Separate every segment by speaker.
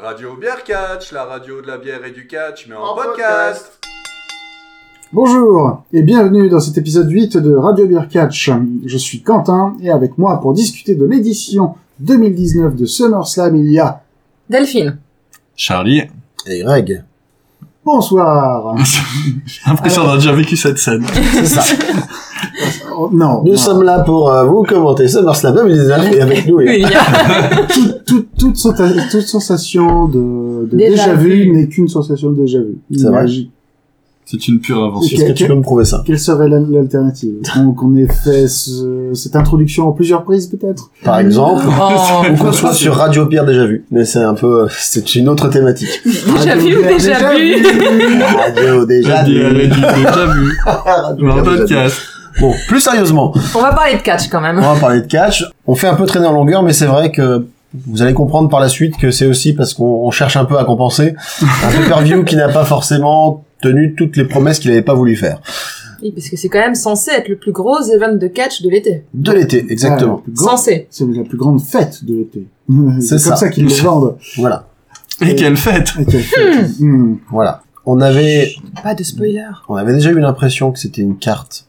Speaker 1: Radio Bière Catch, la radio de la bière et du catch, mais en,
Speaker 2: En
Speaker 1: podcast.
Speaker 3: Bonjour et bienvenue dans cet épisode 8 de Radio Beer Catch. Je suis Quentin et avec moi pour discuter de l'édition 2019 de SummerSlam il y a
Speaker 4: Delphine.
Speaker 5: Charlie,
Speaker 6: Et Greg.
Speaker 3: bonsoir.
Speaker 5: j'ai l'impression d'avoir déjà vécu cette scène.
Speaker 6: C'est ça.
Speaker 3: Oh, non,
Speaker 6: Nous
Speaker 3: non.
Speaker 6: sommes là pour euh, vous commenter SummerSlam 2019 et avec nous, il y
Speaker 4: Oui, Oh,
Speaker 6: a-
Speaker 4: il y a-
Speaker 3: Tout- tout- toute, senta- toute sensation de, de
Speaker 4: Déjà
Speaker 3: déjà vu
Speaker 4: vu.
Speaker 3: n'est qu'une sensation de déjà vu.
Speaker 6: C'est vrai.
Speaker 3: Imagine-
Speaker 5: C'est une pure invention.
Speaker 6: Est-ce que tu peux me prouver ça
Speaker 3: Quelle serait l'al- l'alternative Donc on ait fait ce- cette introduction en plusieurs prises peut-être
Speaker 6: Par exemple,
Speaker 4: Oh.
Speaker 6: ou qu'on soit sur Radio Pierre déjà vu. Mais c'est un peu, euh, c'est une autre thématique.
Speaker 3: Ah,
Speaker 4: Déjà vu ou déjà, vu
Speaker 6: Radio déjà
Speaker 5: J'ai
Speaker 6: vu.
Speaker 5: déjà vu.
Speaker 3: Ah,
Speaker 6: Radio
Speaker 5: Dans
Speaker 6: Pierre
Speaker 5: le
Speaker 6: déjà vu.
Speaker 5: podcast.
Speaker 6: Bon, plus sérieusement,
Speaker 4: On va parler de catch quand
Speaker 6: on
Speaker 4: même.
Speaker 6: va parler de catch. On fait un peu traîner en longueur, mais c'est vrai que vous allez comprendre par la suite que c'est aussi parce qu'on on cherche un peu à compenser un pay-per-view qui n'a pas forcément tenu toutes les promesses qu'il avait pas voulu faire.
Speaker 4: Oui, parce que c'est quand même censé être le plus gros event de catch de l'été.
Speaker 6: De l'été,
Speaker 3: Ah,
Speaker 6: exactement.
Speaker 3: la plus grande-
Speaker 4: Censé.
Speaker 3: C'est la plus grande fête de l'été.
Speaker 6: C'est
Speaker 3: C'est comme
Speaker 6: ça.
Speaker 3: ça qu'ils le vendent.
Speaker 6: Voilà,
Speaker 5: Et quelle fête
Speaker 3: Et quelle fête. Hmm.
Speaker 6: voilà. On avait
Speaker 4: Pas de spoiler.
Speaker 6: On avait déjà eu l'impression que c'était une carte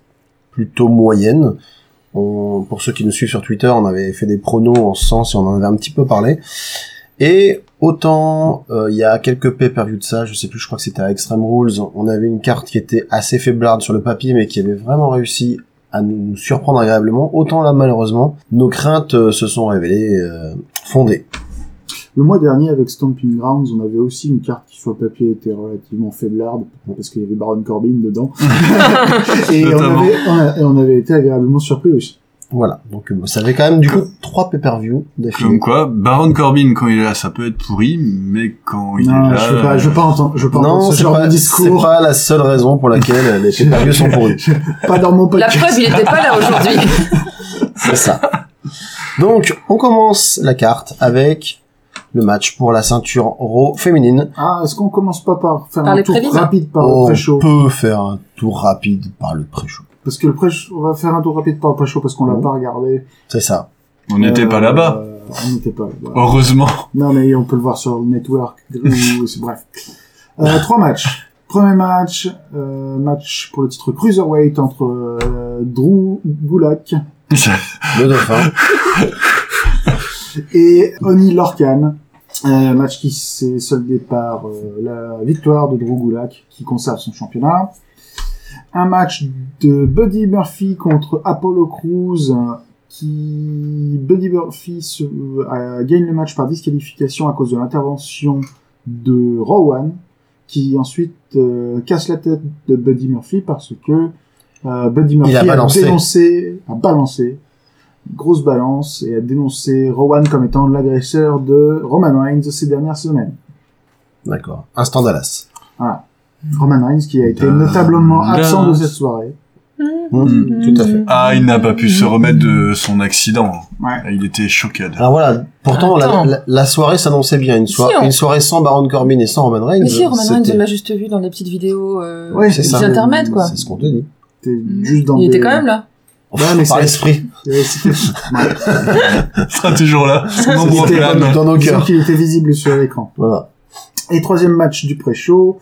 Speaker 6: plutôt moyenne. On- pour ceux qui nous suivent sur Twitter, on avait fait des pronos en ce sens et on en avait un petit peu parlé. Et autant euh, il y a quelques pay-per-view de ça, je sais plus, je crois que c'était à Extreme Rules, on avait une carte qui était assez faiblarde sur le papier mais qui avait vraiment réussi à nous surprendre agréablement, autant là malheureusement, nos craintes euh, se sont révélées euh, fondées.
Speaker 3: Le mois dernier, avec Stomping Grounds, on avait aussi une carte qui, sur le papier, était relativement faiblarde, parce qu'il y avait Baron Corbin dedans. et, on
Speaker 5: Notamment.
Speaker 3: avait, on a- et on avait été agréablement surpris aussi.
Speaker 6: Voilà, donc euh, ça avait quand même du coup trois pay-per-view
Speaker 5: Comme
Speaker 6: d'affilée.
Speaker 5: quoi, Baron Corbin, quand il est là, ça peut être pourri, mais quand il
Speaker 3: Non,
Speaker 5: est là...
Speaker 3: je veux pas, je veux pas entendre, je veux pas
Speaker 6: Non,
Speaker 3: entendre ce
Speaker 6: c'est
Speaker 3: genre
Speaker 6: pas,
Speaker 3: de
Speaker 6: c'est
Speaker 3: discours.
Speaker 6: pas la seule raison pour laquelle les pay-per-views sont pourris.
Speaker 3: Pas dans mon
Speaker 4: La
Speaker 3: podcast.
Speaker 4: preuve, il était pas là aujourd'hui.
Speaker 6: C'est ça. Donc, on commence la carte avec le match pour la ceinture Raw féminine.
Speaker 3: Ah, est-ce qu'on commence pas par faire
Speaker 4: Par
Speaker 3: un
Speaker 4: les
Speaker 3: tour
Speaker 4: prélims
Speaker 3: rapide par le
Speaker 6: on
Speaker 3: pré-show?
Speaker 6: peut faire un tour rapide par le pré-show.
Speaker 3: Parce que le pré on va faire un tour rapide par le pré-show parce qu'on l'a
Speaker 6: Ouais.
Speaker 3: pas regardé.
Speaker 6: C'est ça.
Speaker 5: On n'était
Speaker 3: Euh,
Speaker 5: pas là-bas.
Speaker 3: On n'était pas là-bas.
Speaker 5: Heureusement.
Speaker 3: Non, mais on peut le voir sur le network. ou- c'est- bref. Euh, trois matchs. Premier match, euh, match pour le titre Cruiserweight entre euh, Drew Gulak
Speaker 6: Le dauphin.
Speaker 3: et Oni Lorcan. Euh, match qui s'est soldé par euh, la victoire de Drew Gulak qui conserve son championnat. Un match de Buddy Murphy contre Apollo Cruz euh, qui Buddy Murphy se- euh, gagne le match par disqualification à cause de l'intervention de Rowan qui ensuite euh, casse la tête de Buddy Murphy parce que euh, Buddy Murphy
Speaker 6: a balancé.
Speaker 3: dénoncé, a balancé grosse balance et a dénoncé Rowan comme étant l'agresseur de Roman Reigns ces dernières semaines.
Speaker 6: D'accord. Instant Dallas.
Speaker 3: Roman Reigns qui a été
Speaker 5: Ben,
Speaker 3: notablement absent de
Speaker 5: mince.
Speaker 3: cette soirée.
Speaker 6: Mm, Tout à fait.
Speaker 5: Ah, il n'a pas pu se remettre de son accident.
Speaker 3: Ouais.
Speaker 5: Il était choqué.
Speaker 6: Alors voilà, pourtant la,
Speaker 4: Attends.
Speaker 6: la- la soirée s'annonçait bien. Une, soirée
Speaker 4: Si, on-
Speaker 6: une soirée sans Baron Corbin et sans Roman Reigns.
Speaker 4: Mais si, Roman Reigns,
Speaker 6: c'était-
Speaker 4: on l'a juste vu dans des petites vidéos euh,
Speaker 3: Ouais,
Speaker 6: c'est
Speaker 4: des
Speaker 6: ça.
Speaker 4: intermèdes, quoi. Mm.
Speaker 6: C'est ce qu'on te dit.
Speaker 3: C'était juste dans
Speaker 4: il était
Speaker 3: des-
Speaker 4: quand même là.
Speaker 3: Ouais, mais
Speaker 6: Par
Speaker 3: c'est-
Speaker 6: esprit.
Speaker 3: Ouais, c'était- ouais.
Speaker 5: Il sera toujours là. Son ombre
Speaker 3: C'était
Speaker 5: plane.
Speaker 6: Dans nos
Speaker 3: Disons
Speaker 6: cœurs.
Speaker 3: qu'il était visible sur l'écran.
Speaker 6: Voilà.
Speaker 3: Et troisième match du pré-show,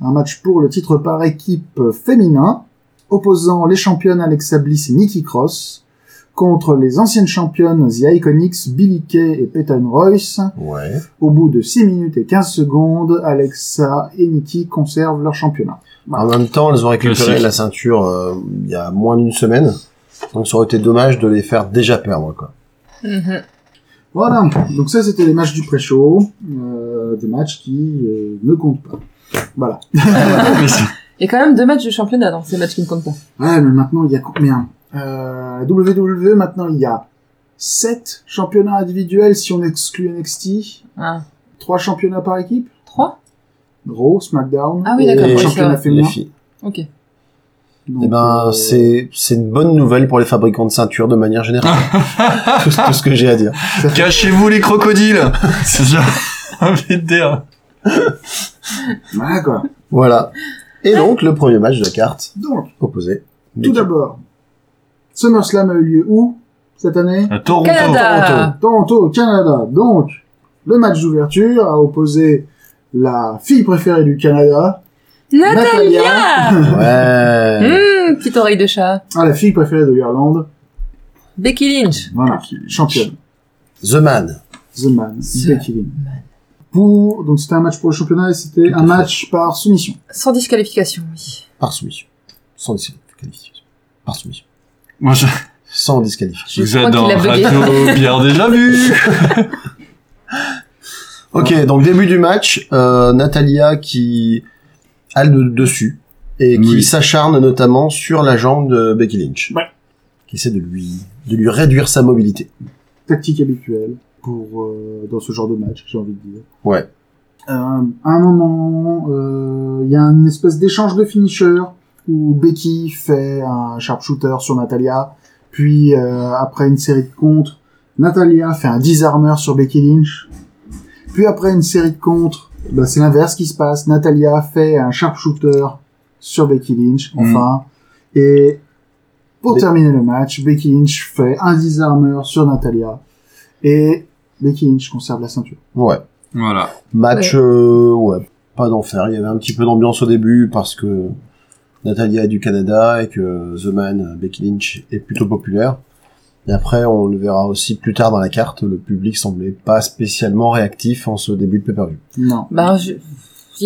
Speaker 3: un match pour le titre par équipe féminin, opposant les championnes Alexa Bliss et Nikki Cross contre les anciennes championnes The Iconics, Billy Kay et Peyton Royce.
Speaker 6: Ouais.
Speaker 3: Au bout de 6 minutes et 15 secondes, Alexa et Nikki conservent leur championnat.
Speaker 6: En même temps, elles ont récupéré
Speaker 5: Classique.
Speaker 6: la ceinture euh, il y a moins d'une semaine. Donc ça aurait été dommage de les faire déjà perdre, quoi.
Speaker 4: Mhm.
Speaker 3: Voilà, donc ça c'était les matchs du pré-show, euh, des matchs qui euh, ne comptent pas. Voilà.
Speaker 5: Mais c'est-
Speaker 4: Il y a quand même deux matchs de championnat dans ces matchs qui ne comptent pas.
Speaker 3: Ouais, mais maintenant, il y a combien euh, WWE, maintenant, il y a 7 championnats individuels si on exclut NXT,
Speaker 4: Ah.
Speaker 3: 3 championnats par équipe,
Speaker 4: Trois
Speaker 3: Raw, SmackDown,
Speaker 4: Ah oui,
Speaker 3: et
Speaker 4: d'accord,
Speaker 3: le
Speaker 4: oui, c'est
Speaker 3: championnat
Speaker 4: vrai.
Speaker 3: féminin.
Speaker 6: filles.
Speaker 4: Ok.
Speaker 3: Donc,
Speaker 6: Eh ben,
Speaker 3: euh,
Speaker 6: c'est c'est une bonne nouvelle pour les fabricants de ceintures de manière générale. tout, ce- tout ce que j'ai à dire.
Speaker 5: Cachez-vous les crocodiles C'est ça envie de dire.
Speaker 3: Voilà quoi.
Speaker 6: Voilà. Et donc le premier match de cartes
Speaker 3: Donc,
Speaker 6: opposé.
Speaker 3: tout d'abord, SummerSlam a eu lieu où cette année
Speaker 5: À Toronto.
Speaker 4: Canada
Speaker 3: Toronto, au Canada. Donc, le match d'ouverture a opposé la fille préférée du Canada
Speaker 4: Natalia
Speaker 3: Mmh.
Speaker 6: Ouais.
Speaker 4: Hum, Petite oreille de chat.
Speaker 3: à Ah, la fille préférée de l'Irlande.
Speaker 4: Becky Lynch.
Speaker 3: Voilà, championne.
Speaker 6: The Man.
Speaker 3: The Man,
Speaker 4: The
Speaker 3: Becky Lynch. Pour, donc c'était un match pour le championnat et c'était
Speaker 6: Tout à
Speaker 3: un
Speaker 6: fait.
Speaker 3: match par soumission.
Speaker 4: Sans disqualification, oui.
Speaker 6: Par soumission. Sans disqualification. Par soumission.
Speaker 5: Moi, je...
Speaker 6: Sans disqualification.
Speaker 4: Je
Speaker 5: Vous
Speaker 4: crois
Speaker 5: êtes dans
Speaker 4: qu'il a bugué.
Speaker 5: Radio Bien déjà vu
Speaker 6: Ok, donc début du match, euh, Natalia qui a le dessus et qui
Speaker 5: Oui.
Speaker 6: s'acharne notamment sur la jambe de Becky Lynch.
Speaker 3: Ouais.
Speaker 6: Qui essaie de lui, de lui réduire sa mobilité.
Speaker 3: Tactique habituelle pour, euh, dans ce genre de match, j'ai envie de dire.
Speaker 6: Ouais.
Speaker 3: Euh, à un moment, euh, il y a une espèce d'échange de finisher où Becky fait un sharpshooter sur Natalia, puis euh, après une série de contres, Natalia fait un disarmer sur Becky Lynch, puis après une série de contres, bah, c'est l'inverse qui se passe, Natalia fait un sharpshooter sur Becky Lynch,
Speaker 5: Mhm.
Speaker 3: enfin, et pour
Speaker 6: Be-
Speaker 3: terminer le match, Becky Lynch fait un disarmer sur Natalia, et Becky Lynch conserve la ceinture.
Speaker 6: Ouais.
Speaker 5: Voilà.
Speaker 6: Match, euh, ouais, pas d'enfer. Il y avait un petit peu d'ambiance au début parce que Natalia est du Canada et que The Man, euh, Becky Lynch, est plutôt populaire. Et après, on le verra aussi plus tard dans la carte, le public semblait pas spécialement réactif en ce début de pay-per-view.
Speaker 3: Non.
Speaker 4: Bah, je...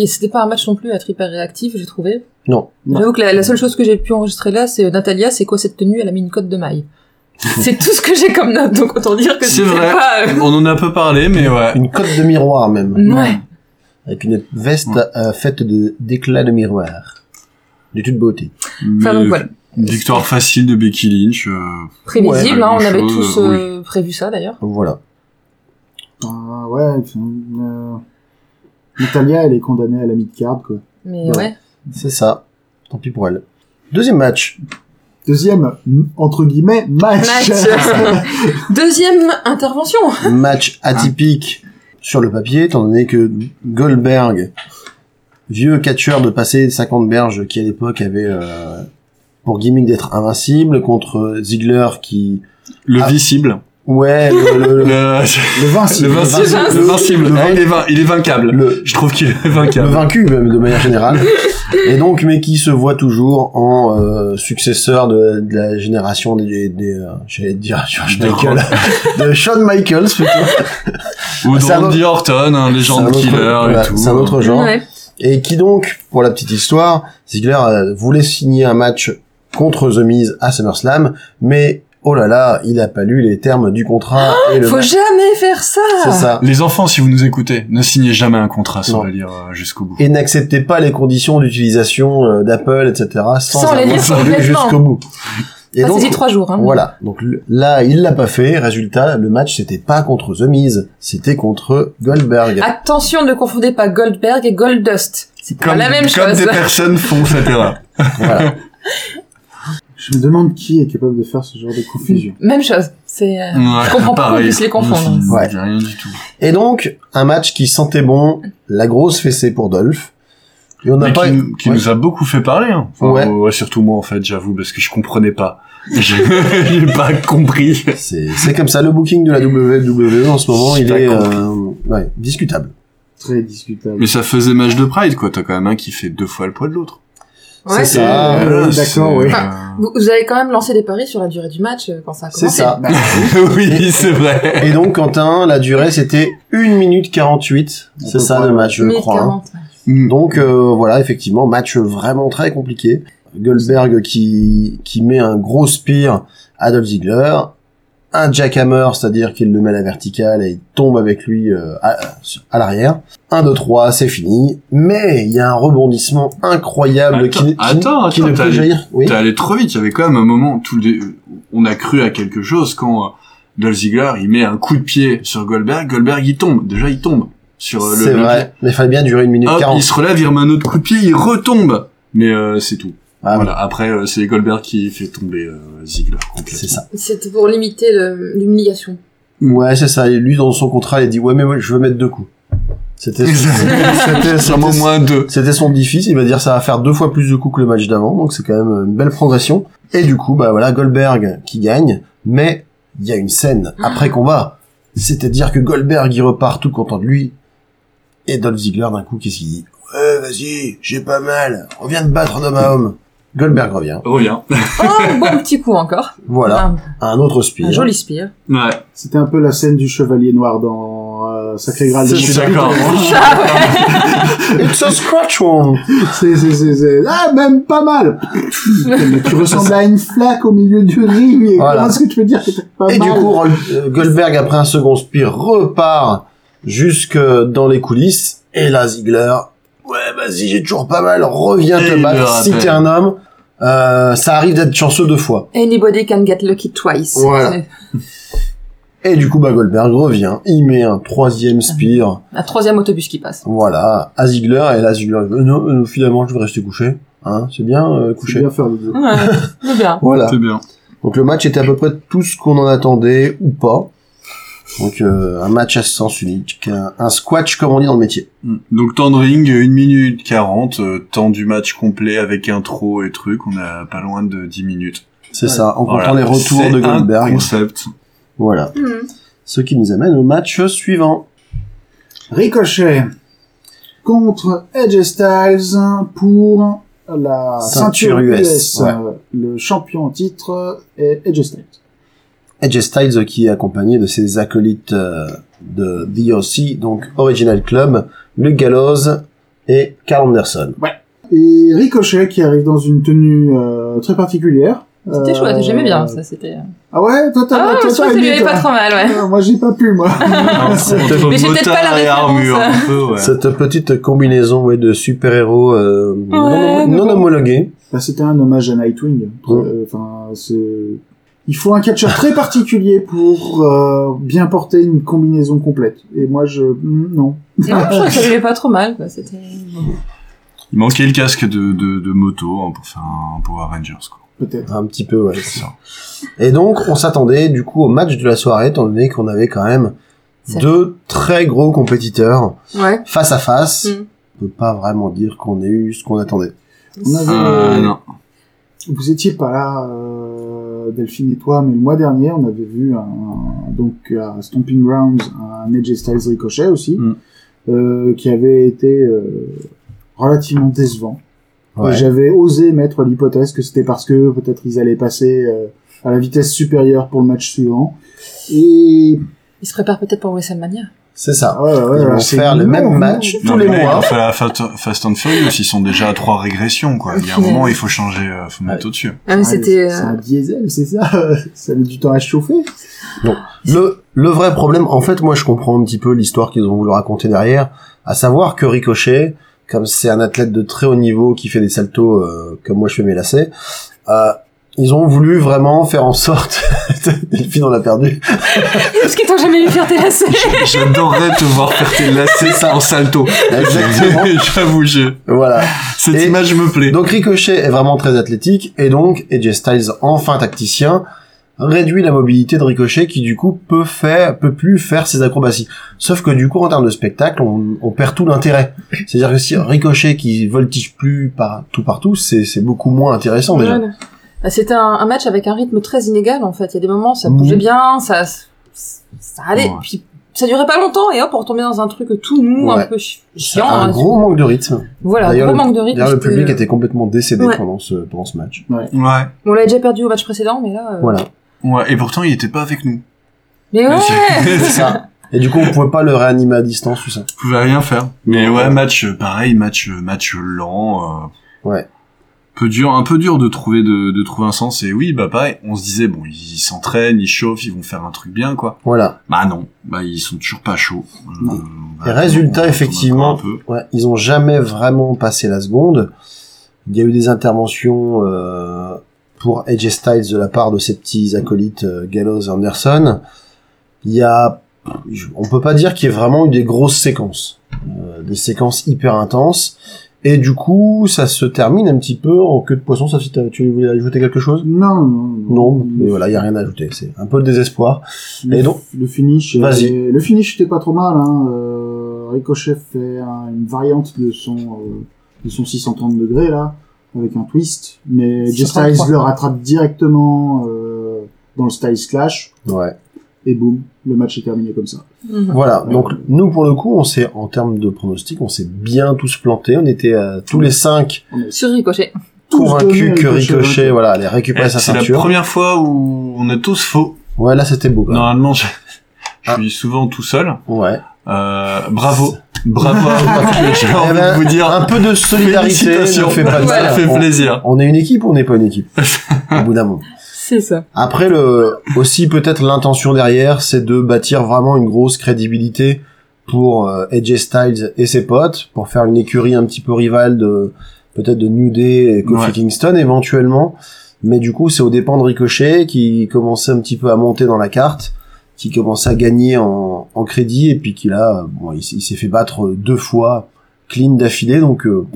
Speaker 4: c'était pas un match non plus à être hyper réactif, j'ai trouvé.
Speaker 6: Non.
Speaker 3: Non.
Speaker 4: J'avoue que la, la seule chose que j'ai pu enregistrer là, c'est euh, Natalia, c'est quoi cette tenue Elle a mis une cote de maille. c'est tout ce que j'ai comme note, donc autant dire que
Speaker 5: C'est
Speaker 4: c'était
Speaker 5: vrai.
Speaker 4: pas... euh,
Speaker 5: On en a peu parlé, mais ouais.
Speaker 6: Une cote de miroir même,
Speaker 4: Ouais.
Speaker 6: avec une veste
Speaker 5: Ouais.
Speaker 6: euh, faite de d'éclats de miroir, de toute beauté.
Speaker 4: Enfin, donc
Speaker 5: Mais-
Speaker 4: voilà.
Speaker 5: Une victoire facile de Becky Lynch. euh,
Speaker 4: Prévisible,
Speaker 5: Ouais,
Speaker 4: hein, on
Speaker 5: quelque
Speaker 4: avait
Speaker 5: chose,
Speaker 4: tous euh, prévu ça d'ailleurs.
Speaker 6: Donc Voilà.
Speaker 3: Ah ouais, enfin, euh, Natalia, elle est condamnée à la mid-card, quoi.
Speaker 4: Mais
Speaker 6: Ouais.
Speaker 4: ouais.
Speaker 6: C'est ça. Tant pis pour elle. Deuxième match.
Speaker 3: Deuxième, m- entre guillemets, match.
Speaker 4: Match. Deuxième intervention.
Speaker 6: match atypique sur le papier, étant donné que Goldberg, vieux catcheur de passé de 50 berges, qui à l'époque avait euh, pour gimmick d'être invincible, contre Ziggler qui...
Speaker 5: le
Speaker 6: Ah.
Speaker 5: visible.
Speaker 6: Ouais, le, le,
Speaker 5: Le,
Speaker 6: le-
Speaker 3: le 26.
Speaker 5: le vincible.
Speaker 6: vincible.
Speaker 5: Le vincible.
Speaker 6: Le
Speaker 5: Ah, il, est vin- il est vainquable.
Speaker 6: le-
Speaker 5: Je trouve qu'il est
Speaker 6: le
Speaker 5: vainquable.
Speaker 6: vaincu même de manière générale. Et donc, mais qui se voit toujours en euh, successeur de, de la génération des... des euh, J'allais dire George
Speaker 5: De
Speaker 6: Michael. de Shawn Michaels, plutôt.
Speaker 5: Ou de
Speaker 6: C'est un
Speaker 5: Randy Orton, hein, un
Speaker 6: C'est un
Speaker 5: légende
Speaker 6: autre-
Speaker 5: killer
Speaker 6: voilà,
Speaker 5: et tout.
Speaker 6: C'est un autre genre.
Speaker 4: Ouais.
Speaker 6: Et qui donc, pour la petite histoire, Ziggler euh, voulait signer un match contre The Miz à SummerSlam, mais oh là là, il a pas lu les termes du contrat et le
Speaker 4: Oh, Faut
Speaker 6: match.
Speaker 4: jamais faire ça.
Speaker 6: C'est ça.
Speaker 5: Les enfants, si vous nous écoutez, ne signez jamais un contrat sans
Speaker 6: Non.
Speaker 5: le lire euh, jusqu'au bout.
Speaker 6: Et n'acceptez pas les conditions d'utilisation euh, d'Apple, etc. sans,
Speaker 4: Sans les
Speaker 6: avoir
Speaker 4: lire
Speaker 6: lu
Speaker 4: complètement.
Speaker 6: jusqu'au bout. Et
Speaker 4: Ah,
Speaker 6: donc,
Speaker 4: c'est dit trois jours. Hein.
Speaker 6: voilà. Donc le- là, il l'a pas fait. Résultat, le match c'était pas contre The Miz, c'était contre Goldberg.
Speaker 4: Ah. Attention, ne confondez pas Goldberg et Goldust. C'est pas
Speaker 5: Comme,
Speaker 4: la même
Speaker 5: comme
Speaker 4: chose.
Speaker 5: des personnes font cette erreur.
Speaker 6: Voilà.
Speaker 3: Je me demande qui est capable de faire ce genre de confusion.
Speaker 4: Même chose. C'est. euh,
Speaker 5: Ouais,
Speaker 4: Je comprends pas qu'on
Speaker 5: pareil.
Speaker 4: puisse les confondre.
Speaker 5: Mmh,
Speaker 6: Ouais.
Speaker 5: c'est Rien du tout.
Speaker 6: Et donc, un match qui sentait bon, la grosse fessée pour Dolph. Et on n'a
Speaker 5: Mais
Speaker 6: pas
Speaker 5: qui, qui
Speaker 6: Ouais.
Speaker 5: nous a beaucoup fait parler. Hein. Enfin,
Speaker 6: Ouais.
Speaker 5: ouais. ouais, surtout moi en fait, j'avoue, parce que je comprenais pas. Je- J'ai pas compris.
Speaker 6: C'est c'est comme ça, le booking de la WWE en ce moment,
Speaker 5: J'ai
Speaker 6: il
Speaker 5: pas
Speaker 6: est
Speaker 5: compris.
Speaker 6: euh, ouais, discutable.
Speaker 3: Très discutable.
Speaker 5: Mais ça faisait match de Pride, quoi. T'as quand même un qui fait deux fois le poids de l'autre.
Speaker 4: Ouais.
Speaker 6: ça.
Speaker 4: c'est-
Speaker 6: Ah,
Speaker 5: Et voilà,
Speaker 3: oui,
Speaker 5: c'est-
Speaker 3: d'accord, oui.
Speaker 4: Vous, vous avez quand même lancé des paris sur la durée du match euh, quand ça a
Speaker 6: C'est
Speaker 4: commencé.
Speaker 3: Bah,
Speaker 6: ça.
Speaker 5: euh, oui, c'est vrai.
Speaker 6: Et donc, Quentin, la durée, c'était 1 minute 48. C'est
Speaker 3: peut
Speaker 6: ça
Speaker 3: pas-
Speaker 6: le match, je
Speaker 4: Mais
Speaker 6: crois. hein.
Speaker 4: 40, ouais.
Speaker 6: Donc, euh, voilà, effectivement, match vraiment très compliqué. Goldberg qui, qui met un gros spear à Dolph Ziggler. Un jackhammer, c'est-à-dire qu'il le met à la verticale et il tombe avec lui euh, à, à l'arrière. 1, 2, 3, c'est fini. Mais il y a un rebondissement incroyable qui, qui-
Speaker 5: Attends,
Speaker 6: qui
Speaker 5: attends,
Speaker 6: ne
Speaker 5: t'as
Speaker 6: peut
Speaker 5: les-
Speaker 6: jaillir. Oui.
Speaker 5: T'es allé trop vite. Il y avait quand même un moment où tout le dé- on a cru à quelque chose quand euh, Dolph Ziggler il met un coup de pied sur Goldberg. Goldberg il tombe. Déjà il tombe sur euh, le.
Speaker 6: C'est
Speaker 5: le-
Speaker 6: vrai, mais il fallait bien durer une minute
Speaker 5: Hop,
Speaker 6: 40.
Speaker 5: il se relève, il remet un autre coup de pied, il retombe. Mais euh, c'est tout.
Speaker 6: Ah,
Speaker 5: voilà. Après, euh, c'est Goldberg qui fait tomber euh, Ziggler complètement.
Speaker 6: C'est ça.
Speaker 2: C'était pour limiter le- l'humiliation.
Speaker 6: Ouais, c'est ça. Et Lui, dans son contrat, il dit ouais, mais moi, je veux mettre deux coups. C'était c'était-
Speaker 5: C'est vraiment
Speaker 6: c'était-
Speaker 5: moins deux.
Speaker 6: C'était son défi, il va dire ça va faire deux fois plus de coups que le match d'avant, donc c'est quand même une belle progression. Et du coup, bah voilà, Goldberg qui gagne, mais il y a une scène après combat, c'est-à-dire que Goldberg il repart tout content de lui, et Dolph Ziggler d'un coup qu'est-ce qu'il dit Ouais, vas-y, j'ai pas mal, on vient de battre un homme à homme. Goldberg revient,
Speaker 5: Revient.
Speaker 4: Oh, bon petit coup encore.
Speaker 6: voilà,
Speaker 4: Un-
Speaker 6: un autre
Speaker 4: Ah. Un,
Speaker 6: spear.
Speaker 4: joli spire.
Speaker 5: Ouais.
Speaker 3: C'était un peu la scène du Chevalier Noir dans euh, Sacré Graal de
Speaker 5: Je suis
Speaker 3: Montréal.
Speaker 5: d'accord.
Speaker 6: It's a scratch one
Speaker 3: C'est, c'est, c'est, c'est- Ah, même pas mal Mais tu ressembles à une flaque au milieu du ring. et
Speaker 6: Voilà.
Speaker 3: Comment est-ce que tu peux dire que t'es pas
Speaker 6: Et
Speaker 3: mal
Speaker 6: du coup, Rol- euh, Goldberg, après un second spear, repart jusque dans les coulisses. Et là, Ziggler, ouais, vas-y, j'ai toujours pas mal, reviens
Speaker 5: Et
Speaker 6: te
Speaker 5: il le
Speaker 6: battre si
Speaker 5: rappelle.
Speaker 6: t'es un homme. Euh, ça arrive d'être chanceux deux fois.
Speaker 4: Anybody can get lucky twice.
Speaker 6: Voilà.
Speaker 4: C'est-
Speaker 6: Et du coup, bah, Goldberg revient, il met un troisième spear,
Speaker 4: Un troisième autobus qui passe.
Speaker 6: voilà, à Ziggler, et là, Ziggler, euh, non, euh, finalement, je vais rester couché, hein, c'est bien, euh,
Speaker 3: C'est
Speaker 6: couché.
Speaker 3: bien faire le jeu.
Speaker 4: Ouais, c'est bien.
Speaker 6: Voilà.
Speaker 5: C'est bien.
Speaker 6: Donc le match était à peu près tout ce qu'on en attendait ou pas. Donc euh, un match à sens unique, un, un squash comme on dit dans le métier.
Speaker 5: Mm. Donc temps de ring, 1 minute 40, euh, temps du match complet avec intro et truc, on a pas loin de 10 minutes.
Speaker 6: C'est
Speaker 3: Ouais.
Speaker 6: ça, en
Speaker 5: Voilà.
Speaker 6: comptant les retours
Speaker 5: C'est
Speaker 6: de
Speaker 5: un
Speaker 6: Goldberg.
Speaker 5: concept.
Speaker 6: Voilà.
Speaker 4: Mm.
Speaker 2: Mhm.
Speaker 6: Ce qui nous amène au match suivant.
Speaker 3: Ricochet contre Edge Styles pour la
Speaker 6: Ceinture
Speaker 3: ceinture,
Speaker 6: US,
Speaker 3: US.
Speaker 6: ouais.
Speaker 3: Euh, Le champion en titre est Edge Styles.
Speaker 6: Edge Styles euh, qui est accompagné de ses acolytes euh, de DOC, donc Original Club, Luke Gallows et Carl Anderson.
Speaker 3: Et Ricochet qui arrive dans une tenue euh, très particulière.
Speaker 4: C'était
Speaker 3: Euh,
Speaker 4: chouette, j'aimais bien ça. C'était. euh,
Speaker 3: Ah ouais, toi t'as
Speaker 4: Ah,
Speaker 3: toi,
Speaker 4: je
Speaker 3: t'as
Speaker 4: crois que ça lui
Speaker 3: aimé,
Speaker 4: allait pas
Speaker 3: toi.
Speaker 4: trop mal, ouais.
Speaker 3: Ah, Moi j'ai pas pu moi.
Speaker 5: Entre
Speaker 4: Mais j'ai peut-être
Speaker 5: motard
Speaker 4: pas la
Speaker 5: et
Speaker 4: référence,
Speaker 5: armure,
Speaker 4: hein.
Speaker 5: un peu, ouais.
Speaker 6: Cette petite combinaison ouais, de super-héros euh, non,
Speaker 4: Ouais, mais
Speaker 6: non
Speaker 4: bon.
Speaker 6: homologués.
Speaker 3: Bah, c'était un hommage à Nightwing.
Speaker 6: Ouais.
Speaker 3: Euh, Enfin, c'est. Il faut un catcheur très particulier pour euh, bien porter une combinaison complète. Et moi, je hmm, non.
Speaker 4: Non, je crois que ça lui allait pas trop mal. quoi, C'était.
Speaker 5: Il manquait le casque de, de, de moto hein, pour faire un Power Rangers. Quoi.
Speaker 3: Peut-être.
Speaker 6: Un petit peu, ouais.
Speaker 5: C'est ça.
Speaker 6: Et donc, on s'attendait du coup au match de la soirée, étant donné qu'on avait quand même
Speaker 4: C'est
Speaker 6: deux très gros compétiteurs
Speaker 2: Ouais.
Speaker 6: face à face.
Speaker 2: Mm.
Speaker 6: On peut pas vraiment dire qu'on ait eu ce qu'on attendait.
Speaker 3: On avait,
Speaker 5: Euh, non.
Speaker 3: Vous étiez pas là, euh, Delphine et toi, mais le mois dernier, on avait vu un, donc à Stomping Grounds un Edge Styles Ricochet aussi,
Speaker 5: Mm.
Speaker 3: euh, qui avait été euh, relativement décevant. Et
Speaker 6: Ouais.
Speaker 3: J'avais osé mettre l'hypothèse que c'était parce que peut-être ils allaient passer euh, à la vitesse supérieure pour le match suivant. Et ah
Speaker 4: Il se prépare peut-être pour WrestleMania.
Speaker 6: C'est ça.
Speaker 3: ouais, ouais,
Speaker 6: Ils
Speaker 3: ouais,
Speaker 6: vont
Speaker 3: c'est
Speaker 6: faire le
Speaker 3: long,
Speaker 6: même
Speaker 3: long.
Speaker 6: match tous
Speaker 5: Non,
Speaker 6: les
Speaker 5: mais là,
Speaker 6: mois.
Speaker 5: il faut la Fast Fast and Furious, ils sont déjà à trois régressions. Quoi. Il y a un
Speaker 4: Ouais.
Speaker 5: moment, il faut changer, euh, faut mettre au-dessus.
Speaker 2: Ah, mais
Speaker 3: Ah,
Speaker 2: c'était.
Speaker 3: C'est
Speaker 2: euh,
Speaker 3: un diesel, c'est ça Ça met du temps à chauffer.
Speaker 6: Le, le vrai problème, en fait, moi, je comprends un petit peu l'histoire qu'ils ont voulu raconter derrière, à savoir que Ricochet, comme c'est un athlète de très haut niveau qui fait des saltos euh, comme moi je fais mes lacets, euh, ils ont voulu vraiment faire en sorte. Delphine, on l'a perdu.
Speaker 4: Parce qu'ils t'ont jamais vu faire tes lacets.
Speaker 5: J'adorerais te voir faire tes lacets en salto.
Speaker 6: Exactement.
Speaker 5: J'avoue, je...
Speaker 6: Voilà.
Speaker 5: cette
Speaker 6: Et-
Speaker 5: image me plaît.
Speaker 6: Donc Ricochet est vraiment très athlétique et donc Edge Styles enfin tacticien réduit la mobilité de Ricochet qui du coup peut faire peut plus faire ses acrobaties. Sauf que du coup en termes de spectacle on, on perd tout l'intérêt. C'est-à-dire que si Ricochet qui voltige plus par tout partout c'est c'est beaucoup moins intéressant déjà.
Speaker 4: Voilà. Bah, C'était un, un match avec un rythme très inégal en fait. Il y a des moments ça bougeait
Speaker 6: Mhm.
Speaker 4: bien, ça ça allait,
Speaker 5: Ouais.
Speaker 4: puis ça durait pas longtemps et hop on retombait dans un truc tout mou,
Speaker 6: Ouais.
Speaker 4: un peu chi-
Speaker 6: C'est
Speaker 4: chiant.
Speaker 6: un
Speaker 4: hein.
Speaker 6: gros manque de rythme.
Speaker 4: Voilà,
Speaker 6: D'ailleurs,
Speaker 4: gros
Speaker 6: le-
Speaker 4: manque de rythme.
Speaker 6: D'ailleurs le
Speaker 4: c'était- euh,
Speaker 6: public était complètement décédé
Speaker 4: Ouais.
Speaker 6: pendant ce pendant ce match.
Speaker 5: Ouais.
Speaker 4: On l'avait déjà perdu au match précédent, mais là. euh,
Speaker 6: Voilà.
Speaker 5: ouais. Et pourtant, il était pas avec nous.
Speaker 4: Mais ouais.
Speaker 5: C'est
Speaker 6: ça. Et du coup on pouvait pas le réanimer à distance tout ça.
Speaker 5: Je pouvais rien faire. Mais ouais, match euh, pareil, match euh, match lent. euh,
Speaker 6: Ouais.
Speaker 5: Peu dur, un peu dur de trouver de, de trouver un sens. Et oui, bah pareil, on se disait bon, ils s'entraînent, ils chauffent, ils vont faire un truc bien quoi.
Speaker 6: Voilà.
Speaker 5: Bah non, bah ils sont toujours pas chauds. Euh,
Speaker 3: Non.
Speaker 5: on va
Speaker 6: Et
Speaker 5: attendre- on
Speaker 6: résultat
Speaker 5: va
Speaker 6: effectivement
Speaker 5: attendre encore un peu.
Speaker 6: Ouais, ils ont jamais vraiment passé la seconde. Il y a eu des interventions euh, pour Edge Styles de la part de ses petits acolytes euh, Gallows et Anderson. Il y a, je- on peut pas dire qu'il y ait vraiment eu des grosses séquences, euh, des séquences hyper intenses. Et du coup, ça se termine un petit peu en queue de poisson, sauf si t'as- tu voulais ajouter quelque chose
Speaker 3: Non, non,
Speaker 6: Non, mais voilà, il y a rien à ajouter. C'est un peu le désespoir.
Speaker 3: Le,
Speaker 6: Et donc-
Speaker 3: le finish,
Speaker 6: Vas-y.
Speaker 3: euh, le finish était pas trop mal. Hein. Euh, Ricochet fait un- une variante de son euh, de son 630 degrés là, avec un twist, mais Jay Styles
Speaker 6: 633.
Speaker 3: le rattrape directement euh, dans le Styles Clash
Speaker 6: Ouais.
Speaker 3: et boum, le match est terminé comme ça.
Speaker 6: Voilà, donc nous pour le coup, on s'est en termes de pronostic, on s'est bien tous plantés. On était euh, tous les cinq
Speaker 3: On est
Speaker 4: Sur Ricochet.
Speaker 3: tous
Speaker 6: convaincus
Speaker 3: donnés
Speaker 6: que
Speaker 3: à
Speaker 6: Ricochet, voilà, allait récupérer
Speaker 5: Eh,
Speaker 6: sa
Speaker 5: C'est la
Speaker 6: ceinture.
Speaker 5: première fois où on est tous faux.
Speaker 6: Ouais, là c'était beau. quoi.
Speaker 5: Normalement, je, je
Speaker 6: Ah.
Speaker 5: suis souvent tout seul.
Speaker 6: Ouais.
Speaker 5: Euh, bravo, bravo. à vous. J'ai
Speaker 6: Eh
Speaker 5: envie
Speaker 6: ben,
Speaker 5: de vous dire
Speaker 6: Un peu de solidarité,
Speaker 5: félicitations.
Speaker 6: ne fait pas de
Speaker 5: ça
Speaker 6: mal.
Speaker 5: fait
Speaker 6: On-
Speaker 5: plaisir.
Speaker 6: On est une équipe ou on n'est pas une équipe Au bout d'un moment.
Speaker 4: C'est ça.
Speaker 6: Après, le, aussi peut-être l'intention derrière, c'est de bâtir vraiment une grosse crédibilité pour euh, AJ Styles et ses potes, pour faire une écurie un petit peu rivale de peut-être de New Day et Kofi
Speaker 5: Ouais.
Speaker 6: Kingston éventuellement. Mais du coup, c'est au dépens de Ricochet qui commençait un petit peu à monter dans la carte, qui commençait à gagner en, en crédit et puis qui là, bon, il, s- il s'est fait battre deux fois clean d'affilée. Donc, euh,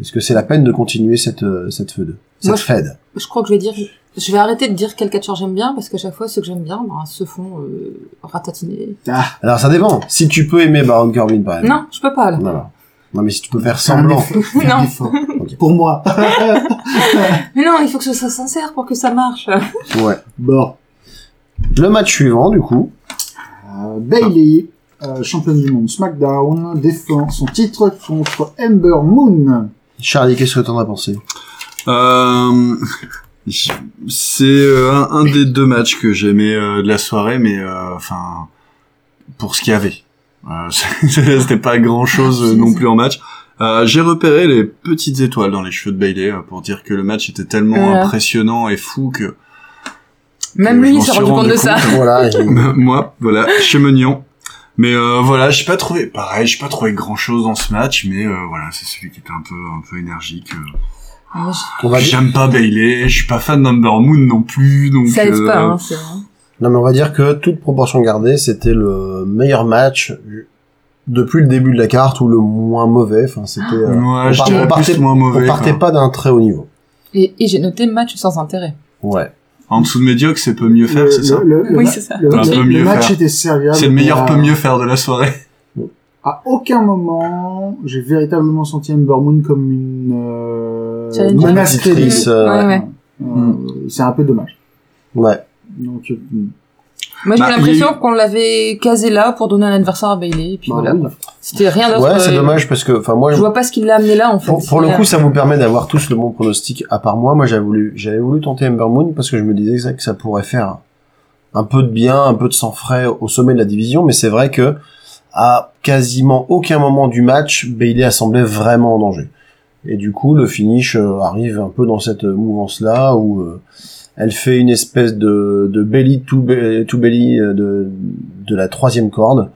Speaker 6: est-ce que c'est la peine de continuer cette euh, cette feude, cette
Speaker 4: Moi, je-
Speaker 6: fed
Speaker 4: Je crois que je vais dire, je vais arrêter de dire quel catcheur j'aime bien parce qu'à chaque fois ceux que j'aime bien ben, se font euh, ratatiner.
Speaker 6: Alors ça dépend. Si tu peux aimer Baron Corbin par exemple.
Speaker 4: Non, je peux pas là.
Speaker 6: Voilà. Ah Non, mais si tu peux faire
Speaker 3: Faire un
Speaker 6: semblant.
Speaker 3: effort, faire un
Speaker 4: Non.
Speaker 3: effort.
Speaker 6: Ok.
Speaker 3: Pour moi.
Speaker 4: Mais non, il faut que ce soit sincère pour que ça marche.
Speaker 6: Ouais.
Speaker 3: bon,
Speaker 6: Le match suivant, du coup.
Speaker 3: euh, Bailey, euh, championne du monde SmackDown, défend son titre contre Ember Moon.
Speaker 6: Charlie, qu'est-ce que t'en as pensé
Speaker 5: Euh, je- c'est euh, un, un des deux matchs que j'aimais euh, de la soirée, mais euh, enfin pour ce qu'il y avait, Euh, c'était pas
Speaker 4: Ah,
Speaker 5: grand-chose euh, non plus en match. Euh, J'ai repéré les petites étoiles dans les cheveux de Bailey euh, pour dire que le match était tellement
Speaker 4: Voilà.
Speaker 5: impressionnant et fou que
Speaker 4: Même
Speaker 5: Je
Speaker 4: lui,
Speaker 5: m'en
Speaker 4: il s'est
Speaker 5: suis
Speaker 4: rendu compte
Speaker 5: rendu
Speaker 4: de ça.
Speaker 6: Voilà. il-
Speaker 5: euh, moi, voilà, chez Meunion. Mais euh, voilà, j'ai pas trouvé pareil, j'ai pas trouvé grand-chose dans ce match, mais euh, voilà, c'est celui qui était un peu un peu énergique. euh,
Speaker 6: on va dire...
Speaker 5: J'aime pas Bailey, je suis pas fan d'Amber Moon non plus, donc.
Speaker 4: Ça aide
Speaker 5: euh,
Speaker 4: pas, hein, c'est vrai.
Speaker 6: Non, mais on va dire que toute proportion gardée, c'était le meilleur match depuis le début de la carte ou le moins mauvais. Enfin, c'était. euh,
Speaker 5: Ouais,
Speaker 6: on
Speaker 5: je
Speaker 6: part-
Speaker 5: dirais
Speaker 6: on partait-
Speaker 5: plus moins mauvais.
Speaker 6: on partait
Speaker 4: hein.
Speaker 5: quoi.
Speaker 6: pas d'un très haut niveau.
Speaker 4: Et, et j'ai noté match sans intérêt.
Speaker 6: Ouais.
Speaker 5: En dessous de médiocre, c'est peut mieux faire,
Speaker 3: Le-
Speaker 5: c'est ça
Speaker 3: le- le- le
Speaker 4: Oui,
Speaker 3: ma-
Speaker 4: c'est ça.
Speaker 3: Le,
Speaker 5: Enfin,
Speaker 3: le-
Speaker 5: peut
Speaker 3: le
Speaker 5: mieux
Speaker 3: match
Speaker 5: faire.
Speaker 3: était serviable.
Speaker 5: C'est le meilleur
Speaker 3: mais à-
Speaker 5: peut mieux faire de la soirée.
Speaker 3: À aucun moment, j'ai véritablement senti Ember Moon comme une euh,
Speaker 4: Challenger.
Speaker 3: menace
Speaker 6: Compétitrice,
Speaker 3: crédible.
Speaker 6: euh,
Speaker 4: Ouais, ouais.
Speaker 3: Euh, C'est un peu dommage.
Speaker 6: Ouais.
Speaker 3: Donc, euh,
Speaker 4: Moi, j'ai
Speaker 5: Bah,
Speaker 4: l'impression
Speaker 5: il y
Speaker 4: qu'on l'avait casé là pour donner un adversaire à Bailey. Et puis
Speaker 3: bah
Speaker 4: voilà.
Speaker 3: oui.
Speaker 4: C'était rien d'autre.
Speaker 6: Ouais, c'est
Speaker 4: euh,
Speaker 6: dommage parce que, enfin, moi,
Speaker 4: Je
Speaker 6: je-
Speaker 4: vois pas ce qu'il l'a amené là, en fait.
Speaker 6: pour, pour le coup, ça vous permet d'avoir tous le bon pronostic. À part moi, moi, j'avais voulu, j'avais voulu tenter Ember Moon parce que je me disais que ça, que ça pourrait faire un peu de bien, un peu de sang frais au sommet de la division. Mais c'est vrai que à quasiment aucun moment du match, Bailey a semblé vraiment en danger. Et du coup, le finish euh, arrive un peu dans cette euh, mouvance-là où euh, elle fait une espèce de, de belly to, be- to belly euh, de, de la troisième corde.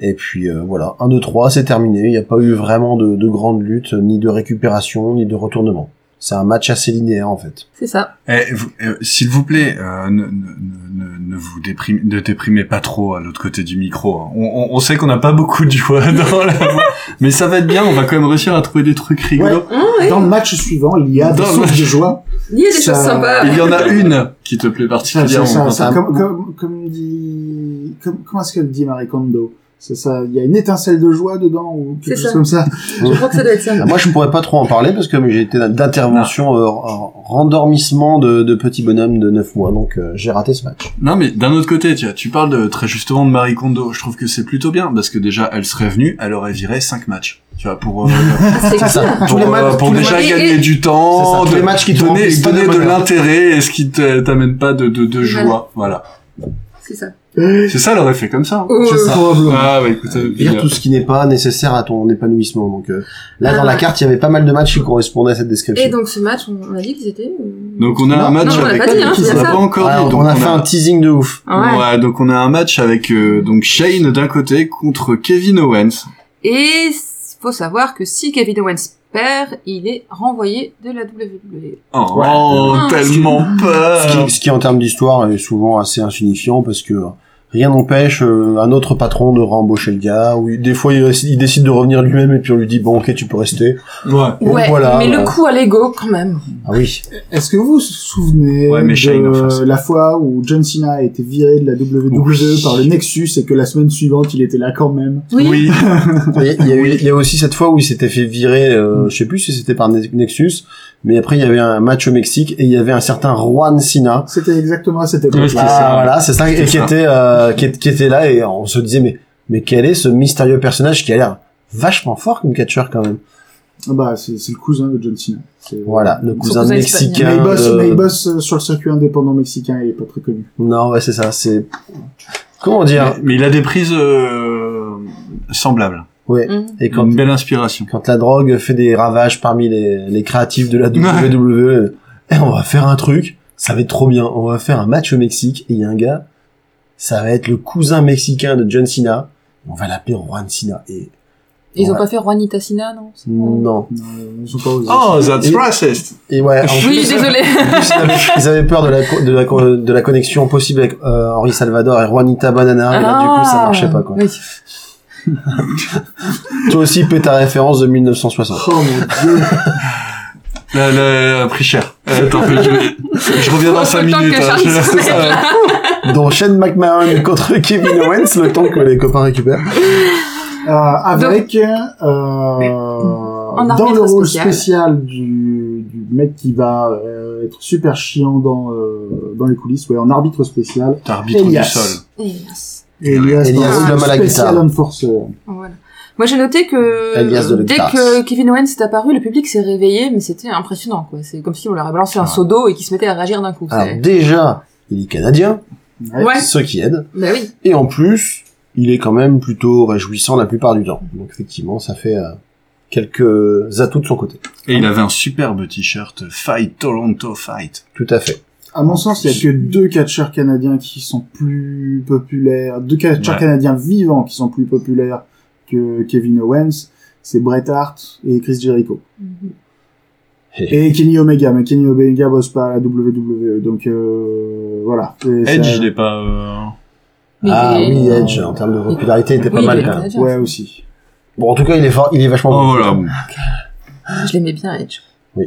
Speaker 6: Et puis euh, voilà, 1, 2, 3, c'est terminé. Il n'y a pas eu vraiment de, de grande lutte, ni de récupération, ni de retournement. C'est un match assez linéaire en fait.
Speaker 4: C'est ça.
Speaker 5: Eh, vous- eh, S'il vous plaît, euh, ne, ne, ne, ne vous déprimez, ne déprimez pas trop à l'autre côté du micro. hein. On, on- on sait qu'on n'a pas beaucoup de joie dans la voix, mais ça va être bien. On va quand même réussir à trouver des trucs rigolos.
Speaker 4: Ah,
Speaker 3: Dans le match suivant, il y a des
Speaker 5: Dans le
Speaker 3: sources
Speaker 5: match-
Speaker 3: de joie.
Speaker 4: Il y a des
Speaker 3: Ça-
Speaker 4: choses sympas.
Speaker 5: Il y en a une qui te plaît
Speaker 3: Ça, ça,
Speaker 5: particulièrement.
Speaker 3: ça, ça,
Speaker 5: Quentin.
Speaker 3: comme, comme, comme dit, comme, comment est-ce qu'elle dit Marie Kondo C'est ça. Il y a une étincelle de joie dedans ou quelque
Speaker 4: C'est
Speaker 3: chose
Speaker 4: ça.
Speaker 3: comme ça.
Speaker 4: Je crois que ça doit être ça.
Speaker 6: Ah, Moi, je pourrais pas trop en parler parce que j'ai été d'intervention, euh, en rendormissement de, de petit bonhomme de 9 mois, donc euh, j'ai raté ce match.
Speaker 5: Non mais d'un autre côté, tu, vois, tu parles de, très justement de Marie Kondo. Je trouve que c'est plutôt bien parce que déjà elle serait venue, elle aurait viré cinq matchs. Tu vois pour euh,
Speaker 4: C'est
Speaker 6: Ah, C'est
Speaker 4: clair.
Speaker 6: ça.
Speaker 5: pour,
Speaker 6: les
Speaker 5: euh,
Speaker 6: matchs-
Speaker 5: pour
Speaker 6: tous les
Speaker 5: déjà
Speaker 6: matchs-
Speaker 4: matchs-
Speaker 5: gagner
Speaker 4: Et-
Speaker 5: du
Speaker 6: c'est ça,
Speaker 5: temps,
Speaker 6: tous les
Speaker 5: de-
Speaker 6: matchs qui te
Speaker 5: donner,
Speaker 6: remplissent pas
Speaker 5: donner de
Speaker 6: bonheur.
Speaker 5: l'intérêt et ce qui te- t'amène pas de, de, de
Speaker 4: Voilà.
Speaker 5: joie. Voilà.
Speaker 4: C'est ça.
Speaker 5: C'est ça, elle aurait fait comme ça. hein.
Speaker 4: Oh,
Speaker 6: C'est ça.
Speaker 5: Ah bah écoute, euh,
Speaker 6: Dire tout ce qui n'est pas nécessaire à ton épanouissement. Donc euh, là, dans la carte, il y avait pas mal de matchs qui correspondaient à cette description.
Speaker 4: Et donc, ce match, on, on a dit qu'ils étaient. euh,
Speaker 5: donc on a
Speaker 6: Non,
Speaker 5: un match
Speaker 4: non, on l'a
Speaker 5: avec.
Speaker 4: pas dit, hein,
Speaker 5: on
Speaker 4: c'est
Speaker 5: l'a
Speaker 4: ça. Ah
Speaker 5: pas encore
Speaker 6: Ouais,
Speaker 5: dit.
Speaker 6: Ah, on,
Speaker 5: donc
Speaker 6: a fait un teasing de ouf.
Speaker 4: Ouais.
Speaker 5: Ouais, donc on a un match avec euh, donc Shane d'un côté contre Kevin Owens.
Speaker 4: Et s- faut savoir que si Kevin Owens perd, il est renvoyé de la WWE.
Speaker 5: Oh,
Speaker 3: Ouais.
Speaker 5: oh,
Speaker 4: Ah.
Speaker 5: tellement
Speaker 6: Ce
Speaker 5: peur. Euh,
Speaker 6: qui, ce qui, en termes d'histoire est souvent assez insignifiant parce que rien n'empêche euh, un autre patron de rembaucher le gars. Ou il- des fois, il, il décide de revenir lui-même et puis on lui dit bon, ok, tu peux rester.
Speaker 5: Ouais.
Speaker 6: Et
Speaker 4: Ouais,
Speaker 6: voilà,
Speaker 4: mais
Speaker 6: ouais.
Speaker 4: le coup à l'ego, quand même.
Speaker 6: Ah oui.
Speaker 3: Est-ce que vous vous souvenez
Speaker 5: Ouais, mais Shane,
Speaker 3: de
Speaker 5: enfin, c'est-
Speaker 3: la fois où John Cena a été viré de la WWE
Speaker 6: Oui.
Speaker 3: par le Nexus et que la semaine suivante il était là quand même
Speaker 5: Oui.
Speaker 6: Il y a- il y, a eu- il y a aussi cette fois où il s'était fait virer, euh, je sais plus si c'était par Ne- Nexus, mais après il y avait un match au Mexique et il y avait un certain Juan Sina.
Speaker 3: C'était exactement à cette époque.
Speaker 5: Oui, c'était
Speaker 6: Ah,
Speaker 5: ça.
Speaker 6: voilà, c'est ça, et
Speaker 5: C'était
Speaker 6: qui
Speaker 5: ça.
Speaker 6: était, euh, qui, est- qui était là et on se disait mais mais quel est ce mystérieux personnage qui a l'air vachement fort comme catcheur quand même.
Speaker 3: Ah bah, c'est c'est le cousin de John Cena. C'est- euh,
Speaker 6: Voilà, le cousin,
Speaker 4: cousin
Speaker 3: Mais
Speaker 6: mexicain.
Speaker 3: il, bosse,
Speaker 6: de-
Speaker 3: mais il bosse, euh, sur le circuit indépendant mexicain, il est pas très connu.
Speaker 6: Non, ouais, c'est ça, c'est comment dire.
Speaker 5: Mais, mais il a des prises euh, semblables.
Speaker 6: Ouais.
Speaker 4: Mhm.
Speaker 6: Et quand
Speaker 5: Une belle inspiration.
Speaker 6: quand la drogue fait des ravages parmi les, les créatifs de la WWE, eh, on va faire un truc, ça va être trop bien, on va faire un match au Mexique, et il y a un gars, ça va être le cousin mexicain de John Cena, on va l'appeler Juan Cena, et
Speaker 4: Ils ont
Speaker 6: Ouais.
Speaker 4: pas fait Juanita Sina, non C'est pas-
Speaker 6: non.
Speaker 3: Non, ils ont pas osé.
Speaker 4: Oh.
Speaker 5: that's
Speaker 6: Et-
Speaker 5: racist.
Speaker 6: Et ouais, en
Speaker 4: Oui,
Speaker 6: plus,
Speaker 4: désolé.
Speaker 6: en plus, ils, avaient, ils avaient peur de la, co- de la, co- de la connexion possible avec euh, Henri Salvador et Juanita Banana, et Ah, là, du coup, ça marchait pas, quoi.
Speaker 4: Ah. Oui.
Speaker 6: Toi aussi, pète ta référence de 1960.
Speaker 3: Oh mon dieu
Speaker 5: Là, là, elle a pris cher. Euh, Attends, je, vais- je reviens dans
Speaker 4: Faut
Speaker 5: 5
Speaker 4: le temps
Speaker 5: minutes.
Speaker 4: que
Speaker 5: hein,
Speaker 4: Charles
Speaker 5: je-
Speaker 4: se mette
Speaker 5: ça-
Speaker 6: Dont Shane McMahon contre Kevin Owens, le temps que les copains récupèrent.
Speaker 3: Euh, Avec, euh, dans le
Speaker 4: arbitre
Speaker 3: rôle
Speaker 4: spécial.
Speaker 3: spécial du, du mec qui va euh, être super chiant dans, euh, dans les coulisses, ouais, en arbitre spécial,
Speaker 5: T'arbitres
Speaker 3: Elias.
Speaker 5: du sol.
Speaker 4: Hélas.
Speaker 3: Et Elias,
Speaker 6: Elias,
Speaker 3: dans
Speaker 6: l'homme à la
Speaker 3: spécial
Speaker 6: guitare.
Speaker 3: enforcer.
Speaker 4: Voilà. Moi, j'ai noté que
Speaker 6: Alias de
Speaker 4: euh, dès
Speaker 6: Lucas.
Speaker 4: que Kevin Owens est apparu, le public s'est réveillé, mais c'était impressionnant. quoi. C'est comme si on leur avait balancé un
Speaker 5: Ouais.
Speaker 4: seau d'eau et qu'ils se mettaient à réagir d'un coup.
Speaker 6: Alors,
Speaker 4: C'est-
Speaker 6: déjà, il est canadien.
Speaker 3: Ouais.
Speaker 4: Ouais.
Speaker 6: ce qui aide.
Speaker 4: Bah oui.
Speaker 6: Et en plus, il est quand même plutôt réjouissant la plupart du temps. Donc effectivement, ça fait euh, quelques atouts de son côté.
Speaker 5: Et il avait un superbe t-shirt Fight Toronto Fight.
Speaker 6: Tout à fait.
Speaker 3: À mon sens, il y a que deux catcheurs canadiens qui sont plus populaires, deux catcheurs
Speaker 5: Ouais.
Speaker 3: canadiens vivants qui sont plus populaires que Kevin Owens, c'est Bret Hart et Chris Jericho. Et Kenny Omega, mais Kenny Omega bosse pas à la WWE, donc euh, voilà. Et
Speaker 5: Edge,
Speaker 3: ça-
Speaker 5: il est pas... euh,
Speaker 4: Mais
Speaker 6: ah
Speaker 4: il est-
Speaker 6: oui, Edge, en termes de popularité, il était pas
Speaker 4: Oui,
Speaker 6: mal hein.
Speaker 4: il est
Speaker 6: quand même.
Speaker 4: canadien.
Speaker 3: Ouais aussi.
Speaker 6: Bon, en tout cas, il est fort, il est vachement
Speaker 5: Oh,
Speaker 6: bon.
Speaker 5: voilà. bon.
Speaker 4: Je l'aimais bien, Edge.
Speaker 6: Oui.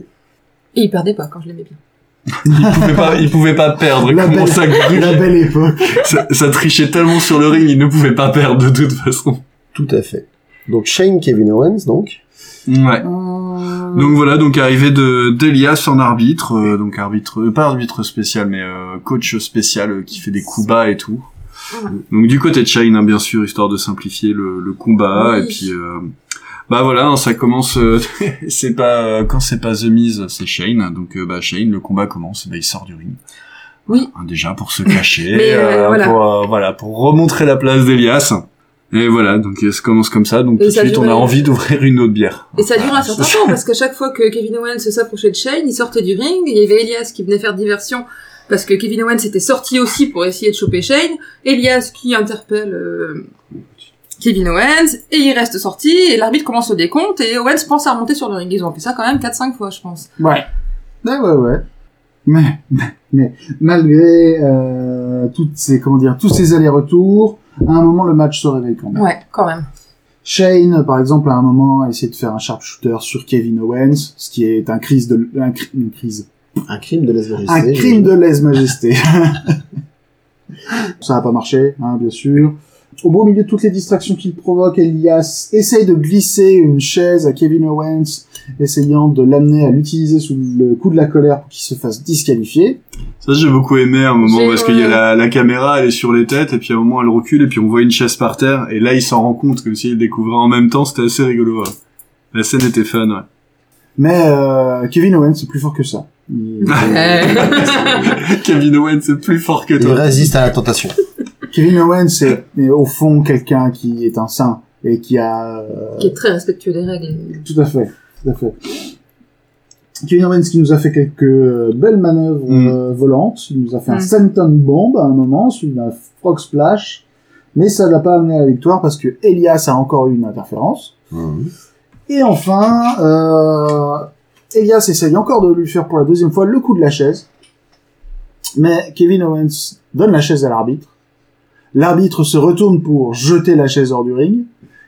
Speaker 4: Et il perdait pas quand je l'aimais bien.
Speaker 5: Il pouvait pas, il pouvait pas perdre.
Speaker 3: La
Speaker 5: Comment
Speaker 3: belle-
Speaker 5: ça
Speaker 3: La
Speaker 5: grue
Speaker 3: belle époque.
Speaker 5: ça, ça trichait tellement sur le ring, il ne pouvait pas perdre de toute façon.
Speaker 6: Tout à fait. Donc Shane Kevin Owens, donc.
Speaker 5: Ouais.
Speaker 4: Oh.
Speaker 5: Donc voilà, donc arrivé de d'Elias en arbitre, euh, donc arbitre, euh, pas arbitre spécial, mais euh, coach spécial euh, qui fait des coups bas et tout. Donc du côté de Shane, hein, bien sûr, histoire de simplifier le, le combat
Speaker 4: Oui.
Speaker 5: et puis euh, bah voilà, hein, ça commence. euh, c'est pas euh, quand c'est pas The Miz, c'est Shane. Donc euh, bah Shane, le combat commence, et bah, il sort du ring.
Speaker 4: Oui.
Speaker 5: Hein, déjà pour se cacher,
Speaker 4: Mais, euh,
Speaker 5: euh,
Speaker 4: voilà.
Speaker 5: pour euh, voilà, pour remontrer la place d'Elias. Et voilà, donc euh, ça commence comme ça. Donc
Speaker 4: Et
Speaker 5: tout de
Speaker 4: ça
Speaker 5: suite,
Speaker 4: dure,
Speaker 5: on
Speaker 4: euh,
Speaker 5: a envie d'ouvrir une autre bière.
Speaker 4: Et ça dure un
Speaker 5: Voilà,
Speaker 4: certain
Speaker 5: c'est-
Speaker 4: temps parce qu'à chaque fois que Kevin Owens s'approchait de Shane, il sortait du ring. Il y avait Elias qui venait faire diversion parce que Kevin Owens était sorti aussi pour essayer de choper Shane. Elias qui interpelle euh, Kevin Owens et il reste sorti et l'arbitre commence le décompte et Owens pense à remonter sur le ring. Ils ont fait ça quand même 4-5 fois, je pense.
Speaker 3: Ouais. Ouais, ouais, ouais. Mais, mais, mais malgré euh, toutes ces, comment dire, tous ces allers-retours, à un moment, le match se réveille quand même.
Speaker 4: Ouais, quand même.
Speaker 3: Shane, par exemple, à un moment, a essayé de faire un sharpshooter sur Kevin Owens, ce qui est un crise de, un cri- une crise.
Speaker 6: Un crime de lesbianisme.
Speaker 3: Un crime de lèse-majesté. Ça n'a pas marché, hein, bien sûr. Au beau milieu de toutes les distractions qu'il provoque, Elias essaye de glisser une chaise à Kevin Owens, essayant de l'amener à l'utiliser sous le coup de la colère pour qu'il se fasse disqualifier.
Speaker 5: Ça, j'ai beaucoup aimé un moment
Speaker 4: J'ai-
Speaker 5: parce qu'il y a
Speaker 4: ouais.
Speaker 5: la, la caméra, elle est sur les têtes, et puis à un moment, elle recule, et puis on voit une chaise par terre, et là, il s'en rend compte, comme s'il le découvrait en même temps, c'était assez rigolo. ouais. La scène était fun, ouais.
Speaker 3: Mais euh, Kevin Owens, c'est plus fort que ça. Il-
Speaker 5: Kevin Owens, c'est plus fort que
Speaker 6: Il
Speaker 5: toi.
Speaker 6: résiste à la tentation.
Speaker 3: Kevin Owens est, est au fond quelqu'un qui est un saint et qui a euh,
Speaker 4: Qui est très respectueux des règles.
Speaker 3: Tout à fait, tout à fait. Kevin Owens qui nous a fait quelques euh, belles manœuvres
Speaker 5: Mm.
Speaker 3: euh, volantes. Il nous a fait un
Speaker 4: Mm.
Speaker 3: senton bomb à un moment, suivi d'un frog splash. Mais ça ne l'a pas amené à la victoire parce que Elias a encore eu une interférence. Et enfin, euh, Elias essaye encore de lui faire pour la deuxième fois le coup de la chaise. Mais Kevin Owens donne la chaise à l'arbitre. L'arbitre se retourne pour jeter la chaise hors du ring.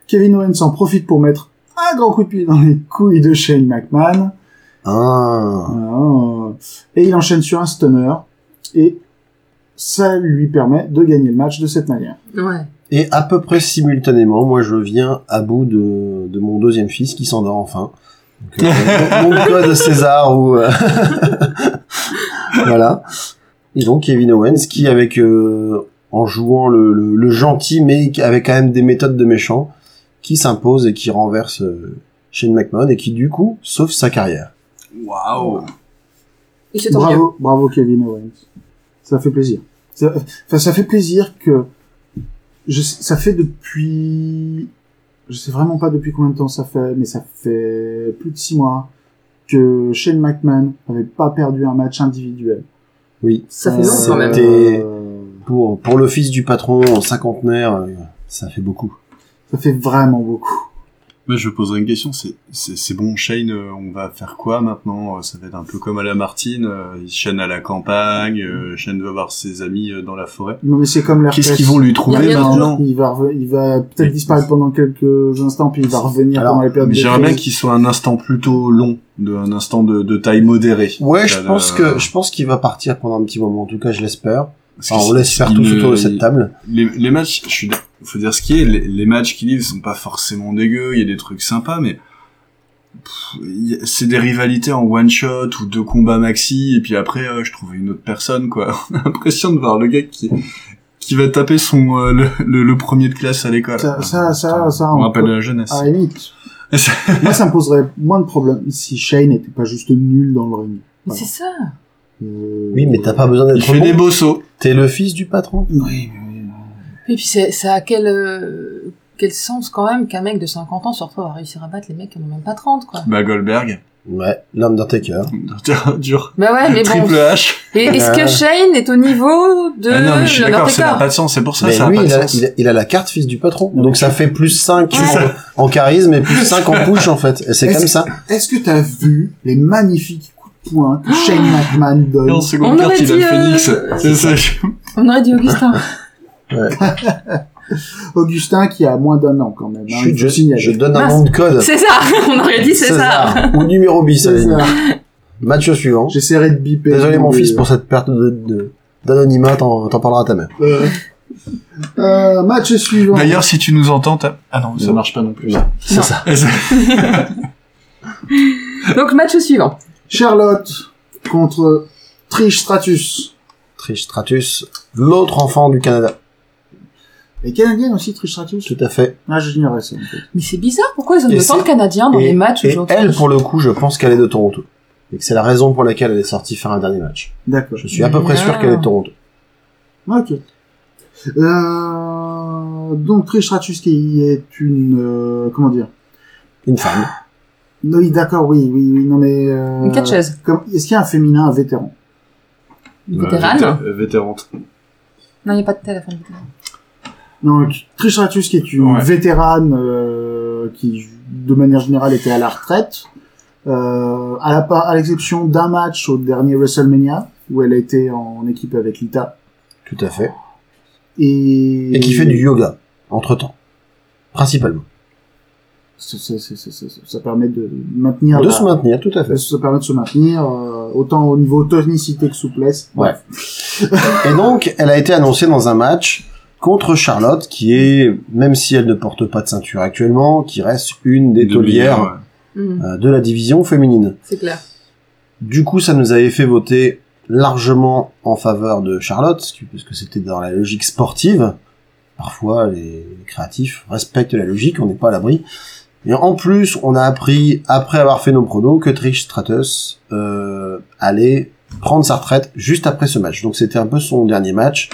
Speaker 3: Kevin Owens en profite pour mettre un grand coup de pied dans les couilles de Shane McMahon.
Speaker 6: Ah.
Speaker 3: Ah. Et il enchaîne sur un stunner. Et ça lui permet de gagner le match de cette manière.
Speaker 4: Ouais.
Speaker 6: Et à peu près simultanément, moi je viens à bout de, de mon deuxième fils qui s'endort enfin. Donc, euh, mon mon code César ou... euh, voilà. Et donc Kevin Owens qui avec... euh, en jouant le, le- le gentil mais avec quand même des méthodes de méchant, qui s'impose et qui renverse euh, Shane McMahon et qui du coup sauve sa carrière.
Speaker 5: Waouh.
Speaker 4: Il se tend bien.
Speaker 3: Bravo, bravo Kevin Owens. Ça fait plaisir. Ça, enfin, ça fait plaisir que je, sais- ça fait depuis, je sais vraiment pas depuis combien de temps ça fait, mais ça fait plus de six mois que Shane McMahon avait pas perdu un match individuel. Euh,
Speaker 6: Oui.
Speaker 4: Ça fait long quand même.
Speaker 6: C'était- Pour, pour le fils du patron en cinquantenaire, euh, ça fait beaucoup.
Speaker 3: Ça fait vraiment beaucoup.
Speaker 5: Moi, je poserai une question. C'est, c'est, c'est bon, Shane, euh, on va faire quoi maintenant Euh, Ça va être un peu comme à la Martine. euh, il Shane à la campagne. Euh, Shane va voir ses amis euh, dans la forêt.
Speaker 3: Non mais c'est comme la
Speaker 5: Qu'est-ce
Speaker 3: retraite.
Speaker 5: qu'ils vont lui
Speaker 4: Il y
Speaker 5: trouver
Speaker 4: a rien
Speaker 6: bah,
Speaker 4: de
Speaker 5: maintenant
Speaker 3: Il va, reven- il va peut-être
Speaker 5: Mais-
Speaker 3: disparaître pendant quelques instants, puis il va revenir
Speaker 6: Alors,
Speaker 3: pendant les périodes
Speaker 5: Mais
Speaker 3: de
Speaker 5: J'aimerais bien
Speaker 3: crise.
Speaker 5: qu'il soit un instant plutôt long, de, un instant de, de taille modérée.
Speaker 6: Ouais, je
Speaker 5: Ça,
Speaker 6: pense
Speaker 5: euh,
Speaker 6: que je pense qu'il va partir pendant un petit moment. En tout cas, je l'espère.
Speaker 5: Parce
Speaker 6: Alors,
Speaker 5: que
Speaker 6: on
Speaker 5: c'est-
Speaker 6: laisse faire
Speaker 5: il
Speaker 6: tous
Speaker 5: ne-
Speaker 6: autour de cette
Speaker 5: il-
Speaker 6: table.
Speaker 5: les, les matchs, je suis, d'ac- faut dire ce qui est, les, les matchs qu'il livre sont pas forcément dégueux, il y a des trucs sympas, mais pff, il y a- c'est des rivalités en one shot ou deux combats maxi, et puis après, euh, je trouvais une autre personne, quoi. On a l'impression de voir le gars qui, qui va taper son, euh, le, le, le premier de classe à l'école.
Speaker 3: Ça- ça- ça-
Speaker 5: Putain,
Speaker 3: ça,
Speaker 5: on
Speaker 3: on
Speaker 5: rappelle
Speaker 3: peut- Ah,
Speaker 5: la jeunesse.
Speaker 3: À la limite. Moi, ça me poserait moins de problèmes si Shane n'était pas juste nul dans le ring.
Speaker 4: Mais C'est ça.
Speaker 3: Euh,
Speaker 6: Oui, mais t'as pas besoin
Speaker 5: il
Speaker 6: d'être
Speaker 5: fait
Speaker 6: bon.
Speaker 5: des beaux sauts.
Speaker 6: T'es le fils du patron.
Speaker 3: Oui, mais-
Speaker 4: Et puis c'est- ça a quel, euh, quel sens quand même qu'un mec de 50 ans se retrouve à réussir à battre les mecs qui n'ont même pas 30, quoi.
Speaker 5: Bah, Goldberg.
Speaker 6: Ouais, l'Undertaker.
Speaker 5: Dur.
Speaker 4: Bah ouais, mais bon.
Speaker 5: Triple H.
Speaker 4: Et est-ce que
Speaker 6: Euh.
Speaker 4: Shane est au niveau de
Speaker 5: Ah non, mais je suis d'accord, ça n'a
Speaker 4: l'Undertaker
Speaker 5: pas de sens. C'est pour ça,
Speaker 6: Mais
Speaker 5: ça n'a
Speaker 6: lui,
Speaker 5: pas de
Speaker 6: il a,
Speaker 5: sens.
Speaker 6: il, a, il a la carte fils du patron.
Speaker 3: Non,
Speaker 6: Donc
Speaker 3: mais-
Speaker 6: ça fait plus 5
Speaker 4: Ouais.
Speaker 6: en, en charisme et plus 5 en push en fait. Et c'est
Speaker 3: Est-ce-
Speaker 6: comme ça.
Speaker 3: Est-ce que t'as vu les magnifiques coups de poing que Shane
Speaker 6: Ah
Speaker 3: McMahon
Speaker 5: Et en
Speaker 3: donne
Speaker 5: seconde
Speaker 4: On
Speaker 5: carte,
Speaker 4: aurait
Speaker 5: il a
Speaker 4: dit,
Speaker 5: le Phoenix.
Speaker 4: euh,
Speaker 5: C'est ça.
Speaker 4: On aurait dit Augustin.
Speaker 3: Augustin qui a moins d'un an quand même.
Speaker 6: Je,
Speaker 3: hein,
Speaker 6: suis-
Speaker 3: il faut
Speaker 6: je-
Speaker 3: signaler.
Speaker 6: je donne un
Speaker 4: Mince.
Speaker 6: nom de code.
Speaker 4: c'est ça On aurait dit c'est ça
Speaker 6: César. Ou numéro bis. à la
Speaker 3: César,
Speaker 6: limite. Match suivant.
Speaker 3: J'essaierai de biper.
Speaker 6: Désolé mon
Speaker 3: Mais-
Speaker 6: fils pour cette perte de- de- d'anonymat. t'en t'en parleras à ta mère.
Speaker 3: Euh, euh, match suivant.
Speaker 5: D'ailleurs, si tu nous entends, t'as- ah non, ça
Speaker 6: Non.
Speaker 5: marche pas non plus.
Speaker 6: Non.
Speaker 4: Non.
Speaker 6: C'est ça.
Speaker 4: Donc match suivant.
Speaker 3: Charlotte contre Trish Stratus.
Speaker 6: Trish Stratus, l'autre enfant du Canada.
Speaker 3: Et canadienne aussi, Trish Stratus.
Speaker 6: Tout à fait.
Speaker 3: Ah, j'ignorais ça. En fait.
Speaker 4: Mais c'est bizarre, pourquoi ils ont
Speaker 6: Et
Speaker 4: autant de
Speaker 6: c'est-
Speaker 4: Canadiens dans
Speaker 6: et-
Speaker 4: les matchs
Speaker 6: Et
Speaker 4: aujourd'hui
Speaker 6: elle, pour le coup, je pense qu'elle est de Toronto. Et que c'est la raison pour laquelle elle est sortie faire un dernier match.
Speaker 3: D'accord. Ah,
Speaker 6: Je suis à peu près sûr
Speaker 4: Ah.
Speaker 6: qu'elle est de Toronto.
Speaker 3: Ok. Euh, donc Trish Stratus qui est une euh, comment dire
Speaker 6: Une femme.
Speaker 3: Non, oui, d'accord, oui, oui, oui, non mais euh,
Speaker 4: Une quatre chaises.
Speaker 3: comme- Est-ce qu'il y a un féminin, un vétéran
Speaker 4: Une vétérane
Speaker 5: Vétérante.
Speaker 4: Non, il n'y a pas de tête à la fin du vétéran.
Speaker 3: Donc Trish Stratus qui est une
Speaker 5: Ouais.
Speaker 3: vétérane euh, qui, de manière générale, était à la retraite, euh, à la pa- à l'exception d'un match au dernier WrestleMania où elle a été en équipe avec Lita
Speaker 6: Tout à fait.
Speaker 3: et
Speaker 6: Et qui fait du yoga, entre temps. Principalement.
Speaker 3: Ça, ça- ça- ça- ça- ça permet de maintenir
Speaker 6: De
Speaker 3: la-
Speaker 6: se maintenir, tout à fait.
Speaker 3: Ça permet de se maintenir, euh, autant au niveau tonicité que souplesse.
Speaker 6: Ouais. Et donc, elle a été annoncée dans un match contre Charlotte, qui est, même si elle ne porte pas de ceinture actuellement, qui reste une des taulières
Speaker 4: Hmm,
Speaker 6: euh, de la division féminine.
Speaker 4: c'est clair.
Speaker 6: Du coup, ça nous avait fait voter largement en faveur de Charlotte, ce qui- parce que c'était dans la logique sportive. Parfois, les créatifs respectent la logique, on n'est pas à l'abri. Et en plus, on a appris, après avoir fait nos pronos, que Trish Stratus euh, allait prendre sa retraite juste après ce match. Donc c'était un peu son dernier match.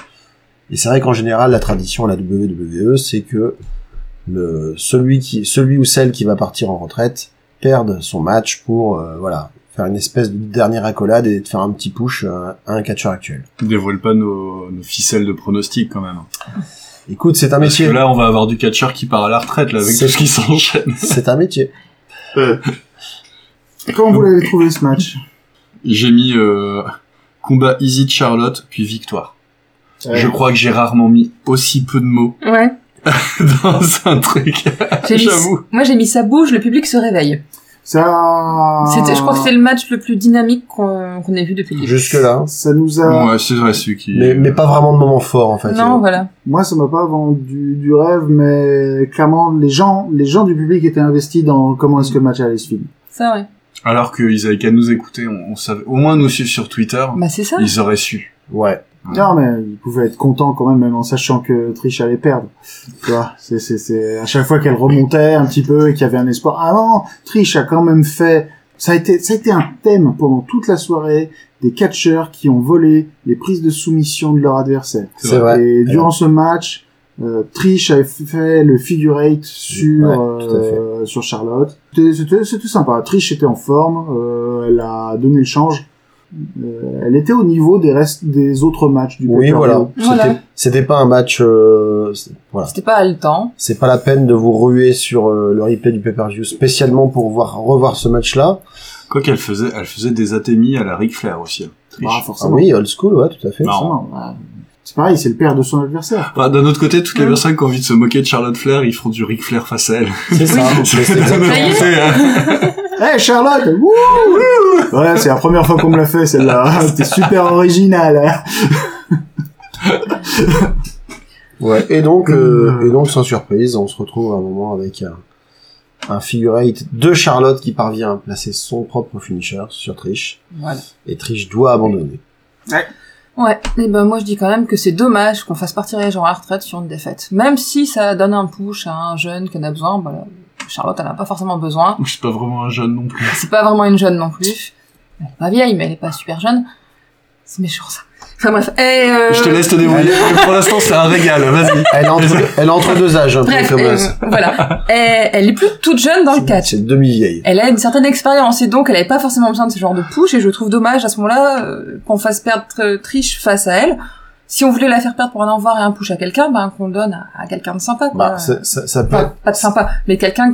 Speaker 6: Et c'est vrai qu'en général, la tradition à la WWE, c'est que le, celui, qui, celui ou celle qui va partir en retraite perde son match pour euh, voilà faire une espèce de dernière accolade et de faire un petit push euh, à un catcheur actuel.
Speaker 5: euh, Dévoile pas nos, nos ficelles de pronostic quand même.
Speaker 6: Écoute, c'est un
Speaker 5: Parce que
Speaker 6: métier.
Speaker 5: là, on va avoir du catcheur qui part à la retraite là, avec
Speaker 6: C'est-
Speaker 5: tout ce qui s'enchaîne.
Speaker 6: C'est un métier.
Speaker 3: Comment vous l'avez trouvé ce match
Speaker 5: J'ai mis euh, combat easy de Charlotte, puis victoire.
Speaker 3: Euh,
Speaker 5: Je crois que j'ai rarement mis aussi peu de mots
Speaker 4: Ouais.
Speaker 5: dans un truc.
Speaker 4: J'ai mis-
Speaker 5: J'avoue.
Speaker 4: Moi, j'ai mis ça bouge, le public se réveille.
Speaker 3: Ça.
Speaker 4: C'était, je crois que c'est le match le plus dynamique qu'on qu'on ait vu depuis le début.
Speaker 6: Jusque là.
Speaker 3: Ça nous a.
Speaker 5: Ouais, c'est vrai, celui qui...
Speaker 6: Mais, mais pas vraiment de moment fort en fait.
Speaker 4: Non, voilà.
Speaker 3: Moi, ça m'a pas vendu du rêve, mais clairement, les gens, les gens du public étaient investis dans comment est-ce que le match allait se finir.
Speaker 4: Ça, ouais.
Speaker 5: Alors qu'ils avaient qu'à nous écouter, on, on savait... Au moins nous suivre sur Twitter,
Speaker 4: Bah, c'est ça.
Speaker 5: ils auraient su.
Speaker 6: Ouais.
Speaker 3: Non, mais ils pouvaient être contents quand même, même en sachant que Trish allait perdre. Tu vois, c'est, c'est, c'est, à chaque fois qu'elle remontait un petit peu et qu'il y avait un espoir. Ah non, Trish a quand même fait, ça a été, ça a été un thème pendant toute la soirée des catcheurs qui ont volé les prises de soumission de leur adversaire.
Speaker 5: C'est
Speaker 6: C'est vrai.
Speaker 3: Et durant ce match, euh, Trish avait fait le figure eight sur
Speaker 6: Ouais, tout à fait.
Speaker 3: euh, sur Charlotte. C'était- C'était c'était sympa. Trish était en forme. euh, elle a donné le change. Euh, elle était au niveau des restes des autres matchs du
Speaker 6: Oui,
Speaker 3: pay-per-view. Bah,
Speaker 6: voilà.
Speaker 4: Voilà.
Speaker 6: C'était- C'était pas un match. euh, c'est- voilà.
Speaker 4: C'était pas haletant.
Speaker 6: C'est pas la peine de vous ruer sur euh, le replay du pay-per-view spécialement pour voir revoir ce match-là. Ah
Speaker 5: Quoi qu'elle faisait, elle faisait des atémies à la Ric Flair aussi. hein. Triche.
Speaker 3: Bah,
Speaker 6: Ah
Speaker 3: forcément.
Speaker 6: oui, old school, ouais, tout à fait.
Speaker 5: Marrant.
Speaker 3: forcément. Bah, C'est pareil, c'est le père de son adversaire.
Speaker 5: Enfin, Bah, D'un autre côté, toutes les
Speaker 4: Mm.
Speaker 5: personnes qui ont envie de se moquer de Charlotte Flair, ils feront du Ric Flair face à elle.
Speaker 6: C'est ça. Mais c'est exactement-
Speaker 4: Ça y est.
Speaker 5: C'est, hein.
Speaker 3: Hé Charlotte Wouh Voilà, c'est la première fois qu'on me l'a fait celle-là. C'était super original. hein.
Speaker 6: Ouais. Et donc,
Speaker 5: Hmm.
Speaker 6: euh, et donc, sans surprise, on se retrouve à un moment avec un, un figure eight de Charlotte qui parvient à placer son propre finisher sur Trish.
Speaker 4: Voilà.
Speaker 6: Et Trish doit abandonner.
Speaker 4: Ouais. Et ben, moi, je dis quand même que c'est dommage qu'on fasse partir les gens à la retraite sur une défaite. Même si ça donne un push à un jeune qui en a besoin, bah, Charlotte, elle en a pas forcément besoin.
Speaker 5: Je suis pas vraiment un jeune non plus.
Speaker 4: C'est pas vraiment une jeune non plus. Elle est pas vieille, mais elle est pas super jeune. C'est méchant, ça. Enfin, bref. Et, euh,
Speaker 5: Je te laisse te débrouiller. Pour l'instant, c'est un régal. hein, Vas-y.
Speaker 6: Elle est entre, elle est entre deux âges, hein, un peu
Speaker 4: Bref,
Speaker 6: comme
Speaker 4: euh,
Speaker 6: ça.
Speaker 4: voilà. Et elle est plus toute jeune dans le catch.
Speaker 6: C'est demi-vieille.
Speaker 4: Elle a une certaine expérience et donc elle n'avait pas forcément besoin de ce genre de push et je trouve dommage à ce moment-là euh, qu'on fasse perdre euh, Trish face à elle. Si on voulait la faire perdre pour un au revoir et un push à quelqu'un, ben qu'on le donne à, à quelqu'un de sympa. Quoi.
Speaker 6: Bah, ça, ça, ça peut,
Speaker 4: Enfin, pas de sympa, mais quelqu'un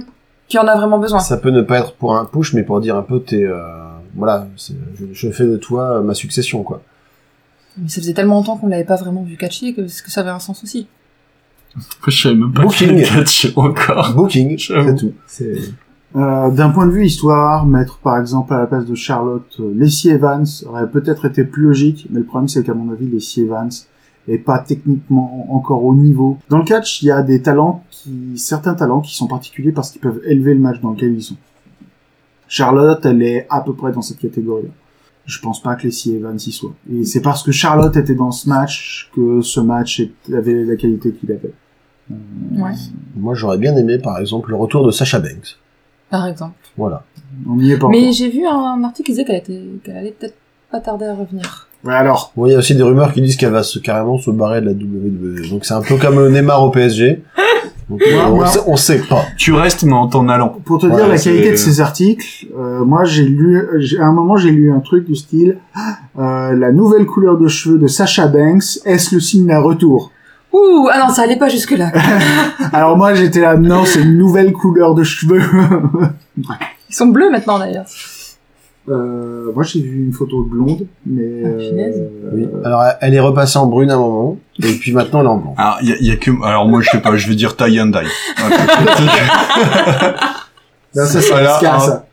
Speaker 4: qui en a vraiment besoin.
Speaker 6: ça peut ne pas être pour un push, mais pour dire un peu t'es, euh, voilà, c'est- je, je fais de toi euh, ma succession, quoi.
Speaker 4: Mais ça faisait tellement longtemps qu'on l'avait pas vraiment vu catcher que, que ça avait un sens aussi.
Speaker 5: Je savais même pas
Speaker 6: Booking.
Speaker 5: qu'il y avait catch encore.
Speaker 6: Booking,
Speaker 5: J'avoue.
Speaker 6: c'est tout. C'est
Speaker 3: Euh, D'un point de vue histoire, mettre par exemple à la place de Charlotte euh, Lacey Evans aurait peut-être été plus logique, mais le problème c'est qu'à mon avis Lacey Evans est pas techniquement encore au niveau. Dans le catch, il y a des talents qui, certains talents qui sont particuliers parce qu'ils peuvent élever le match dans lequel ils sont. Charlotte, elle est à peu près dans cette catégorie. Je pense pas que Lacey Evans y soit. Et c'est parce que Charlotte était dans ce match que ce match est- avait la qualité qu'il avait.
Speaker 4: Ouais.
Speaker 6: Moi, j'aurais bien aimé, par exemple, le retour de Sacha Banks.
Speaker 4: Par exemple.
Speaker 6: Voilà.
Speaker 3: On y est pas
Speaker 4: Mais
Speaker 3: encore.
Speaker 4: j'ai vu un article qui disait qu'elle était, qu'elle allait peut-être pas tarder à revenir.
Speaker 3: Ouais, alors,
Speaker 6: Bon, il y a aussi des rumeurs qui disent qu'elle va se, carrément se barrer de la WWE. Donc, c'est un peu comme euh, Neymar au PSG. Donc, euh, on,
Speaker 3: ouais.
Speaker 6: sait, on sait pas.
Speaker 5: Tu restes, mais en t'en allant.
Speaker 3: pour te
Speaker 6: Ouais,
Speaker 3: dire la
Speaker 5: c'est-
Speaker 3: qualité de ces articles, euh, moi j'ai lu, euh, j'ai- à un moment j'ai lu un truc du style euh, la nouvelle couleur de cheveux de Sacha Banks, est-ce le signe d'un retour
Speaker 4: Ouh, ah non, ça allait pas jusque-là.
Speaker 3: Alors moi j'étais là, non, c'est une nouvelle couleur de cheveux.
Speaker 4: Ils sont bleus maintenant d'ailleurs.
Speaker 3: euh, moi j'ai vu une photo de blonde, mais
Speaker 4: Ah, punaise.
Speaker 3: euh,
Speaker 6: Oui. Alors, elle est repassée en brune à un moment. Et puis maintenant, elle est en blanc.
Speaker 5: Alors, il y, a- y a que. Alors, moi, je sais pas, je vais dire tie and die.
Speaker 3: là, ça c'est
Speaker 5: Voilà,
Speaker 3: Aska,
Speaker 5: hein.
Speaker 3: ça. Ça,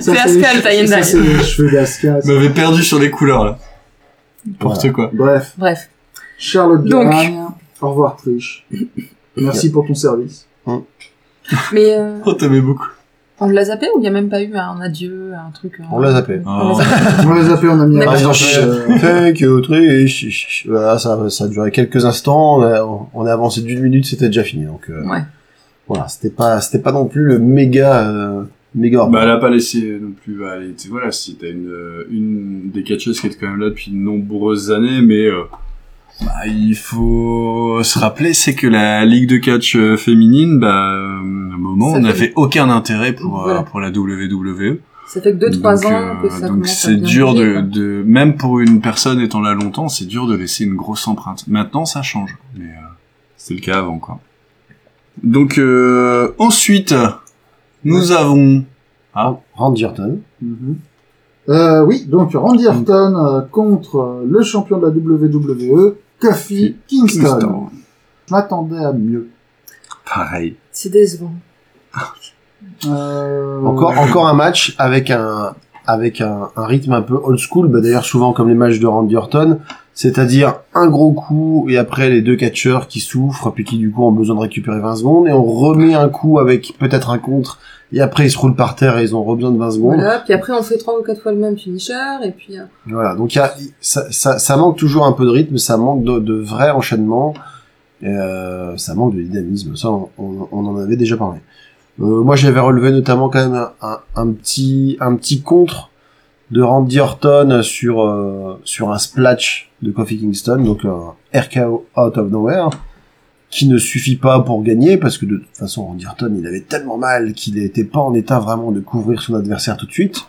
Speaker 4: C'est
Speaker 3: les
Speaker 4: Aska,
Speaker 3: che-
Speaker 4: le tie and
Speaker 3: ça,
Speaker 4: dye.
Speaker 3: c'est les cheveux d'Aska.
Speaker 5: Je
Speaker 3: ça.
Speaker 5: m'avais perdu sur les couleurs, là. N'importe quoi.
Speaker 3: Bref,
Speaker 4: Bref.
Speaker 3: Charlotte
Speaker 4: Donc.
Speaker 3: gagne. Au revoir Trish. Merci pour ton service.
Speaker 4: Mais euh,
Speaker 5: On t'aimait Oh, beaucoup.
Speaker 4: on l'a zappé ou il n'y a même pas eu un adieu, un truc euh,
Speaker 6: On l'a zappé.
Speaker 4: on l'a
Speaker 5: Oh.
Speaker 4: zappé.
Speaker 3: On va les appeler, on a mis
Speaker 4: Mais
Speaker 3: un
Speaker 4: bah,
Speaker 3: petit,
Speaker 6: Ah, je-
Speaker 3: euh,
Speaker 6: Thank you, Trish. Voilà, ça, ça a duré quelques instants. On a, on a avancé d'une minute, c'était déjà fini. Donc, euh,
Speaker 4: Ouais.
Speaker 6: voilà, c'était pas, c'était pas non plus le méga, euh, méga.
Speaker 5: Bah, elle a pas laissé non plus. Bah, elle était- voilà, si t'as une, euh, une des catcheuses qui est quand même là depuis de nombreuses années, mais euh, bah, il faut se rappeler, c'est que la ligue de catch euh, féminine, bah, euh, à un
Speaker 4: Ça
Speaker 5: moment, on
Speaker 4: fait-
Speaker 5: n'avait aucun intérêt pour euh,
Speaker 4: Voilà.
Speaker 5: pour la WWE.
Speaker 4: Ça fait que 2-3
Speaker 5: Donc,
Speaker 4: ans que
Speaker 5: euh,
Speaker 4: ça
Speaker 5: donc
Speaker 4: commence à
Speaker 5: c'est
Speaker 4: bien
Speaker 5: dur
Speaker 4: bouger,
Speaker 5: de,
Speaker 4: quoi.
Speaker 5: de même pour une personne étant là longtemps, c'est dur de laisser une grosse empreinte. Maintenant, ça change, mais euh, c'était le cas avant quoi. Donc euh, ensuite, nous avons
Speaker 6: Rand- Randy Orton.
Speaker 3: Mhm. Euh, oui, donc Randy Orton euh, contre euh, le champion de la WWE, Kofi Kingston. Je m'attendais à mieux.
Speaker 5: Pareil.
Speaker 4: C'est décevant.
Speaker 3: Euh,
Speaker 6: Encore, encore un match avec un, avec un, un rythme un peu old school. Bah, d'ailleurs, souvent comme les matchs de Randy Orton, c'est-à-dire un gros coup et après les deux catcheurs qui souffrent, puis qui du coup ont besoin de récupérer 20 secondes et on remet un coup avec peut-être un contre et après ils se roulent par terre et ils ont besoin de 20 secondes.
Speaker 4: Voilà, puis après on fait trois ou quatre fois le même finisher, et puis... euh,
Speaker 6: Voilà, donc il y a, ça, ça, ça manque toujours un peu de rythme, ça manque de, de vrai enchaînement, euh, ça manque de dynamisme, ça on, on- on en avait déjà parlé. Euh, moi j'avais relevé notamment quand même un, un- un petit, un petit contre de Randy Orton sur, euh, sur un splatch de Kofi Kingston, donc un RKO out of nowhere, qui ne suffit pas pour gagner, parce que de toute façon Randy Orton il avait tellement mal qu'il n'était pas en état vraiment de couvrir son adversaire tout de suite.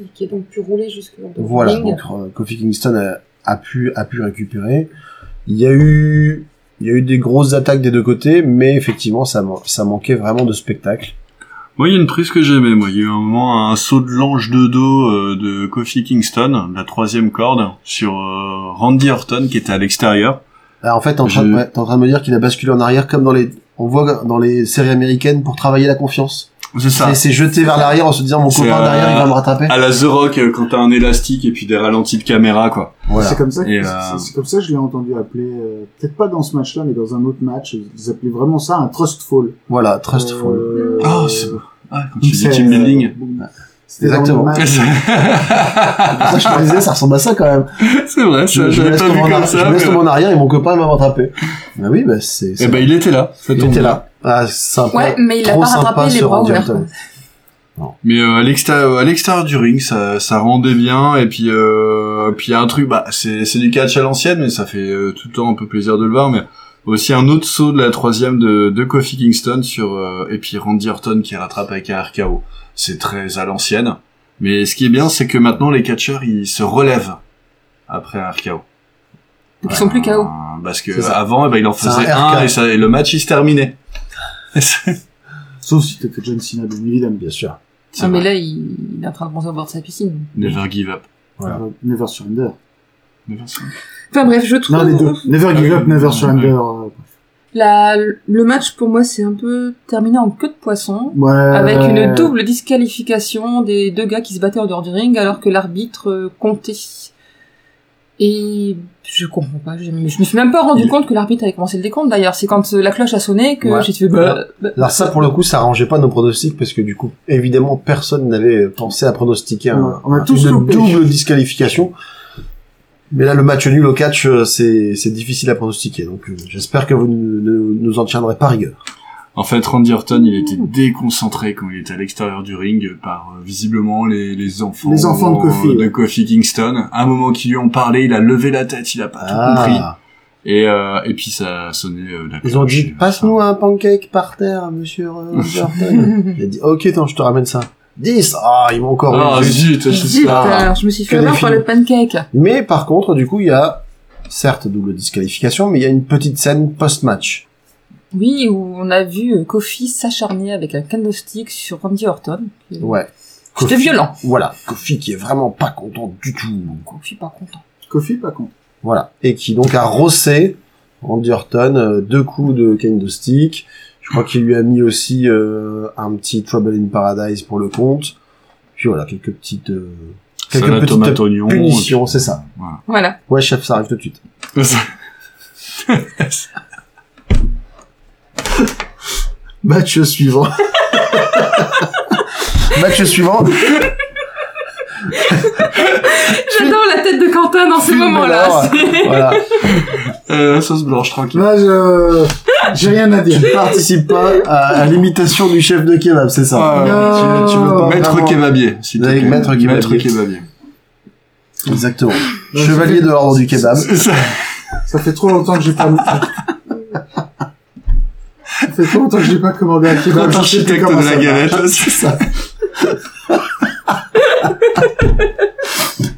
Speaker 4: et qui est donc pu rouler jusque dans le
Speaker 6: Voilà,
Speaker 4: ring.
Speaker 6: donc euh, Kofi Kingston a, a pu a pu récupérer. Il y a eu il y a eu des grosses attaques des deux côtés, mais effectivement ça man- ça manquait vraiment de spectacle.
Speaker 5: Moi, il y a une prise que j'aimais. Moi, il y a eu un moment un saut de l'ange de dos euh, de Kofi Kingston, la troisième corde, sur euh, Randy Orton qui était à l'extérieur.
Speaker 6: Alors, Ah, en fait, t'es en, train de-
Speaker 5: Je-
Speaker 6: ouais, t'es en train de me dire qu'il a basculé en arrière comme dans les on voit dans les séries américaines pour travailler la confiance.
Speaker 5: C'est ça.
Speaker 6: Et c'est jeté vers l'arrière en se disant mon
Speaker 5: Ah. C'est,
Speaker 6: copain
Speaker 5: euh,
Speaker 6: derrière il va me rattraper.
Speaker 5: À la The Rock euh, quand t'as un élastique et puis des ralentis de caméra quoi.
Speaker 6: Voilà.
Speaker 3: C'est comme ça, que-
Speaker 5: Et, euh,
Speaker 3: c'est- c'est comme ça que je l'ai entendu appeler, euh, peut-être pas dans ce match-là, mais dans un autre match, ils appelaient vraiment ça un trust fall.
Speaker 6: Voilà, trust fall.
Speaker 3: Euh,
Speaker 5: Ah, c'est beau. Ah, quand tu dis
Speaker 3: c'est- euh,
Speaker 5: team building.
Speaker 3: C'était dans le
Speaker 6: Exactement.
Speaker 3: match.
Speaker 5: Ah.
Speaker 6: ça je te disais ça ressemble à ça quand même.
Speaker 5: c'est vrai,
Speaker 6: Je,
Speaker 5: ça,
Speaker 6: je
Speaker 5: j'avais
Speaker 6: laisse
Speaker 5: pas
Speaker 6: tomber
Speaker 5: vu
Speaker 6: en
Speaker 5: comme
Speaker 6: arrière- je
Speaker 5: ça.
Speaker 6: laisse
Speaker 5: mais-
Speaker 6: tomber en arrière et mon copain il va me rattraper. Bah oui, bah c'est
Speaker 5: Eh
Speaker 6: c'est-
Speaker 5: ben, il était là. ça
Speaker 6: il
Speaker 5: tombe
Speaker 6: était
Speaker 5: bien.
Speaker 6: là. Ah, sympa.
Speaker 4: Ouais, mais il a
Speaker 6: Trop
Speaker 4: pas
Speaker 6: sympa,
Speaker 4: rattrapé les
Speaker 6: ce
Speaker 4: bras
Speaker 6: Randy
Speaker 4: ouverts.
Speaker 6: Orton.
Speaker 5: Mais euh, à l'extérieur, à l'extérieur du ring, ça, ça rendait bien. Et puis, euh, puis il y a un truc, bah, c'est, c'est du catch à l'ancienne, mais ça fait euh, tout le temps un peu plaisir de le voir. Mais aussi un autre saut de la troisième de, de Kofi Kingston sur euh, et puis Randy Orton qui rattrape avec un RKO. C'est très à l'ancienne. Mais ce qui est bien, c'est que maintenant les catcheurs ils se relèvent après un RKO.
Speaker 4: Donc, ils sont plus KO.
Speaker 5: Euh, Parce que
Speaker 6: C'est ça.
Speaker 5: avant, eh ben, il en
Speaker 6: C'est un
Speaker 5: faisait
Speaker 6: RKO.
Speaker 5: un et, ça, et le match il se terminait.
Speaker 3: Sauf si t'étais John Cena, bien évidemment.
Speaker 6: Bien sûr.
Speaker 5: C'est
Speaker 4: Ah, mais
Speaker 5: vrai.
Speaker 4: là, il... il est en train de bronzer au bord de sa piscine.
Speaker 5: Never give up.
Speaker 6: Voilà.
Speaker 3: Euh, Never surrender.
Speaker 5: Never stop.
Speaker 4: Enfin bref, je trouve...
Speaker 3: Non, les deux. Never give up, never
Speaker 5: Ouais.
Speaker 3: surrender. euh,
Speaker 4: La... Le match, pour moi, c'est un peu terminé en queue de poisson.
Speaker 3: Ouais.
Speaker 4: Avec
Speaker 3: Euh.
Speaker 4: une double disqualification des deux gars qui se battaient en dehors du ring alors que l'arbitre euh, comptait. Et je comprends pas, je, je me suis même pas rendu
Speaker 5: Il-
Speaker 4: compte que l'arbitre avait commencé le décompte d'ailleurs. C'est quand euh, la cloche a sonné que
Speaker 6: Ouais.
Speaker 4: j'ai fait bah, bah,
Speaker 6: Alors ça, pour le coup, ça arrangeait pas nos pronostics parce que du coup, évidemment, personne n'avait pensé à pronostiquer un-
Speaker 3: Ouais, on a
Speaker 6: un-
Speaker 3: tous
Speaker 6: une
Speaker 3: loupé.
Speaker 6: double disqualification. Mais là, le match nul au catch, euh, c'est c'est difficile à pronostiquer. Donc, euh, j'espère que vous ne, ne- nous en tiendrez pas rigueur.
Speaker 5: En fait, Randy Orton, il était déconcentré quand il était à l'extérieur du ring par euh, visiblement les, les enfants,
Speaker 3: Les enfants de
Speaker 5: euh,
Speaker 3: Kofi, ouais.
Speaker 5: Kofi Kingston. À un moment qu'ils lui ont parlé, il a levé la tête, il a pas tout compris. Et, euh, et puis ça a sonné euh, la
Speaker 6: Ah. Ils ont
Speaker 5: cloche,
Speaker 6: dit
Speaker 5: euh,
Speaker 6: passe-nous un pancake par terre, monsieur euh,
Speaker 4: bah,
Speaker 6: Jordan. Il a dit ok, attends, je te ramène ça. 10 Ah, ils m'ont encore.
Speaker 5: Ah
Speaker 6: eu.
Speaker 5: zut, je
Speaker 4: zut,
Speaker 5: sais pas.
Speaker 4: alors je me suis fait
Speaker 6: Que
Speaker 4: avoir
Speaker 6: des
Speaker 4: par le pancake.
Speaker 6: Mais par contre, du coup, il y a certes double disqualification, mais il y a une petite scène post-match.
Speaker 4: Oui, où on a vu euh, Kofi s'acharner avec un candlestick sur Randy Orton.
Speaker 6: Ouais.
Speaker 4: C'était
Speaker 6: Kofi-
Speaker 4: violent.
Speaker 6: Voilà, Kofi qui est vraiment pas content du tout.
Speaker 4: Kofi pas content.
Speaker 3: Kofi, pas con.
Speaker 6: Voilà, et qui donc a rossé Randy Orton euh, deux coups de kendo stick. Je crois qu'il lui a mis aussi euh, un petit Trouble in Paradise pour le compte. Puis voilà, quelques petites euh, quelques
Speaker 5: Salade,
Speaker 6: petites
Speaker 5: tomate, oignon,
Speaker 6: punitions,
Speaker 5: et puis-
Speaker 6: c'est ça.
Speaker 5: Voilà.
Speaker 4: Voilà.
Speaker 6: Ouais, chef, ça arrive tout de suite. Match suivant. Match suivant.
Speaker 4: J'adore la tête de Quentin dans ces
Speaker 6: Film
Speaker 4: moments-là.
Speaker 6: d'or. Voilà.
Speaker 5: Euh, sauce blanche, tranquille.
Speaker 3: Là, je... j'ai rien à dire.
Speaker 6: Tu participes pas à, à l'imitation du chef de kebab, c'est ça.
Speaker 5: Ah, tu, tu veux pas
Speaker 6: Maître
Speaker 5: Maître kebabier, s'il te
Speaker 6: Avec
Speaker 5: plaît.
Speaker 6: maître kebabier.
Speaker 5: Maître kebabier.
Speaker 6: Exactement. Chevalier de l'ordre du kebab.
Speaker 5: C'est ça.
Speaker 3: Ça fait trop longtemps que j'ai pas. Ça fait trop longtemps que j'ai pas commandé un kebab.
Speaker 5: Grand
Speaker 3: Bah, je sais plus
Speaker 5: architecte
Speaker 3: comment
Speaker 5: de la
Speaker 3: ça va.
Speaker 5: galette, c'est ça.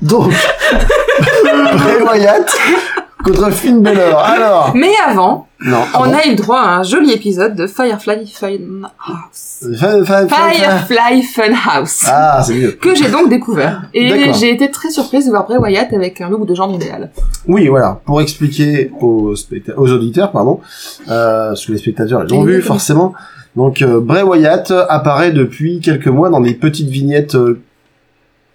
Speaker 6: Donc, Bray Wyatt contre Finn Balor. Alors,
Speaker 4: Mais avant,
Speaker 6: Non. ah
Speaker 4: On
Speaker 6: bon
Speaker 4: a eu le droit à un joli épisode de Firefly Funhouse.
Speaker 6: Fin- fin- fin- fin.
Speaker 4: Firefly Funhouse.
Speaker 6: Ah, c'est mieux.
Speaker 4: Que j'ai donc découvert. Et
Speaker 6: D'accord.
Speaker 4: j'ai été très surprise de voir Bray Wyatt avec un look de genre idéal.
Speaker 6: Oui, voilà, pour expliquer aux, specta- aux auditeurs, pardon, euh, parce que les spectateurs ils l'ont
Speaker 4: Et les
Speaker 6: vu
Speaker 4: connaissent.
Speaker 6: forcément. Donc euh, Bray Wyatt apparaît depuis quelques mois dans des petites vignettes euh,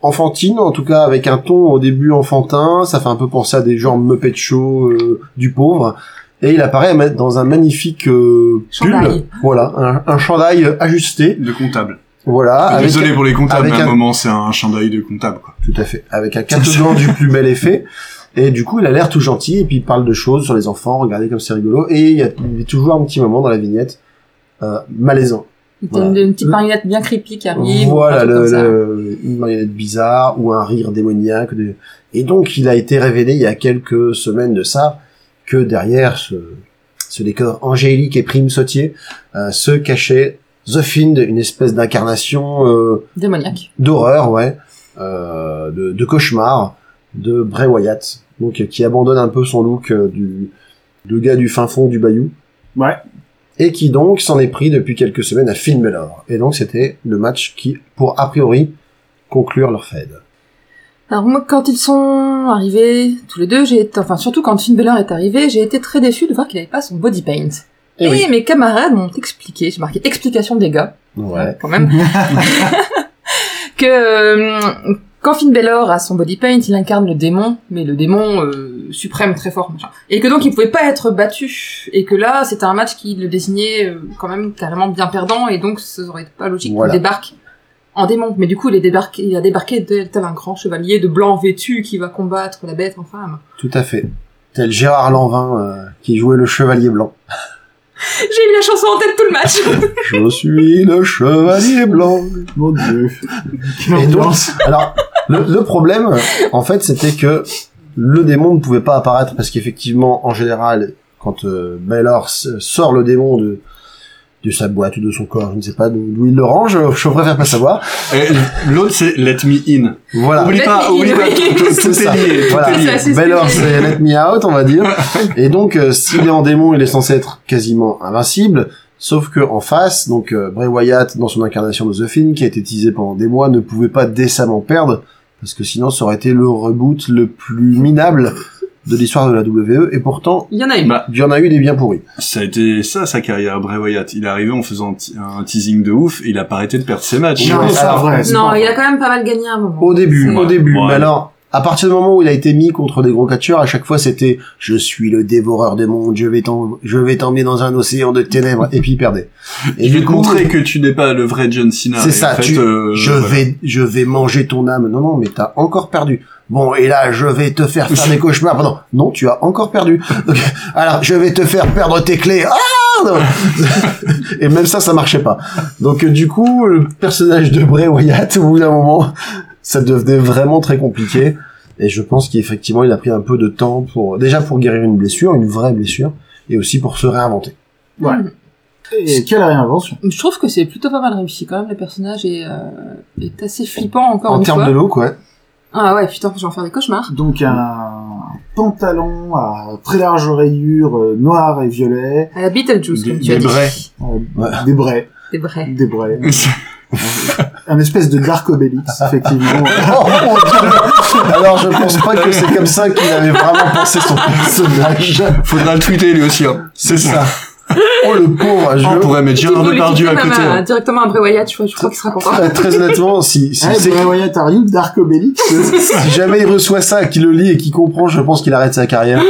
Speaker 6: enfantines, en tout cas avec un ton au début enfantin. Ça fait un peu penser à des genres Muppet Show euh, du pauvre. Et il apparaît ma- dans un magnifique euh, pull,
Speaker 4: Chandail.
Speaker 6: voilà, un, un chandail ajusté,
Speaker 5: De comptable.
Speaker 6: voilà, Ah, avec-
Speaker 5: Désolé pour les comptables,
Speaker 6: avec
Speaker 5: mais à un
Speaker 6: un-
Speaker 5: moment, c'est un chandail de comptable, quoi.
Speaker 6: tout à fait, avec un catogan du plus bel effet. Et du coup, il a l'air tout gentil, et puis il parle de choses sur les enfants, regardez comme c'est rigolo. Et il y a, il y a toujours un petit moment dans la vignette euh, malaisant.
Speaker 4: Une,
Speaker 6: Voilà.
Speaker 4: une petite marionnette bien creepy qui arrive.
Speaker 6: voilà,
Speaker 4: un truc
Speaker 6: le,
Speaker 4: comme ça.
Speaker 6: le- une marionnette bizarre ou un rire démoniaque. de- Et donc, il a été révélé il y a quelques semaines de ça que derrière ce, ce décor angélique et prime sautier euh, se cachait The Find, une espèce d'incarnation... euh,
Speaker 4: Démoniaque.
Speaker 6: d'horreur, ouais, euh, de, de cauchemar de Bray Wyatt, donc euh, qui abandonne un peu son look euh, du de gars du fin fond du bayou.
Speaker 3: Ouais.
Speaker 6: Et qui donc s'en est pris depuis quelques semaines à Finn Balor. Et donc c'était le match qui, pour a priori, conclure leur fed.
Speaker 4: Alors moi, quand ils sont arrivés, tous les deux, j'ai été, enfin surtout quand Finn Balor est arrivé, j'ai été très déçue de voir qu'il n'avait pas son body paint.
Speaker 6: Eh
Speaker 4: Et, mes camarades m'ont expliqué, j'ai marqué explication des gars,
Speaker 6: Ouais.
Speaker 4: quand même, que euh, quand Finn Balor a son body paint, il incarne le démon, mais le démon euh, suprême très fort, machin. Et que donc il pouvait pas être battu, et que là c'était un match qui le désignait euh, quand même carrément bien perdant, et donc ce serait pas logique
Speaker 6: Voilà.
Speaker 4: qu'il débarque en démon. Mais du coup il, est débarqué, il a débarqué tel, tel un grand chevalier de blanc vêtu qui va combattre la bête en femme.
Speaker 6: Tout à fait. Tel Gérard Lanvin euh, qui jouait le chevalier blanc.
Speaker 4: J'ai eu la chanson en tête tout le match
Speaker 6: Je suis le chevalier blanc.
Speaker 3: Mon dieu.
Speaker 6: Et
Speaker 3: Quelle
Speaker 6: donc-
Speaker 3: ambiance.
Speaker 6: Alors, le, le problème, en fait, c'était que le démon ne pouvait pas apparaître parce qu'effectivement, en général, quand euh, Baylor s- sort le démon de de sa boîte ou de son corps, je ne sais pas d'où d'où il le range, je préfère pas savoir.
Speaker 5: Et Eh, L'autre, c'est Let Me In.
Speaker 6: Voilà.
Speaker 5: Oublie
Speaker 4: Let
Speaker 5: pas,
Speaker 4: me
Speaker 5: oublie
Speaker 4: in,
Speaker 5: pas,
Speaker 4: oui.
Speaker 5: tout, tout- tout
Speaker 6: C'est ça.
Speaker 5: est lié, tout
Speaker 6: Voilà.
Speaker 5: est lié.
Speaker 4: C'est ça, c'est-
Speaker 6: Baylor, c'est let me out, on va dire. Et donc, euh, s'il est en démon, il est censé être quasiment invincible. Sauf que en face, donc euh, Bray Wyatt, dans son incarnation de The Finn, qui a été teasé pendant des mois, ne pouvait pas décemment perdre, parce que sinon, ça aurait été le reboot le plus minable de l'histoire de la WWE. Et pourtant,
Speaker 4: Il y en a une.
Speaker 5: Bah,
Speaker 6: il y en a eu des bien pourris.
Speaker 5: Ça a été ça, sa carrière, Bray Wyatt. Il est arrivé en faisant un te- un teasing de ouf, et il a pas arrêté de perdre ses matchs.
Speaker 3: Non,
Speaker 6: Ouais,
Speaker 3: c'est
Speaker 6: alors,
Speaker 3: vrai. c'est
Speaker 4: non,
Speaker 3: pas
Speaker 4: il
Speaker 3: vrai.
Speaker 4: a quand même pas mal gagné à un moment.
Speaker 6: Au début,
Speaker 5: Ouais.
Speaker 6: au début.
Speaker 5: Ouais.
Speaker 6: Mais alors, à partir du moment où il a été mis contre des gros catcheurs, à chaque fois c'était « Je suis le dévoreur des mondes, je vais t'en- je vais t'emmener dans un océan de ténèbres. » Et puis il perdait. Et
Speaker 5: je vais
Speaker 6: du
Speaker 5: te
Speaker 6: coup,
Speaker 5: montrer que tu n'es pas le vrai John Cena.
Speaker 6: C'est
Speaker 5: Et
Speaker 6: ça,
Speaker 5: en fait,
Speaker 6: tu-
Speaker 5: euh,
Speaker 6: Je
Speaker 5: voilà.
Speaker 6: vais, je vais manger ton âme. Non, non, mais t'as encore perdu. Bon, et là, je vais te faire faire des cauchemars. Pardon. Non, tu as encore perdu. Ok. Alors, je vais te faire perdre tes clés. Ah non. et même ça, ça marchait pas. Donc, euh, du coup, le personnage de Bray Wyatt, au bout d'un moment, ça devenait vraiment très compliqué. Et je pense qu'effectivement, il a pris un peu de temps pour, déjà pour guérir une blessure, une vraie blessure, et aussi pour se réinventer.
Speaker 4: Hmm.
Speaker 3: Et quelle réinvention.
Speaker 4: Je trouve que c'est plutôt pas mal réussi quand même. Le personnage est, euh, est assez flippant encore
Speaker 6: en
Speaker 4: une
Speaker 6: termes
Speaker 4: fois.
Speaker 6: de look, ouais.
Speaker 4: Ah ouais, putain, je vais en faire des cauchemars.
Speaker 3: Donc un pantalon à très large rayure euh, noir et violet,
Speaker 4: À la Beetlejuice,
Speaker 5: Des-
Speaker 4: comme tu as
Speaker 5: des
Speaker 4: dit.
Speaker 5: vrais.
Speaker 3: euh,
Speaker 6: Ouais.
Speaker 3: des braies,
Speaker 4: Des vrais.
Speaker 3: des braies. un espèce de Dark Obélix, effectivement.
Speaker 6: Oh, mon Dieu. Alors je pense pas que c'est comme ça qu'il avait vraiment pensé son personnage.
Speaker 5: Faudra le tweeter, lui aussi, hein.
Speaker 6: C'est ça. Oh le pauvre, je...
Speaker 5: On pourrait mettre
Speaker 4: Tu
Speaker 5: Gérard
Speaker 4: peux lui
Speaker 5: Depardieu à
Speaker 4: filer même
Speaker 5: côté.
Speaker 4: un-
Speaker 5: hein.
Speaker 4: directement un Bray Wyatt, je crois, je crois qu'il sera content.
Speaker 6: Très- Très honnêtement, si, si,
Speaker 3: Eh,
Speaker 6: c'est-
Speaker 3: Bray Wyatt arrive, Dark Obélix.
Speaker 6: si jamais il reçoit ça, qu'il le lit et qu'il comprend, je pense qu'il arrête sa carrière.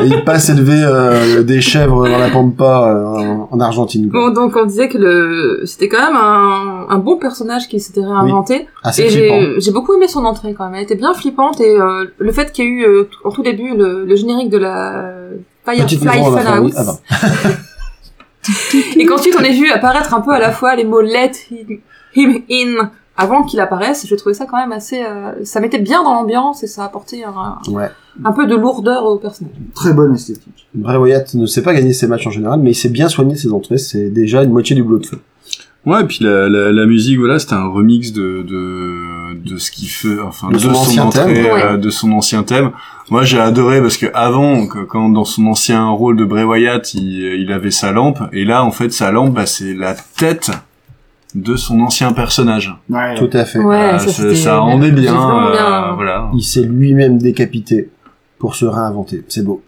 Speaker 6: Et il passe élever euh, des chèvres dans la pampa euh, en, en Argentine. quoi.
Speaker 4: Bon, donc on disait que le c'était quand même un, un bon personnage qui s'était réinventé.
Speaker 6: Assez
Speaker 4: et
Speaker 6: flippant.
Speaker 4: j'ai j'ai beaucoup aimé son entrée quand même. Elle était bien flippante et euh, le fait qu'il y ait eu euh, en tout début le, le générique de la
Speaker 6: Petite
Speaker 4: Firefly
Speaker 6: maison à la famille.
Speaker 4: Funhouse.
Speaker 6: Ah, non.
Speaker 4: Et qu'ensuite on ait vu apparaître un peu à la fois les mots let him, him in avant qu'il apparaisse, je trouvais ça quand même assez. euh, ça mettait bien dans l'ambiance et ça apportait
Speaker 2: euh,
Speaker 4: un,
Speaker 6: Ouais.
Speaker 4: un peu de lourdeur au personnage.
Speaker 3: Très bonne esthétique.
Speaker 6: Bray Wyatt ne sait pas gagner ses matchs en général, mais il sait bien soigner ses entrées. C'est déjà une moitié du boulot de feu.
Speaker 5: Ouais, et puis la, la, la musique, voilà, c'était un remix de, de, de ce qu'il fait, enfin
Speaker 6: De
Speaker 5: de,
Speaker 6: son
Speaker 5: son,
Speaker 6: ancien
Speaker 5: entrée,
Speaker 6: thème.
Speaker 5: euh, de son ancien thème. Moi, j'ai adoré parce que avant, que- quand dans son ancien rôle de Bray Wyatt, il, il avait sa lampe, et là, en fait, sa lampe, bah, c'est la tête de son ancien personnage.
Speaker 3: Ouais.
Speaker 6: Tout à fait.
Speaker 2: Ouais,
Speaker 5: Euh,
Speaker 2: ça,
Speaker 5: ça,
Speaker 2: c'était-
Speaker 5: ça rendait bien,
Speaker 2: c'était vraiment
Speaker 5: euh,
Speaker 2: bien.
Speaker 5: voilà.
Speaker 6: Il s'est lui-même décapité pour se réinventer. C'est beau.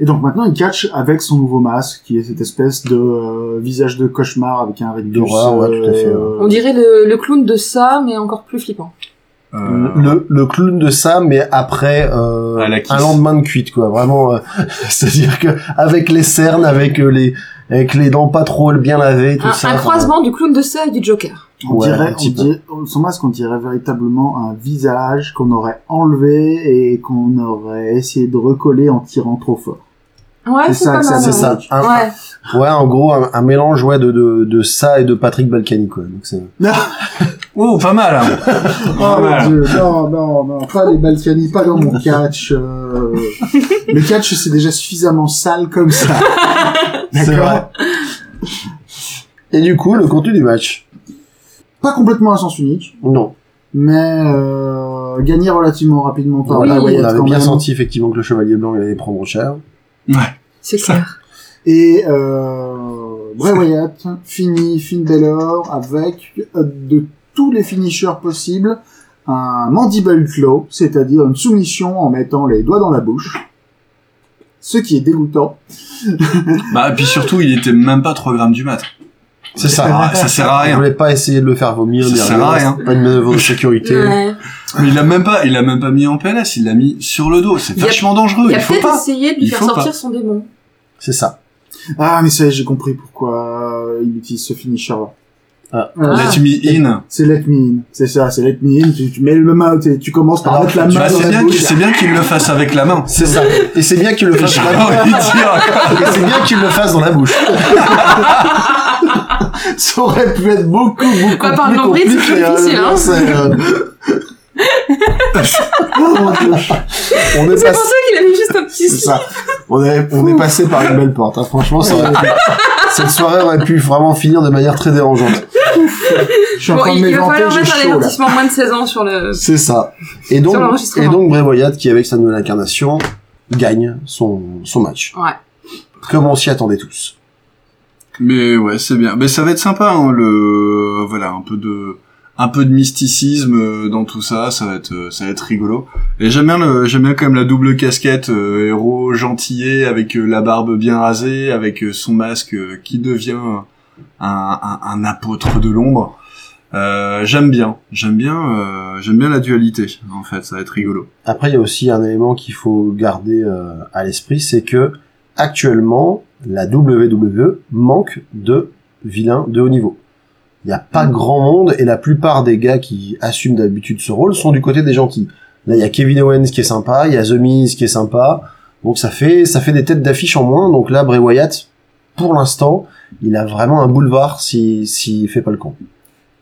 Speaker 3: Et donc maintenant, il catch avec son nouveau masque, qui est cette espèce de euh, visage de cauchemar avec un rectus.
Speaker 6: D'horreur, ouais, tout à fait, ouais.
Speaker 3: euh,
Speaker 2: On dirait le, le clown de ça, mais encore plus flippant.
Speaker 5: Euh,
Speaker 6: Le, le clown de ça, mais après euh,
Speaker 5: À la Kiss.
Speaker 6: un lendemain de cuite, quoi. Vraiment, euh, c'est-à-dire que avec les cernes, avec euh, les avec les dents pas trop bien lavées, tout
Speaker 2: Un,
Speaker 6: ça.
Speaker 2: un
Speaker 3: euh,
Speaker 6: enfin,
Speaker 2: croisement du clown de ça et du Joker.
Speaker 3: On
Speaker 6: Ouais, un
Speaker 3: dirait,
Speaker 6: petit
Speaker 3: on dirait- son masque, on dirait véritablement un visage qu'on aurait enlevé et qu'on aurait essayé de recoller en tirant trop fort.
Speaker 2: Ouais,
Speaker 3: C'est
Speaker 2: c'est
Speaker 3: ça,
Speaker 2: pas
Speaker 3: c'est
Speaker 2: mal.
Speaker 6: C'est
Speaker 2: ouais.
Speaker 6: ça. Un-
Speaker 2: Ouais.
Speaker 6: Ouais, en gros, un, un mélange ouais de, de de ça et de Patrick Balkany, quoi. Donc c'est
Speaker 5: Oh, pas mal. hein.
Speaker 3: Oh
Speaker 5: Pas mal.
Speaker 3: mon dieu, non, non, non, pas les Balkany, pas dans mon catch. euh. Le catch, c'est déjà suffisamment sale comme ça.
Speaker 6: c'est vrai. Et du coup, le contenu du match.
Speaker 3: Pas complètement à sens unique,
Speaker 6: Non.
Speaker 3: mais euh, gagné relativement rapidement par
Speaker 6: Voilà,
Speaker 3: Bray Wyatt
Speaker 6: on avait
Speaker 3: quand
Speaker 6: bien
Speaker 3: même.
Speaker 6: senti effectivement que le chevalier blanc il allait prendre cher.
Speaker 2: C'est clair.
Speaker 3: Et euh, Bray Wyatt finit Finn Balor avec euh, de tous les finishers possibles un mandible claw, c'est-à-dire une soumission en mettant les doigts dans la bouche. Ce qui est dégoûtant.
Speaker 5: bah, puis surtout, il était même pas 3 grammes du mat.
Speaker 6: C'est ça.
Speaker 5: Ah, ça sert à
Speaker 6: On
Speaker 5: rien.
Speaker 6: voulait pas essayer de le faire vomir.
Speaker 5: Ça
Speaker 6: derrière.
Speaker 5: sert à rien.
Speaker 6: C'était Pas une manœuvre de sécurité.
Speaker 2: Ouais.
Speaker 5: Mais il l'a même pas, il l'a même pas mis en PLS, il l'a mis sur le dos. C'est
Speaker 2: Il y a-
Speaker 5: vachement dangereux.
Speaker 2: Il
Speaker 5: Il
Speaker 2: a
Speaker 5: faut
Speaker 2: peut-être
Speaker 5: pas.
Speaker 2: essayé de lui
Speaker 5: Il
Speaker 2: faire
Speaker 5: faut
Speaker 2: sortir
Speaker 5: pas.
Speaker 2: son démon.
Speaker 6: C'est ça.
Speaker 3: Ah, mais ça y est, j'ai compris pourquoi euh, il utilise ce finisher-là.
Speaker 6: Ah.
Speaker 3: Voilà.
Speaker 5: Let me in.
Speaker 3: C'est let me in. C'est ça, c'est let me in. Tu, tu mets le main, tu, tu commences par
Speaker 6: Alors,
Speaker 3: mettre la
Speaker 5: Tu
Speaker 3: main
Speaker 5: vois,
Speaker 3: dans
Speaker 5: Bah, c'est
Speaker 3: la
Speaker 5: bien, qu'il-
Speaker 3: bouche.
Speaker 5: c'est bien qu'il le fasse avec la main.
Speaker 6: C'est ça. Et c'est bien qu'il le fasse.
Speaker 5: J'ai
Speaker 6: dans la-
Speaker 5: pas envie de dire.
Speaker 6: Et c'est bien qu'il le fasse dans la bouche.
Speaker 3: Ça aurait pu être beaucoup, beaucoup
Speaker 2: Pas par le
Speaker 3: plus
Speaker 2: nombril, c'est
Speaker 3: compliqué,
Speaker 2: plus difficile, hein.
Speaker 3: c'est, euh, oh mon Dieu.
Speaker 6: On est
Speaker 2: C'est pour
Speaker 6: passé.
Speaker 2: ça qu'il avait juste un petit.
Speaker 6: C'est ça. On est, on est passé par une belle porte. hein. Franchement, ça aurait pu- cette soirée aurait pu vraiment finir de manière très dérangeante.
Speaker 3: Je suis en
Speaker 2: Bon,
Speaker 3: train
Speaker 2: il,
Speaker 3: de
Speaker 2: il va
Speaker 3: m'éventer,
Speaker 2: falloir
Speaker 3: j'ai
Speaker 2: mettre un
Speaker 3: chaud là.
Speaker 2: avertissement moins de 16 ans sur le.
Speaker 6: C'est ça. Et donc,
Speaker 2: Sur l'enregistrement.
Speaker 6: et donc Bray Wyatt, qui avec sa nouvelle incarnation gagne son son match.
Speaker 2: Ouais.
Speaker 6: Comme on s'y attendait tous.
Speaker 5: Mais ouais, c'est bien. Mais ça va être sympa, hein, le, voilà, un peu de, un peu de mysticisme euh, dans tout ça. Ça va être, euh, ça va être rigolo. Et j'aime bien le, j'aime bien quand même la double casquette euh, héros gentillet avec euh, la barbe bien rasée, avec euh, son masque euh, qui devient euh, un, un, un apôtre de l'ombre. Euh, j'aime bien, j'aime bien, euh, j'aime bien la dualité. En fait, ça va être rigolo.
Speaker 6: Après, il y a aussi un élément qu'il faut garder euh, à l'esprit, c'est que actuellement, la WWE manque de vilains de haut niveau. Il n'y a pas grand monde et la plupart des gars qui assument d'habitude ce rôle sont du côté des gentils. Là, il y a Kevin Owens qui est sympa, il y a The Miz qui est sympa. Donc ça fait ça fait des têtes d'affiche en moins. Donc là, Bray Wyatt, pour l'instant, il a vraiment un boulevard si s'il fait pas le con.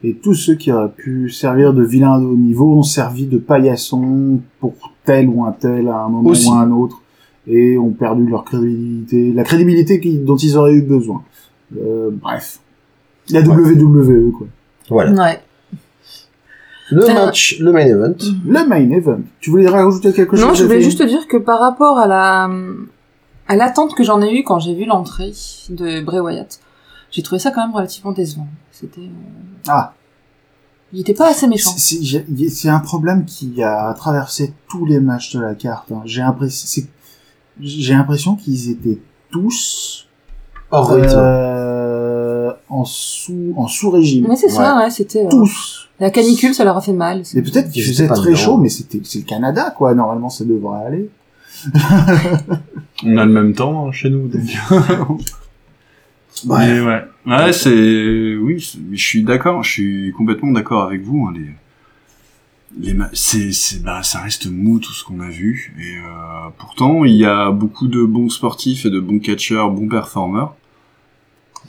Speaker 3: Et tous ceux qui auraient pu servir de vilains de haut niveau ont servi de paillassons pour tel ou un tel à un moment
Speaker 6: Aussi.
Speaker 3: ou à un autre et ont perdu leur crédibilité, la crédibilité qui- dont ils auraient eu besoin. Euh, bref. La WWE, quoi.
Speaker 6: Voilà.
Speaker 4: Mm.
Speaker 2: Ouais.
Speaker 6: Le
Speaker 2: Euh,
Speaker 6: match, le main event.
Speaker 3: Le main event. Tu voulais rajouter quelque chose
Speaker 2: Non, je voulais
Speaker 3: Sophie
Speaker 2: juste te dire que par rapport à la à l'attente que j'en ai eue quand j'ai vu l'entrée de Bray Wyatt, j'ai trouvé ça quand même relativement décevant. C'était. euh,
Speaker 3: Ah.
Speaker 2: Il était pas assez méchant.
Speaker 3: C'est- c'est- j'ai- y- C'est un problème qui a traversé tous les matchs de la carte. hein. J'ai l'impression, c'est- j'ai l'impression qu'ils étaient tous
Speaker 6: Hors rythme.
Speaker 3: euh, en sous en sous régime.
Speaker 2: Mais c'est ça, ouais, c'était. euh,
Speaker 3: Tous.
Speaker 2: la canicule, ça leur a fait mal.
Speaker 3: Mais peut-être qu'il
Speaker 6: Ils étaient
Speaker 3: faisait
Speaker 6: pas
Speaker 3: très
Speaker 6: dedans.
Speaker 3: chaud, mais c'était c'est le Canada quoi. Normalement, ça devrait aller.
Speaker 5: On a le même temps hein, chez nous, donc.
Speaker 6: Ouais.
Speaker 5: Mais ouais. Ouais, c'est oui, c'est- je suis d'accord, je suis complètement d'accord avec vous. hein, les les ma- c'est c'est bah ça reste mou tout ce qu'on a vu et euh, pourtant il y a beaucoup de bons sportifs et de bons catcheurs, bons performeurs.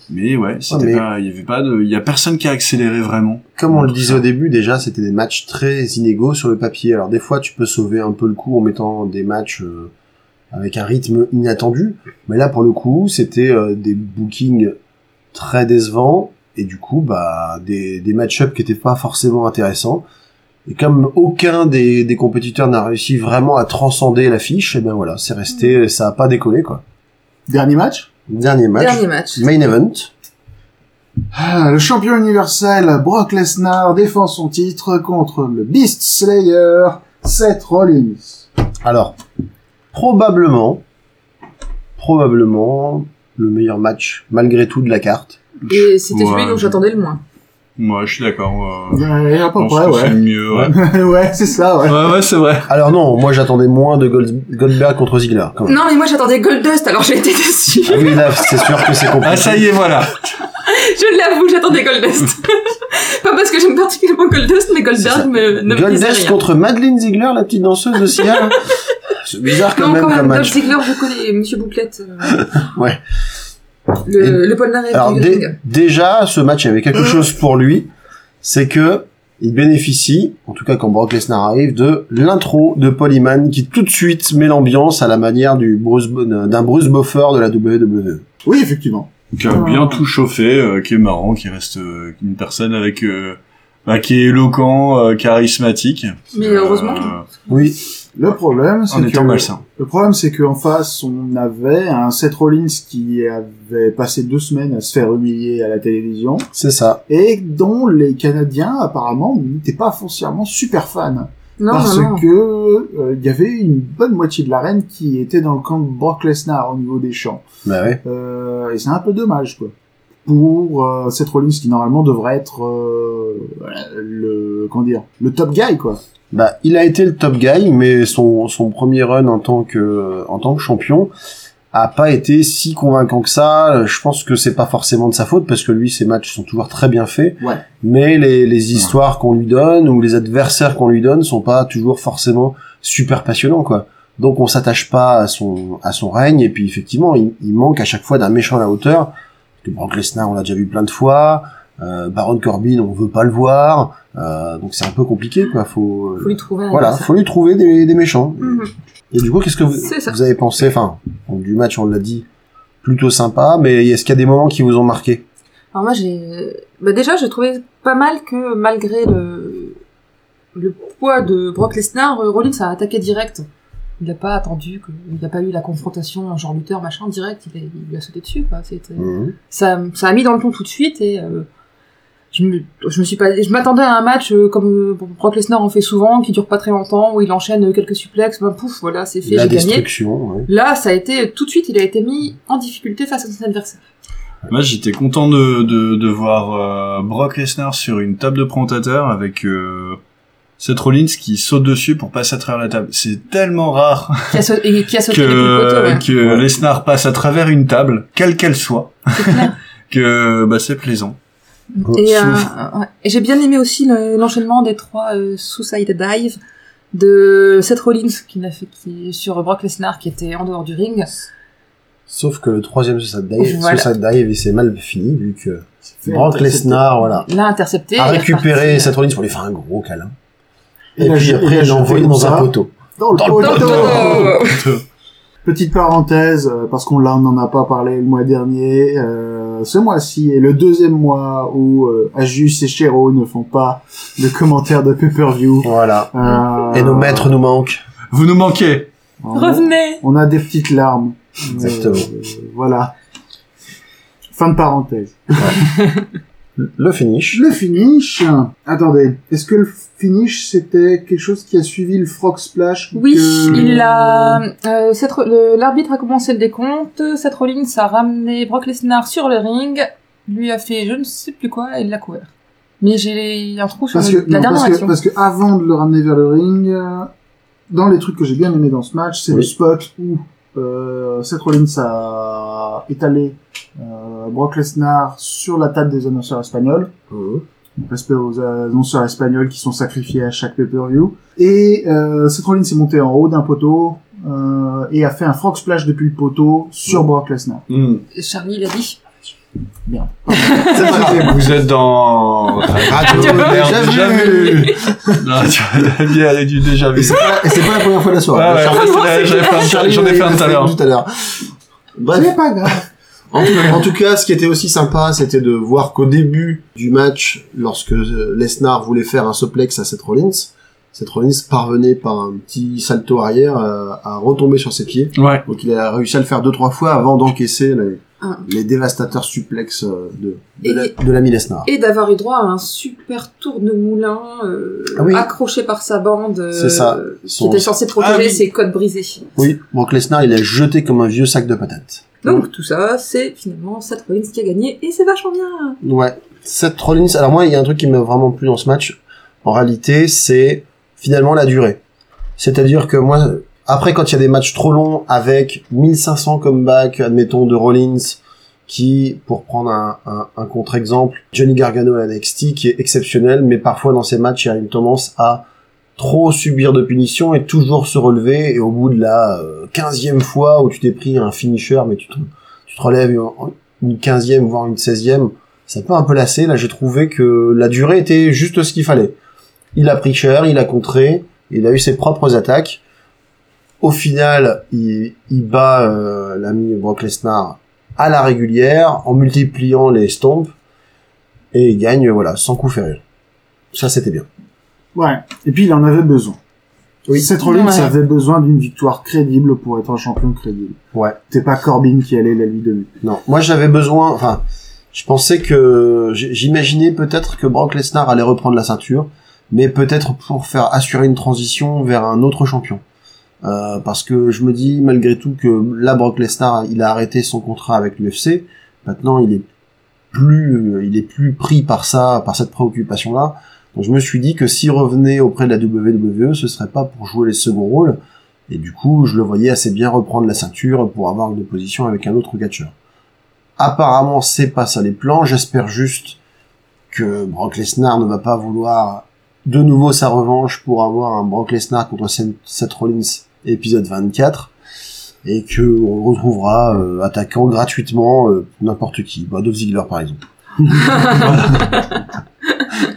Speaker 5: Mais ouais, c'était
Speaker 6: mais-
Speaker 5: pas il y avait pas de il y a personne qui a accéléré vraiment.
Speaker 6: Comme on le disait au début, déjà, c'était des matchs très inégaux sur le papier. Alors des fois, tu peux sauver un peu le coup en mettant des matchs euh, avec un rythme inattendu. Mais là, pour le coup, c'était euh, des bookings très décevants. Et du coup, bah, des, des match-ups qui n'étaient pas forcément intéressants. Et comme aucun des, des compétiteurs n'a réussi vraiment à transcender l'affiche, et ben voilà, c'est resté, ça a pas décollé quoi.
Speaker 3: Dernier match
Speaker 6: Dernier match,
Speaker 4: Dernier match.
Speaker 6: main event.
Speaker 3: Ah, Le champion universel Brock Lesnar défend son titre contre le Beast Slayer Seth Rollins.
Speaker 6: Alors, probablement, probablement le meilleur match malgré tout de la carte.
Speaker 4: Et c'était
Speaker 5: Ouais.
Speaker 4: celui dont j'attendais le moins.
Speaker 5: Moi, je suis d'accord. euh,
Speaker 3: Ouais, à
Speaker 5: je
Speaker 3: peu
Speaker 5: pense
Speaker 3: près,
Speaker 5: que c'est
Speaker 3: ouais.
Speaker 5: mieux. Ouais,
Speaker 3: ouais, c'est ça, ouais.
Speaker 5: ouais, ouais, c'est vrai.
Speaker 6: Alors non, moi j'attendais moins de Gold- Goldberg contre Ziggler. Quand même.
Speaker 4: Non, mais moi j'attendais Goldust, alors j'ai été déçue.
Speaker 6: Ah oui, là, c'est sûr que c'est compliqué.
Speaker 5: Ah, ça y est, voilà.
Speaker 4: Je l'avoue, j'attendais Goldust. Pas parce que j'aime particulièrement Goldust, mais
Speaker 6: C'est ça.
Speaker 4: Goldberg me, ne me disait
Speaker 6: Goldust
Speaker 4: rien.
Speaker 6: contre Madeleine Ziegler, la petite danseuse de Sia. C'est bizarre quand
Speaker 4: Non,
Speaker 6: même
Speaker 4: quand
Speaker 6: comme
Speaker 4: même, Dolph
Speaker 6: match.
Speaker 4: Ziggler, je connais Monsieur Bouclette. euh,
Speaker 6: Ouais.
Speaker 4: Le, le polnareff
Speaker 6: Alors
Speaker 4: du
Speaker 6: dé-
Speaker 4: ring.
Speaker 6: déjà, ce match il y avait quelque chose pour lui, c'est que il bénéficie, en tout cas quand Brock Lesnar arrive, de l'intro de Paul Heyman qui tout de suite met l'ambiance à la manière du Bruce Bo- d'un Bruce Buffer de la E. WWE.
Speaker 3: Oui, effectivement.
Speaker 5: Qui a bien tout chauffé, euh, qui est marrant, qui reste euh, une personne avec... euh, bah, qui est éloquent, euh, charismatique.
Speaker 4: Mais heureusement.
Speaker 6: Ah,
Speaker 5: Euh,
Speaker 6: Oui,
Speaker 3: Le problème, c'est
Speaker 5: en étant
Speaker 3: que...
Speaker 5: malsain.
Speaker 3: Le problème, c'est qu'en face, on avait un Seth Rollins qui avait passé deux semaines à se faire humilier à la télévision
Speaker 6: c'est ça.
Speaker 3: et dont les Canadiens, apparemment, n'étaient pas foncièrement super fans.
Speaker 4: Non,
Speaker 3: parce
Speaker 4: non, non.
Speaker 3: que euh, il y avait une bonne moitié de l'arène qui était dans le camp de Brock Lesnar au niveau des champs.
Speaker 6: Bah ouais.
Speaker 3: Euh, et c'est un peu dommage, quoi. Pour euh, Seth Rollins qui, normalement, devrait être euh, le... Comment dire Le top guy, quoi.
Speaker 6: Bah, il a été le top guy, mais son, son premier run en tant que en tant que champion a pas été si convaincant que ça. Euh, Je pense que c'est pas forcément de sa faute parce que lui, ses matchs sont toujours très bien faits.
Speaker 3: Ouais.
Speaker 6: Mais les, les histoires qu'on lui donne ou les adversaires qu'on lui donne sont pas toujours forcément super passionnants quoi. Donc on s'attache pas à son à son règne et puis effectivement il, il manque à chaque fois d'un méchant à la hauteur. Parce que Brock Lesnar on l'a déjà vu plein de fois. Euh, Baron Corbin on veut pas le voir. Euh, donc c'est un peu compliqué quoi. Faut,
Speaker 4: Faut lui trouver un
Speaker 6: voilà,
Speaker 4: adversaire.
Speaker 6: faut lui trouver des, des méchants.
Speaker 4: Mhm.
Speaker 6: Et du coup, qu'est-ce que vous,
Speaker 4: C'est ça.
Speaker 6: vous avez pensé Enfin, bon, du match, on l'a dit, plutôt sympa, mais est-ce qu'il y a des moments qui vous ont marqué
Speaker 2: Alors moi j'ai, bah déjà j'ai trouvé pas mal que malgré le le poids de Brock Lesnar, euh, Rollins a attaqué direct. Il n'a pas attendu, que... il n'a pas eu la confrontation genre lutteur machin direct, il, a- il lui a sauté dessus quoi. C'était-
Speaker 6: Mhm.
Speaker 2: ça, ça a mis dans le ton tout de suite et euh, je me, je me suis pas, je m'attendais à un match euh, comme euh, Brock Lesnar en fait souvent, qui dure pas très longtemps, où il enchaîne quelques suplexes, ben pouf voilà c'est fait,
Speaker 6: La
Speaker 2: j'ai gagné.
Speaker 6: destruction, ouais.
Speaker 2: Là ça a été tout de suite, il a été mis en difficulté face à son adversaire.
Speaker 5: Moi, j'étais content de, de, de voir euh, Brock Lesnar sur une table de présentateurs avec euh, Seth Rollins qui saute dessus pour passer à travers la table. C'est tellement rare
Speaker 2: Qui a, sau- et qui a sauté
Speaker 5: que,
Speaker 2: depuis le poteau. ouais.
Speaker 5: que
Speaker 6: Ouais.
Speaker 5: Lesnar passe à travers une table, quelle qu'elle soit, que bah, c'est plaisant.
Speaker 6: Oh,
Speaker 2: Et, euh,
Speaker 5: Souffre.
Speaker 2: ouais. Et j'ai bien aimé aussi le- l'enchaînement des trois euh, Suicide Dive de Seth Rollins qui l'a fait qui, sur Brock Lesnar qui était en dehors du ring.
Speaker 6: Sauf que le troisième Suicide Dive,
Speaker 2: Voilà.
Speaker 6: Suicide Dive, et c'est mal fini, vu que
Speaker 3: C'est
Speaker 6: Brock Lesnar, voilà,
Speaker 2: L'a intercepté.
Speaker 6: a
Speaker 2: et est
Speaker 6: récupéré
Speaker 2: reparti.
Speaker 6: cette Rollins pour lui faire un gros câlin.
Speaker 3: Il
Speaker 6: Et
Speaker 3: a
Speaker 6: puis
Speaker 3: jeté- il a
Speaker 6: après, il l'a
Speaker 3: jeté
Speaker 6: envoyé dans
Speaker 3: comme
Speaker 6: un
Speaker 3: ça.
Speaker 6: poteau.
Speaker 3: Dans le
Speaker 6: Dans le
Speaker 3: poteau.
Speaker 4: Oh.
Speaker 3: Petite parenthèse, euh, parce qu'on là on n'en a pas parlé le mois dernier, euh, ce mois-ci est le deuxième mois où euh, Ajus et Chéro ne font pas de commentaires de pay-per-view.
Speaker 6: Voilà.
Speaker 3: Euh,
Speaker 6: Et nos maîtres nous manquent.
Speaker 5: Vous nous manquez
Speaker 3: on-
Speaker 2: Revenez.
Speaker 3: On a des petites larmes.
Speaker 6: Exactement.
Speaker 3: Euh, euh, voilà. Fin de parenthèse.
Speaker 6: Le finish.
Speaker 3: Le finish. Attendez, est-ce que le finish c'était quelque chose qui a suivi le frog splash
Speaker 2: Oui,
Speaker 3: que-
Speaker 2: il a. euh, Seth Ro- le- L'arbitre a commencé le décompte. Seth Rollins a ramené Brock Lesnar sur le ring. Lui a fait je ne sais plus quoi et il l'a couvert. Mais j'ai un trou sur
Speaker 3: Parce
Speaker 2: le-
Speaker 3: que,
Speaker 2: la
Speaker 3: non,
Speaker 2: dernière
Speaker 3: parce, que,
Speaker 2: action.
Speaker 3: parce que avant de le ramener vers le ring, euh, dans les trucs que j'ai bien aimé dans ce match, c'est
Speaker 6: Oui.
Speaker 3: le spot où euh, Seth Rollins a étalé euh, Brock Lesnar sur la table des annonceurs espagnols. Donc, Respect aux euh, annonceurs espagnols qui sont sacrifiés à chaque pay-per-view. Et euh, Seth Rollins est monté en haut d'un poteau euh, et a fait un frog splash depuis le poteau sur Brock Lesnar.
Speaker 5: Hmm.
Speaker 2: Charlie l'a dit.
Speaker 3: Bien.
Speaker 6: C'est pas grave.
Speaker 5: Vous êtes dans...
Speaker 6: Radio déjà vu.
Speaker 5: Non, tu vois, la bière est du déjà
Speaker 6: Et
Speaker 5: vu.
Speaker 6: c'est pas, et c'est pas la première fois de la soirée.
Speaker 5: Ah Ouais, ouais,
Speaker 6: Charlie-
Speaker 5: j'en ai fait un- j'en ai fait un tout à l'heure.
Speaker 6: Bref.
Speaker 3: C'est pas grave.
Speaker 6: En tout, en tout cas, ce qui était aussi sympa, c'était de voir qu'au début du match, lorsque euh, Lesnar voulait faire un suplex à Seth Rollins, Seth Rollins parvenait par un petit salto arrière euh, à retomber sur ses pieds.
Speaker 5: Ouais.
Speaker 6: Donc il a réussi à le faire deux trois fois avant d'encaisser les,
Speaker 4: Ah.
Speaker 6: les dévastateurs suplex euh, de, de
Speaker 4: Et-
Speaker 6: la- de l'ami Lesnar.
Speaker 4: Et d'avoir eu droit à un super tour de moulin euh,
Speaker 6: Ah oui.
Speaker 4: accroché par sa bande euh,
Speaker 6: C'est ça.
Speaker 4: qui
Speaker 6: Son-
Speaker 4: était censé protéger
Speaker 5: Ah oui.
Speaker 4: ses codes brisés.
Speaker 6: Oui, donc Lesnar, il a jeté comme un vieux sac de patates.
Speaker 4: Donc tout ça, c'est finalement Seth Rollins qui a gagné et c'est vachement bien.
Speaker 6: Ouais. Seth Rollins, alors moi, il y a un truc qui m'a vraiment plu dans ce match, en réalité, c'est finalement la durée. C'est-à-dire que moi, après, quand il y a des matchs trop longs avec 1500 comebacks, admettons, de Rollins, qui, pour prendre un, un- un contre-exemple, Johnny Gargano à NXT, qui est exceptionnel, mais parfois dans ces matchs, il y a une tendance à trop subir de punitions et toujours se relever, et au bout de la euh, quinzième fois où tu t'es pris un finisher, mais tu te, tu te relèves une- une quinzième, voire une seizième, ça peut un peu lasser. Là, j'ai trouvé que la durée était juste ce qu'il fallait. Il a pris cher, il a contré, il a eu ses propres attaques. Au final, il, il bat euh, l'ami Brock Lesnar à la régulière en multipliant les stompes et il gagne euh, voilà sans coup ferré. Ça, c'était bien.
Speaker 3: Ouais. Et puis, il en avait besoin.
Speaker 6: Oui.
Speaker 3: Seth Rollins
Speaker 2: Ouais.
Speaker 3: avait besoin d'une victoire crédible pour être un champion crédible.
Speaker 6: Ouais.
Speaker 3: C'était pas Corbin qui allait la lui donner.
Speaker 6: Non, moi j'avais besoin. Enfin, je pensais que j- j'imaginais peut-être que Brock Lesnar allait reprendre la ceinture, mais peut-être pour faire assurer une transition vers un autre champion. Euh, parce que je me dis malgré tout que là Brock Lesnar il a arrêté son contrat avec l'UFC. Maintenant il est plus euh, il est plus pris par ça par cette préoccupation là. Donc je me suis dit que s'il revenait auprès de la WWE ce serait pas pour jouer les seconds rôles. Et du coup je le voyais assez bien reprendre la ceinture pour avoir une position avec un autre catcheur. Apparemment, c'est pas ça les plans. J'espère juste que Brock Lesnar ne va pas vouloir de nouveau sa revanche pour avoir un Brock Lesnar contre Seth Rollins épisode 24 et que on le retrouvera euh, attaquant gratuitement euh, n'importe qui, bah, Dolph Ziggler par exemple.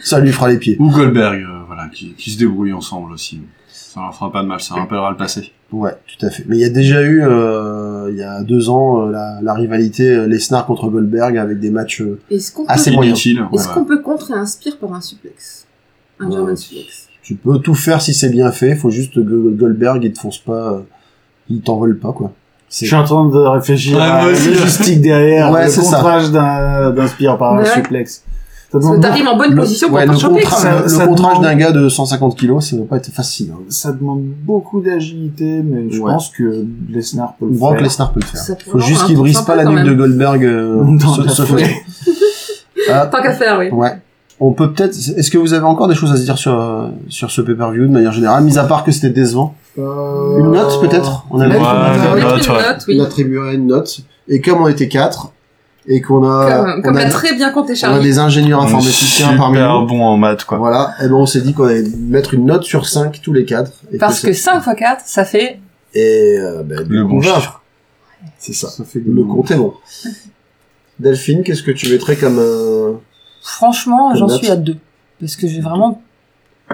Speaker 6: ça lui fera les pieds.
Speaker 5: Ou Goldberg, euh, voilà, qui, qui se débrouille ensemble aussi. Ça leur fera pas de mal, ça rappellera le passé.
Speaker 6: Ouais, tout à fait. Mais il y a déjà eu, euh, il y a deux ans, euh, la, la rivalité euh, Lesnar contre Goldberg avec des matchs euh,
Speaker 4: Est-ce
Speaker 3: Ah,
Speaker 4: qu'on peut,
Speaker 6: assez moyens.
Speaker 5: Inutile. ouais,
Speaker 4: est-ce
Speaker 5: ouais.
Speaker 4: qu'on peut contrer un spire par un suplex Un
Speaker 6: Ouais.
Speaker 4: German suplex
Speaker 6: Tu peux tout faire si c'est bien fait, faut juste que Goldberg il te fonce pas, euh, il t'envole pas quoi.
Speaker 3: Je
Speaker 6: C'est
Speaker 3: suis en train de réfléchir
Speaker 5: Ouais,
Speaker 3: à
Speaker 5: moi
Speaker 3: la
Speaker 5: aussi.
Speaker 3: logistique derrière
Speaker 6: Ouais,
Speaker 3: le
Speaker 6: c'est ça.
Speaker 3: contrage d'un d'un spire par un
Speaker 4: Ouais.
Speaker 3: suplex. Ça
Speaker 4: Parce
Speaker 3: demande,
Speaker 4: que T'arrives en bonne
Speaker 6: le,
Speaker 4: position
Speaker 6: ouais,
Speaker 4: pour
Speaker 6: le,
Speaker 4: un suplex.
Speaker 6: contra-
Speaker 3: Ça-
Speaker 6: le- le
Speaker 3: ça
Speaker 6: contrage
Speaker 3: demande-
Speaker 6: d'un gars de 150 kilos, ça va pas être facile. hein.
Speaker 3: ça demande beaucoup d'agilité, mais je
Speaker 6: Ouais.
Speaker 3: pense que Lesnar peut le
Speaker 6: Brock
Speaker 3: faire.
Speaker 6: Lesnar peut le faire.
Speaker 4: Ça
Speaker 6: Faut
Speaker 4: pourrait
Speaker 6: juste
Speaker 4: avoir
Speaker 6: qu'il
Speaker 4: un
Speaker 6: brise
Speaker 4: truc
Speaker 6: pas la
Speaker 4: sympa,
Speaker 6: nuque
Speaker 4: quand
Speaker 6: de Goldberg. euh,
Speaker 3: Dans
Speaker 6: ce-
Speaker 3: la
Speaker 6: ce
Speaker 3: foulée.
Speaker 6: faisant. Ah,
Speaker 4: Tant qu'à faire, oui.
Speaker 6: ouais. On peut peut-être. Est-ce que vous avez encore des choses à se dire sur euh, sur ce pay-per-view de manière générale, mis à part que c'était décevant.
Speaker 3: Euh,
Speaker 6: Une note, peut-être On a
Speaker 3: Ouais,
Speaker 6: une note.
Speaker 4: On
Speaker 5: Ouais,
Speaker 4: met
Speaker 5: bah,
Speaker 4: une
Speaker 5: tu vois.
Speaker 4: note, oui.
Speaker 6: Il attribuerait une note. Et comme on était quatre et qu'on a
Speaker 4: Comme,
Speaker 6: on
Speaker 4: comme
Speaker 6: a-
Speaker 4: l'a très bien compté
Speaker 6: on a
Speaker 4: Charlie.
Speaker 6: des ingénieurs
Speaker 5: On est
Speaker 6: informaticiens parmi
Speaker 5: super
Speaker 6: nous.
Speaker 5: bon en maths, quoi.
Speaker 6: Voilà, et ben on s'est dit qu'on allait mettre une note sur 5 tous les quatre. Et
Speaker 2: Parce que
Speaker 6: c'est-
Speaker 2: 5 x 4, ça fait
Speaker 6: Et euh, ben,
Speaker 5: Le
Speaker 6: on
Speaker 5: bon
Speaker 6: va.
Speaker 5: chiffre.
Speaker 6: C'est ça.
Speaker 3: Ça fait des
Speaker 6: Le compte est bon. Delphine, qu'est-ce que tu mettrais comme euh, un...
Speaker 2: Franchement,
Speaker 6: Comme
Speaker 2: j'en
Speaker 6: note.
Speaker 2: suis à deux. Parce que j'ai vraiment.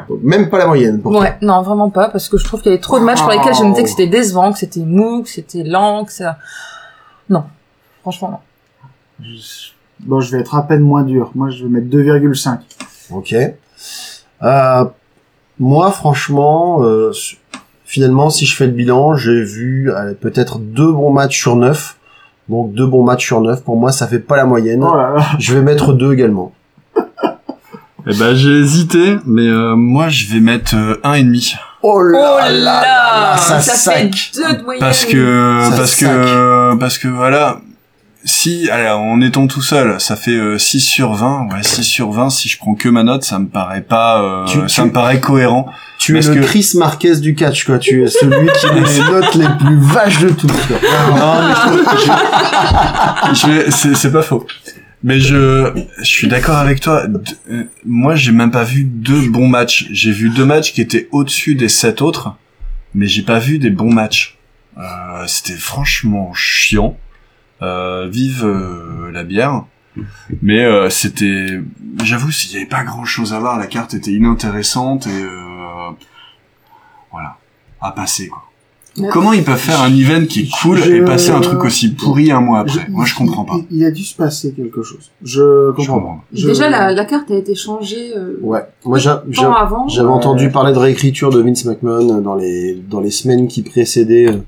Speaker 6: Donc, Même pas la moyenne pour toi. Ah, oh.
Speaker 2: Ouais, non, vraiment pas. Parce que je trouve qu'il y avait trop de matchs pour lesquels je me disais que c'était décevant, que c'était mou, que c'était lent, que ça. Non. Franchement, non.
Speaker 3: Je- Bon, je vais être à peine moins dur. Moi, je vais mettre 2,5.
Speaker 6: Ok. Euh, moi, franchement, euh, su- finalement, si je fais le bilan, j'ai vu euh, peut-être deux bons matchs sur neuf. Donc deux bons matchs sur neuf. Pour moi, ça fait pas la moyenne.
Speaker 3: Oh là là.
Speaker 6: Je vais mettre deux également.
Speaker 5: Eh ben, j'ai hésité, mais euh, moi, je vais mettre euh, un et demi.
Speaker 6: Oh
Speaker 2: Oh là là,
Speaker 6: ça,
Speaker 2: ça
Speaker 6: sac.
Speaker 4: fait deux de moyenne.
Speaker 5: Parce que,
Speaker 6: Ça
Speaker 5: parce que,
Speaker 6: sac.
Speaker 5: euh, parce que voilà. Si, allez, en étant tout seul, ça fait euh, 6 sur 20. Ouais, 6 sur 20, si je prends que ma note, ça me paraît pas, euh,
Speaker 6: Tu-
Speaker 5: ça
Speaker 6: tu-
Speaker 5: me paraît cohérent.
Speaker 6: Tu es
Speaker 5: Parce
Speaker 6: le
Speaker 5: que-
Speaker 6: Chris Marquez du catch, quoi. Tu es celui qui met les notes les plus vaches de toutes. quoi.
Speaker 5: Non, mais je- je vais- c'est, c'est pas faux. Mais je, je suis d'accord avec toi. De- euh, moi, j'ai même pas vu deux bons matchs. J'ai vu deux matchs qui étaient au-dessus des sept autres, mais j'ai pas vu des bons matchs. Euh, c'était franchement chiant. Euh, vive euh, la bière. Mais euh, c'était, j'avoue, s'il y avait pas grand-chose à voir, la carte était inintéressante et euh, voilà, à passer quoi. Comment ils peuvent faire un event qui est cool
Speaker 3: Je-
Speaker 5: et passer un truc aussi pourri un mois après
Speaker 3: Je-
Speaker 5: Moi, je comprends pas.
Speaker 3: Il, il a dû se passer quelque chose. Je
Speaker 5: Je
Speaker 3: comprends.
Speaker 5: comprends.
Speaker 3: Je-
Speaker 2: Déjà, la, la carte a été changée euh,
Speaker 6: Ouais. Moi, j'a- j'a-
Speaker 2: tant avant.
Speaker 6: J'avais entendu parler de réécriture de Vince McMahon euh, dans les dans les semaines qui précédaient euh,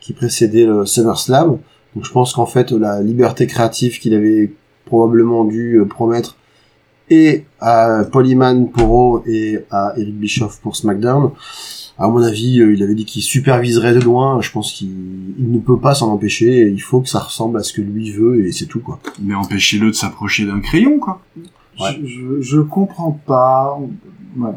Speaker 6: qui précédaient le SummerSlam. Donc je pense qu'en fait euh, la liberté créative qu'il avait probablement dû euh, promettre et à Paul Heyman pour Raw et à Eric Bischoff pour SmackDown. À mon avis, euh, il avait dit qu'il superviserait de loin. Je pense qu'il il ne peut pas s'en empêcher. Et il faut que ça ressemble à ce que lui veut et c'est tout quoi.
Speaker 5: Mais empêchez-le de s'approcher d'un crayon, quoi.
Speaker 6: Ouais.
Speaker 3: Je, je, je comprends pas. Ouais.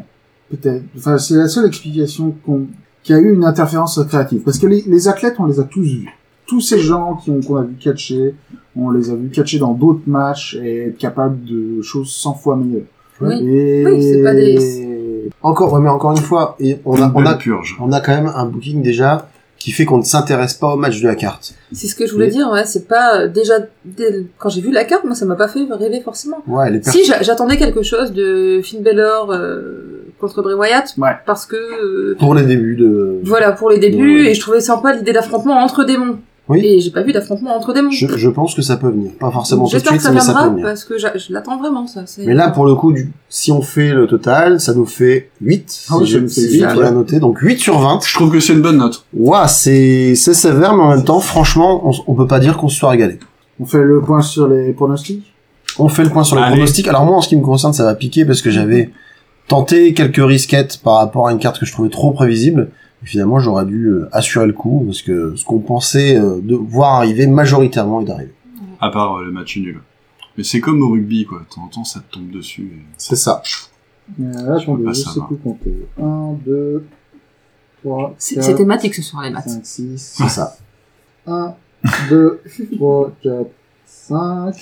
Speaker 3: Peut-être. Enfin, c'est la seule explication qu'on qu'il y a eu une interférence créative. Parce que les, les athlètes, on les a tous vus. Tous ces gens qui ont- qu'on a vu catcher, on les a vus catcher dans d'autres matchs et être capable de choses 100 fois meilleures.
Speaker 2: Oui.
Speaker 3: Et...
Speaker 2: Oui, c'est pas
Speaker 6: Encore, ouais, mais encore une fois, et on a
Speaker 5: Une
Speaker 6: on
Speaker 5: belle
Speaker 6: a
Speaker 5: purge.
Speaker 6: on a quand même un booking déjà qui fait qu'on ne s'intéresse pas au match de la carte.
Speaker 2: C'est ce que je voulais
Speaker 6: Mais-
Speaker 2: dire, ouais, c'est pas euh, déjà dès le- quand j'ai vu la carte, moi ça m'a pas fait rêver forcément.
Speaker 6: Ouais, les
Speaker 2: Si j'a- j'attendais quelque chose de Finn Balor euh, contre Bray Wyatt,
Speaker 3: Ouais.
Speaker 2: parce que euh,
Speaker 6: pour les débuts de.
Speaker 2: voilà pour les débuts
Speaker 6: Ouais.
Speaker 2: et je trouvais sympa l'idée d'affrontement entre démons.
Speaker 6: Oui.
Speaker 2: Et j'ai pas vu d'affrontement entre démons.
Speaker 6: Je, je pense que ça peut venir, pas forcément tout de
Speaker 2: J'espère que
Speaker 6: suite,
Speaker 2: ça
Speaker 6: mais ça
Speaker 2: viendra
Speaker 6: peut venir.
Speaker 2: parce que j'a- je l'attends vraiment ça. c'est-
Speaker 6: Mais là, pour le coup, du- si on fait le total, ça nous fait 8.
Speaker 3: Ah oui,
Speaker 6: si
Speaker 3: ça
Speaker 6: je-
Speaker 3: nous fait
Speaker 6: si
Speaker 3: huit,
Speaker 6: j'ai bien
Speaker 3: ouais.
Speaker 6: noté, donc 8 sur 20.
Speaker 5: Je trouve que c'est une bonne note.
Speaker 6: Ouah, c'est c'est sévère, mais en même temps, franchement, on, s- on peut pas dire qu'on se soit régalé.
Speaker 3: On fait le point sur les pronostics.
Speaker 6: On fait le point sur les
Speaker 5: Allez.
Speaker 6: pronostics. Alors moi, en ce qui me concerne, ça va piquer parce que j'avais tenté quelques risquettes par rapport à une carte que je trouvais trop prévisible. Et finalement, j'aurais dû euh, assurer le coup parce que ce qu'on pensait euh, de voir arriver majoritairement est arrivé.
Speaker 5: À part euh, le match nul. Mais c'est comme au rugby, quoi. De temps en temps, ça te tombe dessus. et-
Speaker 6: C'est ça.
Speaker 3: Euh,
Speaker 5: Je peux
Speaker 3: attendez,
Speaker 5: pas
Speaker 3: je sais
Speaker 5: savoir.
Speaker 3: plus compter. 1, 2, 3,
Speaker 6: euh,
Speaker 2: C'est c'est
Speaker 3: 4,
Speaker 2: thématique ce soir les maths.
Speaker 3: 5, 6,
Speaker 6: C'est ça.
Speaker 3: 1, 2, 3, 4, 5.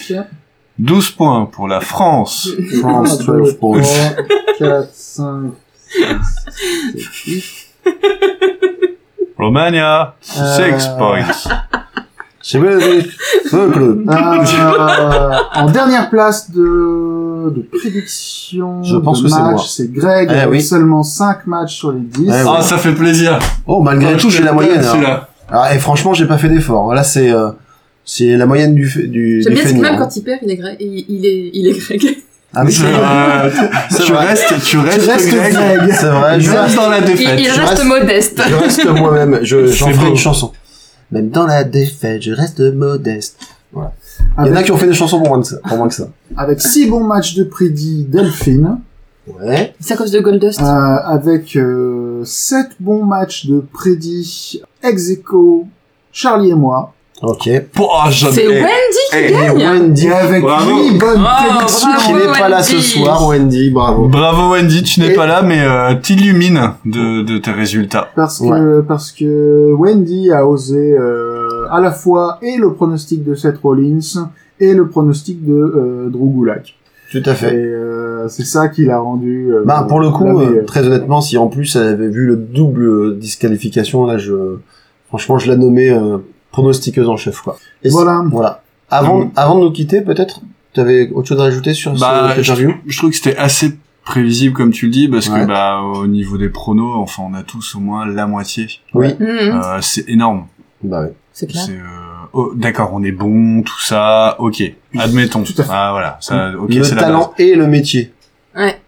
Speaker 5: 12 points pour la France.
Speaker 6: France 12 points.
Speaker 3: 4, 5, 6,
Speaker 5: Romania,
Speaker 6: Euh,
Speaker 5: 6 points.
Speaker 6: C'est bien, c'est- c'est cool.
Speaker 3: 7, 8. Euh, en dernière place de, de prédiction
Speaker 6: Je pense
Speaker 3: de
Speaker 6: que c'est moi.
Speaker 3: match, c'est Greg,
Speaker 6: Eh
Speaker 3: avec
Speaker 6: oui.
Speaker 3: seulement 5 matchs sur les 10.
Speaker 6: Eh oui.
Speaker 5: Ah, ça fait plaisir.
Speaker 6: Oh, malgré tout, j'ai la moyenne. alors.
Speaker 5: Celui-là.
Speaker 6: Ah, et franchement, j'ai pas fait d'effort. Là, c'est euh, c'est la moyenne du f- du.
Speaker 2: J'aime
Speaker 6: des
Speaker 2: bien ce que
Speaker 6: feignants,
Speaker 2: même
Speaker 6: hein.
Speaker 2: quand il perd, il est grec. Il, il est, il est grec.
Speaker 6: Ah, mais c'est vrai. C'est
Speaker 5: tu
Speaker 6: vrai.
Speaker 5: restes, tu
Speaker 6: Tu
Speaker 5: restes,
Speaker 6: restes
Speaker 5: Greg.
Speaker 6: Greg. C'est vrai.
Speaker 5: Tu
Speaker 6: je-
Speaker 5: restes dans la
Speaker 2: Il,
Speaker 5: défaite.
Speaker 2: il
Speaker 6: je
Speaker 2: reste
Speaker 6: reste-
Speaker 2: modeste.
Speaker 6: Je reste moi-même, je,
Speaker 5: C'est
Speaker 6: j'en ferai
Speaker 5: beau.
Speaker 6: une chanson. Même dans la défaite, je reste modeste. Il y en a
Speaker 3: Avec,
Speaker 6: qui ont fait des chansons pour moins, de ça, pour moins que ça.
Speaker 3: avec 6 bons matchs de prédit Delphine,
Speaker 6: Ouais.
Speaker 2: C'est à cause de Goldust.
Speaker 3: euh,
Speaker 6: Ah.
Speaker 3: avec 7 bons matchs de prédit Execo, Charlie et moi,
Speaker 6: Ok.
Speaker 5: Oh, j'aime-
Speaker 2: C'est
Speaker 5: eh,
Speaker 2: Wendy
Speaker 5: eh,
Speaker 2: qui gagne.
Speaker 6: Et Wendy,
Speaker 3: et avec
Speaker 5: Bravo.
Speaker 3: 8 bonnes
Speaker 2: Oh,
Speaker 3: prédictions.
Speaker 2: bravo.
Speaker 6: qui n'est pas là ce
Speaker 2: Wendy.
Speaker 6: soir, Wendy, bah, bravo.
Speaker 5: Bravo Wendy, tu n'es
Speaker 6: Et-
Speaker 5: pas là, mais euh, t'illumines de, de tes résultats.
Speaker 3: Parce que parce que Wendy a osé euh, à la fois et le pronostic de Seth Rollins et le pronostic de euh, Drew Gulak.
Speaker 6: Tout à
Speaker 3: Et
Speaker 6: fait.
Speaker 3: euh, c'est ça qui l'a rendu. euh,
Speaker 6: Bah, pour le coup,
Speaker 3: la
Speaker 6: euh,
Speaker 3: meilleure.
Speaker 6: très honnêtement, si en plus elle avait vu le double euh, disqualification, là, je, franchement, je la nommais euh, pronostiqueuse en chef, quoi. Et c'est-
Speaker 3: Voilà.
Speaker 6: Voilà. Avant,
Speaker 5: Mm.
Speaker 6: avant de nous quitter, peut-être, t'avais autre chose à rajouter sur
Speaker 5: Bah,
Speaker 6: cette interview?
Speaker 5: Je trouve que c'était assez prévisible, comme tu le dis, parce
Speaker 6: Ouais.
Speaker 5: que bah au niveau des pronos, enfin, on a tous au moins la moitié.
Speaker 6: Oui.
Speaker 2: Mhm.
Speaker 5: Euh, c'est énorme.
Speaker 6: Bah ouais.
Speaker 2: C'est clair.
Speaker 5: C'est, euh, oh, d'accord, on est bon, tout ça, ok, admettons.
Speaker 3: Tout à fait.
Speaker 5: Ah voilà, ça, ok,
Speaker 6: Mmh. le
Speaker 5: c'est la base.
Speaker 6: talent et le métier.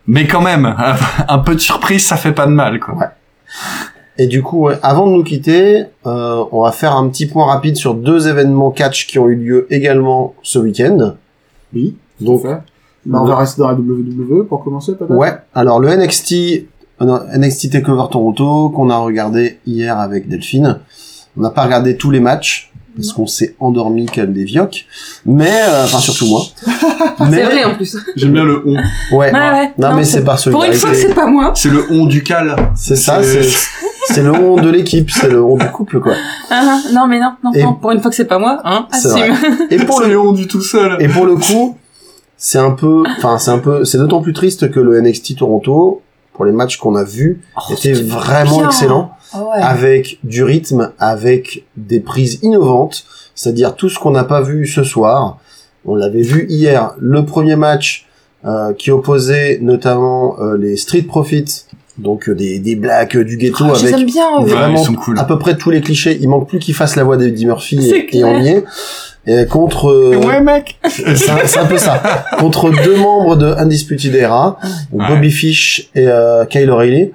Speaker 5: Mais quand même, un peu de surprise, ça fait pas de mal, quoi.
Speaker 6: Et du coup, ouais, avant de nous quitter, euh, on va faire un petit point rapide sur deux événements catch qui ont eu lieu également ce week-end.
Speaker 3: Oui.
Speaker 6: Donc,
Speaker 3: Parfait. Bah, on va rester dans la WWE pour commencer peut-être.
Speaker 6: ouais. Alors le NXT, euh, non, NXT Takeover Toronto qu'on a regardé hier avec Delphine. On n'a pas regardé tous les match parce qu'on s'est endormi comme des vioques. Mais, euh, enfin surtout moi.
Speaker 2: C'est
Speaker 6: mais
Speaker 2: vrai en plus.
Speaker 5: J'aime bien le on.
Speaker 2: Ouais,
Speaker 6: ouais.
Speaker 2: ouais.
Speaker 6: Non, mais
Speaker 2: c'est-
Speaker 6: c'est par
Speaker 2: Pour une
Speaker 6: solidarité.
Speaker 2: fois que c'est pas moi.
Speaker 5: C'est le on du cal.
Speaker 6: C'est ça.
Speaker 5: c'est-
Speaker 6: C'est c'est le on de l'équipe, c'est le on du couple quoi.
Speaker 2: Ah, ah, non, mais non, non,
Speaker 6: Et-
Speaker 2: non. Pour une fois que c'est pas moi, hein.
Speaker 6: C'est
Speaker 2: assume.
Speaker 6: Et pour le
Speaker 5: C'est le on du tout seul.
Speaker 6: Et pour le coup, c'est un peu, enfin, c'est un peu, c'est d'autant plus triste que le NXT Toronto, pour les matchs qu'on a vus, était vraiment
Speaker 2: Oh, bien.
Speaker 6: excellent,
Speaker 2: Ah ouais.
Speaker 6: avec du rythme, avec des prises innovantes, c'est-à-dire tout ce qu'on n'a pas vu ce soir. On l'avait vu hier, le premier match euh, qui opposait notamment euh, les Street Profits Donc euh, des, des blacks euh, du ghetto
Speaker 2: Ah, je les
Speaker 6: avec
Speaker 2: aime bien. eux.
Speaker 5: Ouais,
Speaker 6: vraiment
Speaker 5: ils sont cool.
Speaker 6: à peu près tous les clichés. Il manque plus qu'il fasse la voix d'Eddie Murphy
Speaker 2: C'est
Speaker 6: et, et
Speaker 2: clair.
Speaker 6: on y est. Et contre, euh,
Speaker 5: mec
Speaker 6: c'est un, c'est un peu ça. Contre deux membres de Undisputed Era,
Speaker 5: Ouais.
Speaker 6: Bobby Fish et euh, Kyle O'Reilly.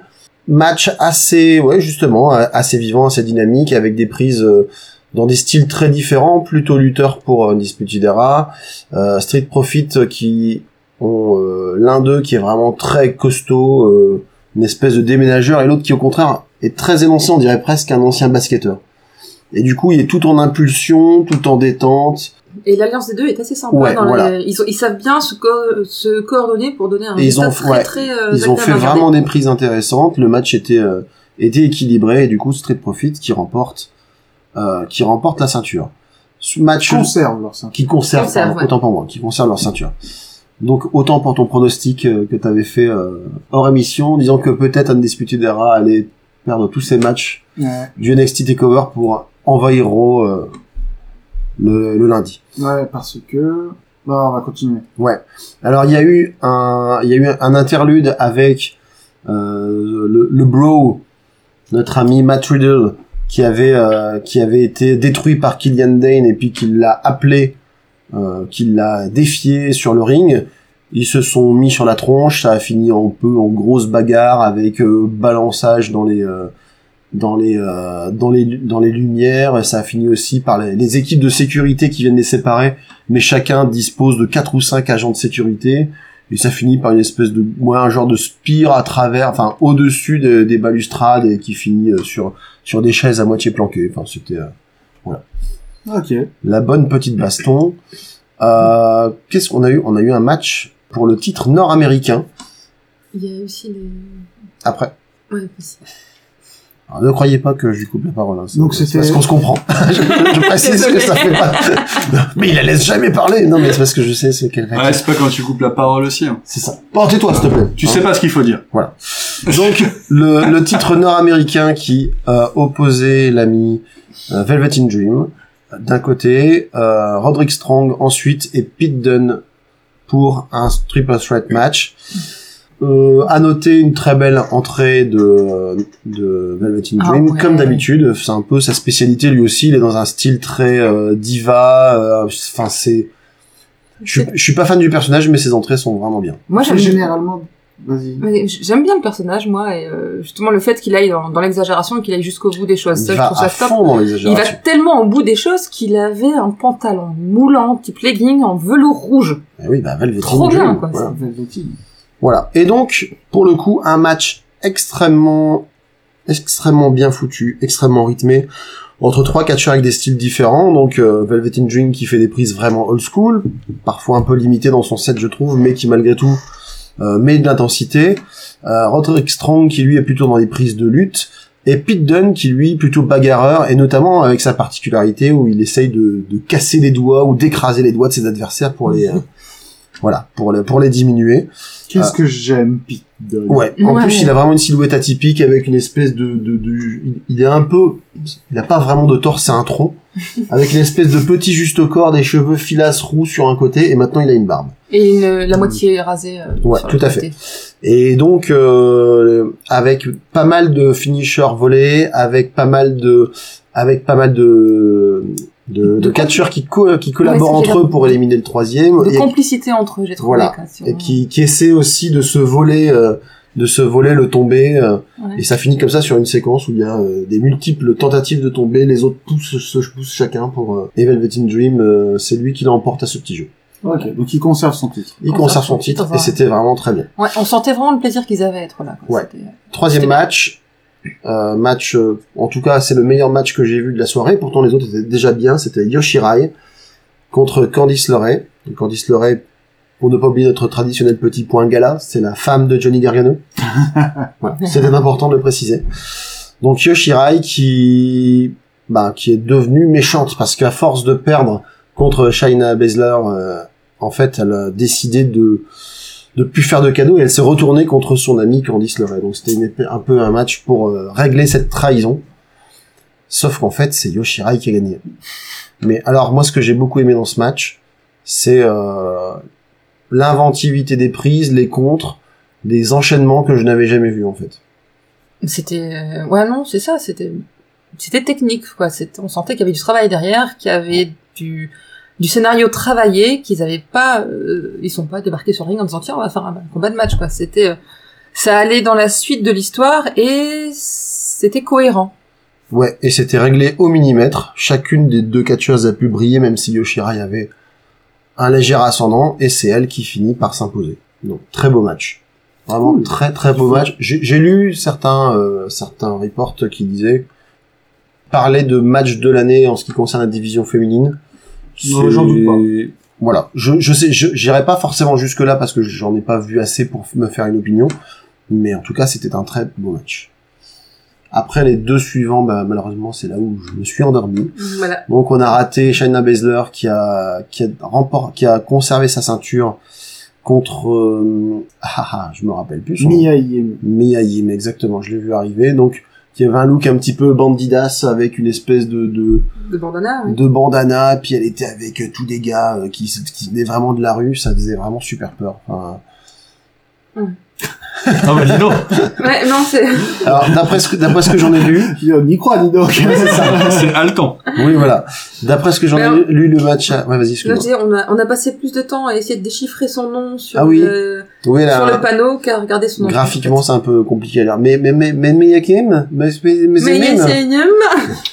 Speaker 6: Match assez, ouais, justement, euh, assez vivant, assez dynamique, avec des prises euh, dans des styles très différents, plutôt lutteur pour euh, Undisputed Era, euh, Street Profit euh, qui ont euh, l'un d'eux qui est vraiment très costaud, euh, une espèce de déménageur, et l'autre qui au contraire est très énoncé, on dirait presque un ancien basketteur. Et du coup, il est tout en impulsion, tout en détente,
Speaker 4: Et l'alliance des deux est assez sympa.
Speaker 6: Ouais,
Speaker 4: dans la-
Speaker 6: voilà.
Speaker 4: ils, sont- ils savent bien se, co- se coordonner pour donner un
Speaker 6: Et ils
Speaker 4: résultat
Speaker 6: ont-
Speaker 4: très,
Speaker 6: ouais.
Speaker 4: très, euh,
Speaker 6: Ils ont
Speaker 4: agréable
Speaker 6: fait
Speaker 4: à regarder.
Speaker 6: vraiment des prises intéressantes. Le match était euh, était équilibré et du coup Street Profit qui remporte euh, qui remporte la ceinture. Ce match
Speaker 3: Conserve leur ceinture.
Speaker 6: qui conserve,
Speaker 4: Conserve,
Speaker 6: pardon,
Speaker 4: ouais.
Speaker 6: autant pour moi, qui conserve leur ceinture. Donc autant pour ton pronostic euh, que t'avais fait euh, hors émission, en disant que peut-être Undisputed Era allait perdre tous ses matchs
Speaker 3: Ouais,
Speaker 6: du NXT Takeover pour envahir Raw euh, le, le lundi.
Speaker 3: ouais, parce que... Bon, on va continuer.
Speaker 6: Ouais. Alors il y a eu un, il y a eu un interlude avec euh, le, le bro, notre ami Matt Riddle, qui avait euh, qui avait été détruit par Killian Dane et puis qu'il l'a appelé, euh, qu'il l'a défié sur le ring. Ils se sont mis sur la tronche. Ça a fini un peu en grosse bagarre avec euh, balançage dans les euh, dans les euh, dans les dans les lumières. Ça a fini aussi par les- les équipes de sécurité qui viennent les séparer mais chacun dispose de quatre ou cinq agents de sécurité et ça finit par une espèce de ouais, un genre de spire à travers enfin au-dessus de- des balustrades et qui finit euh, sur sur des chaises à moitié planquées enfin c'était euh,
Speaker 3: Ok.
Speaker 6: la bonne petite baston euh, qu'est-ce qu'on a eu on a eu un match pour le titre nord-américain
Speaker 4: Il y a aussi les...
Speaker 6: après
Speaker 4: Ouais, aussi.
Speaker 6: Alors, ne croyez pas que je lui coupe la parole. hein. C'est-
Speaker 3: Donc,
Speaker 6: c'est
Speaker 3: c'était-
Speaker 6: parce qu'on se comprend. je, je précise que
Speaker 4: Désolée.
Speaker 6: ça fait pas. Mais il la laisse jamais parler. Non, mais c'est parce que je sais c'est quel.
Speaker 5: Ouais, c'est pas quand tu coupes la parole aussi. hein.
Speaker 6: C'est ça. Portez-toi, s'il te plaît.
Speaker 5: Tu
Speaker 6: Hein.
Speaker 5: sais pas ce qu'il faut dire.
Speaker 6: Voilà.
Speaker 5: Donc,
Speaker 6: le, le titre nord-américain qui euh, opposait l'ami euh, Velvet in Dream d'un côté, euh, Roderick Strong ensuite et Pete Dunne pour un triple threat match. Euh, à noter une très belle entrée de, de Velvet in
Speaker 2: Ah
Speaker 6: Dream,
Speaker 2: ouais.
Speaker 6: comme d'habitude, c'est un peu sa spécialité lui aussi, il est dans un style très euh, diva, euh, enfin c'est... Je suis- je suis pas fan du personnage, mais ses entrées sont vraiment bien.
Speaker 2: Moi, j'aime
Speaker 3: Généralement... Vas-y.
Speaker 2: Mais J'aime bien le personnage, moi, et euh, justement le fait qu'il aille dans, dans l'exagération et qu'il aille jusqu'au bout des choses. Ça,
Speaker 6: Il
Speaker 2: je
Speaker 6: va
Speaker 2: trouve
Speaker 6: à
Speaker 2: ça top.
Speaker 6: fond dans
Speaker 2: Il va
Speaker 6: l'exagération.
Speaker 2: tellement au bout des choses qu'il avait un pantalon moulant, type legging en velours rouge.
Speaker 6: Eh oui, bah Velvet
Speaker 2: Trop
Speaker 6: in Dream,
Speaker 2: bien, quoi,
Speaker 6: Voilà.
Speaker 3: Velveteen.
Speaker 6: Voilà. Et donc, pour le coup, un match extrêmement, extrêmement bien foutu, extrêmement rythmé, entre trois catcheurs avec des styles différents. Donc, euh, Velvet in Dream qui fait des prises vraiment old school, parfois un peu limitées dans son set, je trouve, mais qui malgré tout euh, met de l'intensité. Euh, Roderick Strong qui lui est plutôt dans des prises de lutte. Et Pete Dunne qui lui est plutôt bagarreur et notamment avec sa particularité où il essaye de, de casser les doigts ou d'écraser les doigts de ses adversaires pour les euh, voilà pour les pour les diminuer. Ah.
Speaker 3: Qu'est-ce que j'aime, Pete Dunne.
Speaker 6: Ouais. En
Speaker 2: Ouais.
Speaker 6: plus, il a vraiment une silhouette atypique avec une espèce de, de, de- il est un peu, il a pas vraiment de torse, c'est un tronc, avec une espèce de petit juste corps, des cheveux filasses roux sur un côté, et maintenant il a une barbe.
Speaker 2: Et une- la moitié rasée. euh,
Speaker 6: Hmm. Ouais,
Speaker 2: sur
Speaker 6: tout
Speaker 2: le
Speaker 6: à
Speaker 2: côté.
Speaker 6: Et donc, euh, avec pas mal de finishers volés, avec pas mal de, avec pas mal de, de, de catcheurs qui, co- qui collaborent
Speaker 2: Ouais, c'est
Speaker 6: entre eux
Speaker 2: génial.
Speaker 6: pour éliminer le troisième.
Speaker 2: De
Speaker 6: Et-
Speaker 2: complicité entre eux, j'ai trouvé.
Speaker 6: Voilà.
Speaker 2: quoi, si
Speaker 6: et
Speaker 2: on-
Speaker 6: qui, qui essaie aussi de se voler, euh, de se voler le tomber. euh,
Speaker 2: Ouais.
Speaker 6: Et ça finit comme ça sur une séquence où il y a euh, des multiples tentatives de tomber, les autres poussent, se poussent chacun pour euh, et Velvet in Dream. euh, c'est lui qui l'emporte à ce petit jeu.
Speaker 3: Ok, donc il conserve son titre.
Speaker 6: Il
Speaker 2: Conserve
Speaker 6: conserve
Speaker 2: son
Speaker 6: son titre
Speaker 2: titre,
Speaker 6: et
Speaker 2: ouais.
Speaker 6: c'était vraiment très bien.
Speaker 2: Ouais, on sentait vraiment le plaisir qu'ils avaient à être là. quoi.
Speaker 6: Ouais.
Speaker 2: C'était- euh,
Speaker 6: Troisième
Speaker 2: C'était bien.
Speaker 6: match. euh, match, euh, en tout cas, c'est le meilleur match que j'ai vu de la soirée. Pourtant, les autres étaient déjà bien. C'était Yoshirai contre Candice LeRae. Donc, Candice LeRae, pour ne pas oublier notre traditionnel petit point gala, c'est la femme de Johnny Gargano. Voilà, C'était important de le préciser. Donc Yoshirai qui, bah, qui est devenue méchante parce qu'à force de perdre contre Shaina Baszler, euh, en fait, elle a décidé de de plus faire de cadeaux et elle s'est retournée contre son amie Candice LeRae. Donc c'était une ép- un peu un match pour euh, régler cette trahison. Sauf qu'en fait, c'est Yoshirai qui a gagné. Mais alors moi, ce que j'ai beaucoup aimé dans ce match, c'est euh, l'inventivité des prises, les contres, des enchaînements que je n'avais jamais vus en fait.
Speaker 2: C'était, euh, ouais, non, c'est ça, c'était, c'était technique, quoi. C'était, on sentait qu'il y avait du travail derrière, qu'il y avait du, du scénario travaillé, qu'ils avaient pas, euh, ils sont pas débarqués sur le ring en disant tiens, on va faire un combat de match, quoi. C'était, euh, ça allait dans la suite de l'histoire et c'était cohérent.
Speaker 6: Ouais, et c'était réglé au millimètre. Chacune des deux catcheuses a pu briller, même si Yoshirai avait un léger ascendant, et c'est elle qui finit par s'imposer. Donc, très beau match. Vraiment,
Speaker 3: Cool.
Speaker 6: très très beau match. J'ai j'ai lu certains, euh, certains reports qui disaient, parlaient de match de l'année en ce qui concerne la division féminine.
Speaker 3: Non, j'en doute pas.
Speaker 6: Voilà, je, je sais, je- j'irai pas forcément jusque là parce que j'en ai pas vu assez pour me faire une opinion, mais en tout cas c'était un très beau match. Après les deux suivants, bah, malheureusement c'est là où je me suis endormi.
Speaker 4: Voilà.
Speaker 6: Donc on a raté Shayna Baszler qui a qui a remport- qui a conservé sa ceinture contre euh, ah, ah, je me rappelle plus son nom.
Speaker 3: Mia Yim.
Speaker 6: Mia Yim, exactement, je l'ai vu arriver donc qui avait un look un petit peu bandidas avec une espèce de, de
Speaker 4: De bandana. ouais.
Speaker 6: de bandana, puis elle était avec euh, tous des gars euh, qui, s- qui venaient vraiment de la rue, ça faisait vraiment super peur. Enfin,
Speaker 5: Ah bah dis donc
Speaker 4: Ouais, non, c'est.
Speaker 6: Alors d'après ce que d'après ce que j'en ai lu,
Speaker 3: On y croit, dis donc.
Speaker 5: C'est haletant.
Speaker 6: oui voilà, d'après ce que j'en ai
Speaker 4: Alors-
Speaker 6: lu, le match, a- ouais vas-y
Speaker 4: Non, je
Speaker 6: excuse-moi.
Speaker 4: disais, on a, on a passé plus de temps à essayer de déchiffrer son nom sur,
Speaker 6: Ah oui.
Speaker 4: le,
Speaker 6: Oui
Speaker 4: sur
Speaker 6: là,
Speaker 4: le panneau qu'à regarder son nom.
Speaker 6: graphiquement c'est un peu compliqué à lire, mais mais mais mais mais Yakim, mais mais
Speaker 4: Mais
Speaker 6: mais
Speaker 4: il y a
Speaker 6: Yakim
Speaker 4: Selenium.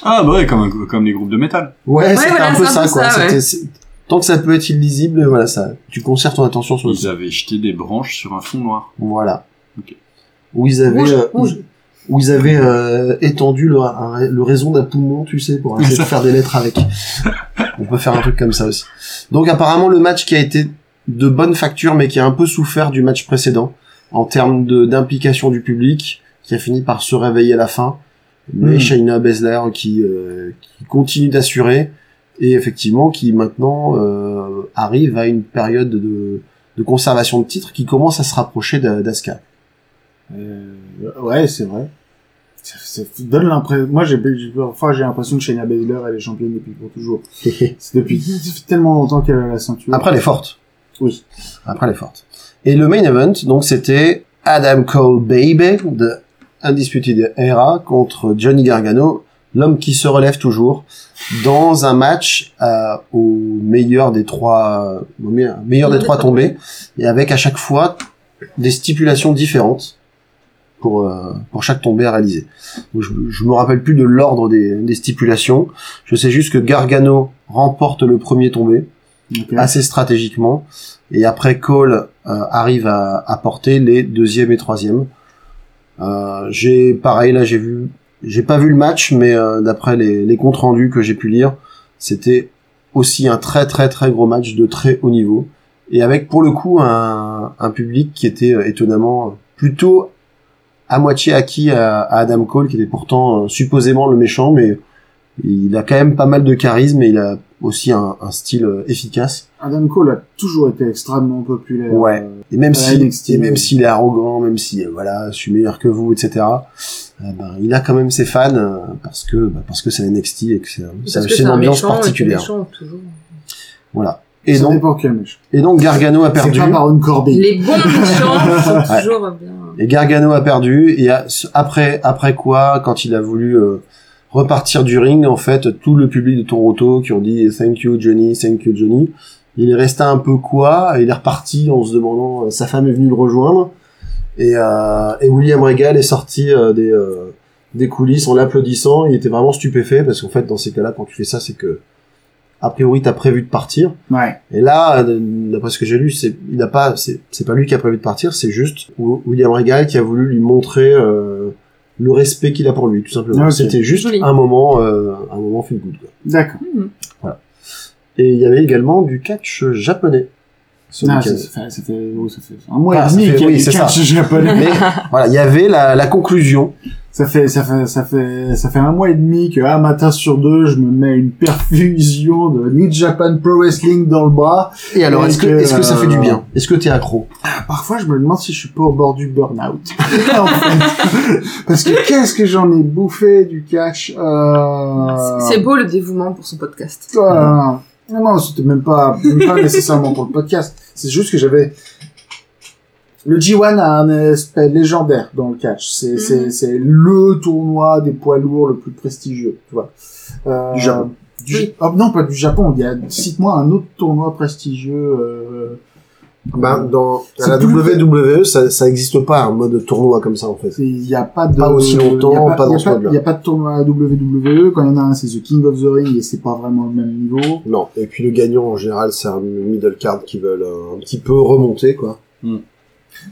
Speaker 5: Ah bah ouais, comme, un- comme les groupes de métal.
Speaker 6: ouais,
Speaker 4: Ouais,
Speaker 6: c'était
Speaker 4: voilà,
Speaker 6: un peu
Speaker 4: c'est
Speaker 6: ça quoi.
Speaker 4: ouais.
Speaker 6: C'était- c'est- Tant que ça peut être illisible, voilà ça, tu conserves ton attention sur le
Speaker 5: Ils avaient jeté des branches sur un fond noir.
Speaker 6: Voilà.
Speaker 5: Ok.
Speaker 6: Où ils avaient,
Speaker 2: Rouge,
Speaker 6: euh,
Speaker 2: rouge.
Speaker 6: Où ils avaient euh, étendu le, un- le raison d'un poumon, tu sais, pour essayer de faire des lettres avec. On peut faire un truc comme ça aussi. Donc apparemment le match qui a été de bonne facture, mais qui a un peu souffert du match précédent en termes de- d'implication du public, qui a fini par se réveiller à la fin. Mais
Speaker 3: Mm.
Speaker 6: Shayna Baszler qui, euh, qui continue d'assurer et effectivement qui maintenant euh, arrive à une période de, de conservation de titre qui commence à se rapprocher d'A- d'Asuka.
Speaker 3: Euh, ouais, c'est vrai. Ça, ça donne l'impression. Moi, j'ai, j'ai- enfin, j'ai l'impression que Shayna Baszler, elle est championne depuis pour toujours. C'est depuis ça fait tellement longtemps qu'elle a la ceinture.
Speaker 6: Après elle est forte.
Speaker 3: oui.
Speaker 6: Après, elle est forte. Et le main event, donc, c'était Adam Cole Baby de Undisputed Era contre Johnny Gargano, l'homme qui se relève toujours, dans un match euh, au meilleur des trois, au me- meilleur des trois tombés, et avec à chaque fois des stipulations différentes pour euh, pour chaque tombée à réaliser. Donc, je, je me rappelle plus de l'ordre des, des stipulations. Je sais juste que Gargano remporte le premier tombé
Speaker 3: Ok.
Speaker 6: assez stratégiquement. Et après, Cole euh, arrive à, à porter les deuxième et troisième. Euh, j'ai pareil, là j'ai vu, j'ai pas vu le match, mais euh, d'après les, les comptes rendus que j'ai pu lire, c'était aussi un très très très gros match de très haut niveau. Et avec pour le coup un, un public qui était euh, étonnamment plutôt à moitié acquis à, à Adam Cole, qui était pourtant euh, supposément le méchant, mais il a quand même pas mal de charisme et il a aussi un, un style euh, efficace.
Speaker 3: Adam Cole a toujours été extrêmement populaire.
Speaker 6: Ouais.
Speaker 3: Euh,
Speaker 6: Et même
Speaker 3: Ouais,
Speaker 6: si,
Speaker 3: NXT,
Speaker 6: et même
Speaker 3: ouais.
Speaker 6: s'il est arrogant, même si euh, voilà, je suis meilleur que vous, etc. euh, ben, il a quand même ses fans euh, parce que bah, parce que c'est NXT et que c'est c'est-
Speaker 4: Parce que
Speaker 6: c'est une
Speaker 4: un
Speaker 6: ambiance
Speaker 4: méchant, et que
Speaker 6: particulière.
Speaker 4: les méchants ont toujours-
Speaker 6: Voilà. Et
Speaker 3: ça
Speaker 6: donc
Speaker 3: dépend quel match.
Speaker 6: et donc Gargano a
Speaker 3: C'est
Speaker 6: perdu.
Speaker 3: pas par une corbeille.
Speaker 4: Les bons méchants sont toujours bien.
Speaker 6: Et Gargano a perdu. Et a- après après quoi, quand il a voulu euh, repartir du ring, en fait, tout le public de Toronto qui ont dit Thank you Johnny, Thank you Johnny. Il est resté un peu quoi et Il est reparti en se demandant. euh, sa femme est venue le rejoindre et, euh, et William Regal est sorti euh, des euh, des coulisses en l'applaudissant. Il était vraiment stupéfait parce qu'en fait, dans ces cas-là, quand tu fais ça, c'est que a priori t'as prévu de partir.
Speaker 3: Ouais.
Speaker 6: Et là, euh, d'après ce que j'ai lu, c'est il a pas c'est c'est pas lui qui a prévu de partir, c'est juste Wi- William Regal qui a voulu lui montrer euh, le respect qu'il a pour lui, tout simplement.
Speaker 3: Ah, ok.
Speaker 6: C'était juste
Speaker 4: Joli.
Speaker 6: un moment euh, un moment feel good. quoi.
Speaker 3: D'accord.
Speaker 2: Hmm.
Speaker 6: Et il y avait également du catch japonais. ce
Speaker 3: Ah,
Speaker 6: week-end.
Speaker 3: ça, ça fait, ça fait- oh, ça fait un mois
Speaker 6: Ah,
Speaker 3: et
Speaker 6: ça
Speaker 3: demi
Speaker 6: fait-
Speaker 3: qu'il y a
Speaker 6: oui,
Speaker 3: du
Speaker 6: c'est ça.
Speaker 3: catch japonais.
Speaker 6: Mais voilà, il y avait la, la conclusion.
Speaker 3: Ça fait, ça fait, ça fait, ça fait un mois et demi que un matin sur deux, je me mets une perfusion de New Japan Pro Wrestling dans le bras.
Speaker 6: Et alors,
Speaker 3: Et
Speaker 6: est-ce que,
Speaker 3: que,
Speaker 6: est-ce que ça fait du
Speaker 3: euh,
Speaker 6: bien Est-ce que t'es accro
Speaker 3: Parfois, je me demande si je suis pas au bord du burn-out. En fait. Parce que qu'est-ce que j'en ai bouffé du cash. Euh...
Speaker 4: C'est beau le dévouement pour son podcast.
Speaker 3: euh, Non, non, c'était même pas, même pas nécessairement pour le podcast. C'est juste que j'avais Le G1 a un aspect légendaire dans le catch. C'est c'est- c'est le tournoi des poids lourds le plus prestigieux, tu vois. Euh,
Speaker 6: Du Japon.
Speaker 3: du- oh, non, pas du Japon. Il y a, cite-moi un autre tournoi prestigieux. Euh,
Speaker 6: Ben, dans, à
Speaker 3: C'est E.
Speaker 6: la
Speaker 3: plus-
Speaker 6: WWE, ça, ça existe pas, un mode tournoi comme ça, en fait.
Speaker 3: c'est- il n'y a pas de.
Speaker 6: Pas aussi longtemps,
Speaker 3: il y a
Speaker 6: pas
Speaker 3: il y
Speaker 6: dans
Speaker 3: a
Speaker 6: ce mode-là.
Speaker 3: Il n'y a pas de tournoi à WWE. Quand il y en a un, c'est The King of the Ring et c'est pas vraiment le même niveau.
Speaker 6: Non. Et puis le gagnant, en général, c'est un middle card qui veulent euh, un petit peu remonter, quoi.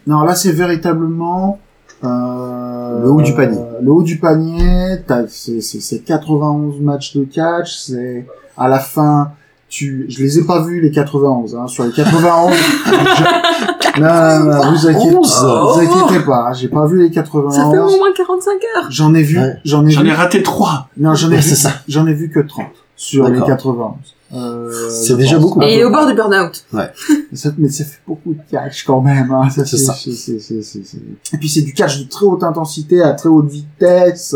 Speaker 3: Non, là, c'est véritablement... euh,
Speaker 6: Le haut du panier.
Speaker 3: euh, Le haut du panier, t'as- c'est c'est- c'est 91 matchs de catch, c'est à la fin... Tu, je les ai pas vus les 91 hein. sur les 91. je- Non, non, non, vous inquiétez,
Speaker 6: Oh.
Speaker 3: vous inquiétez pas, hein, j'ai pas vu les
Speaker 4: Ça fait au
Speaker 3: 91.
Speaker 4: moins 45 heures.
Speaker 3: J'en ai vu,
Speaker 6: Ouais.
Speaker 3: j'en ai
Speaker 5: J'en ai
Speaker 3: vu,
Speaker 5: raté trois.
Speaker 3: non, j'en ai
Speaker 6: Ouais,
Speaker 3: vu,
Speaker 6: c'est ça.
Speaker 3: j'en ai vu que 30 sur les
Speaker 6: D'accord.
Speaker 3: 91. Euh,
Speaker 6: C'est
Speaker 3: je
Speaker 6: déjà
Speaker 2: Ah
Speaker 6: beaucoup.
Speaker 3: à
Speaker 4: Et il est
Speaker 3: peu
Speaker 4: au
Speaker 3: près.
Speaker 4: bord du burn-out.
Speaker 3: Ça- mais ça fait beaucoup de catch quand même. Hein. Ça,
Speaker 6: C'est
Speaker 3: c'est-
Speaker 6: ça.
Speaker 3: c'est- c'est- c'est- c'est- c'est- Et puis c'est du catch de très haute intensité à très haute vitesse.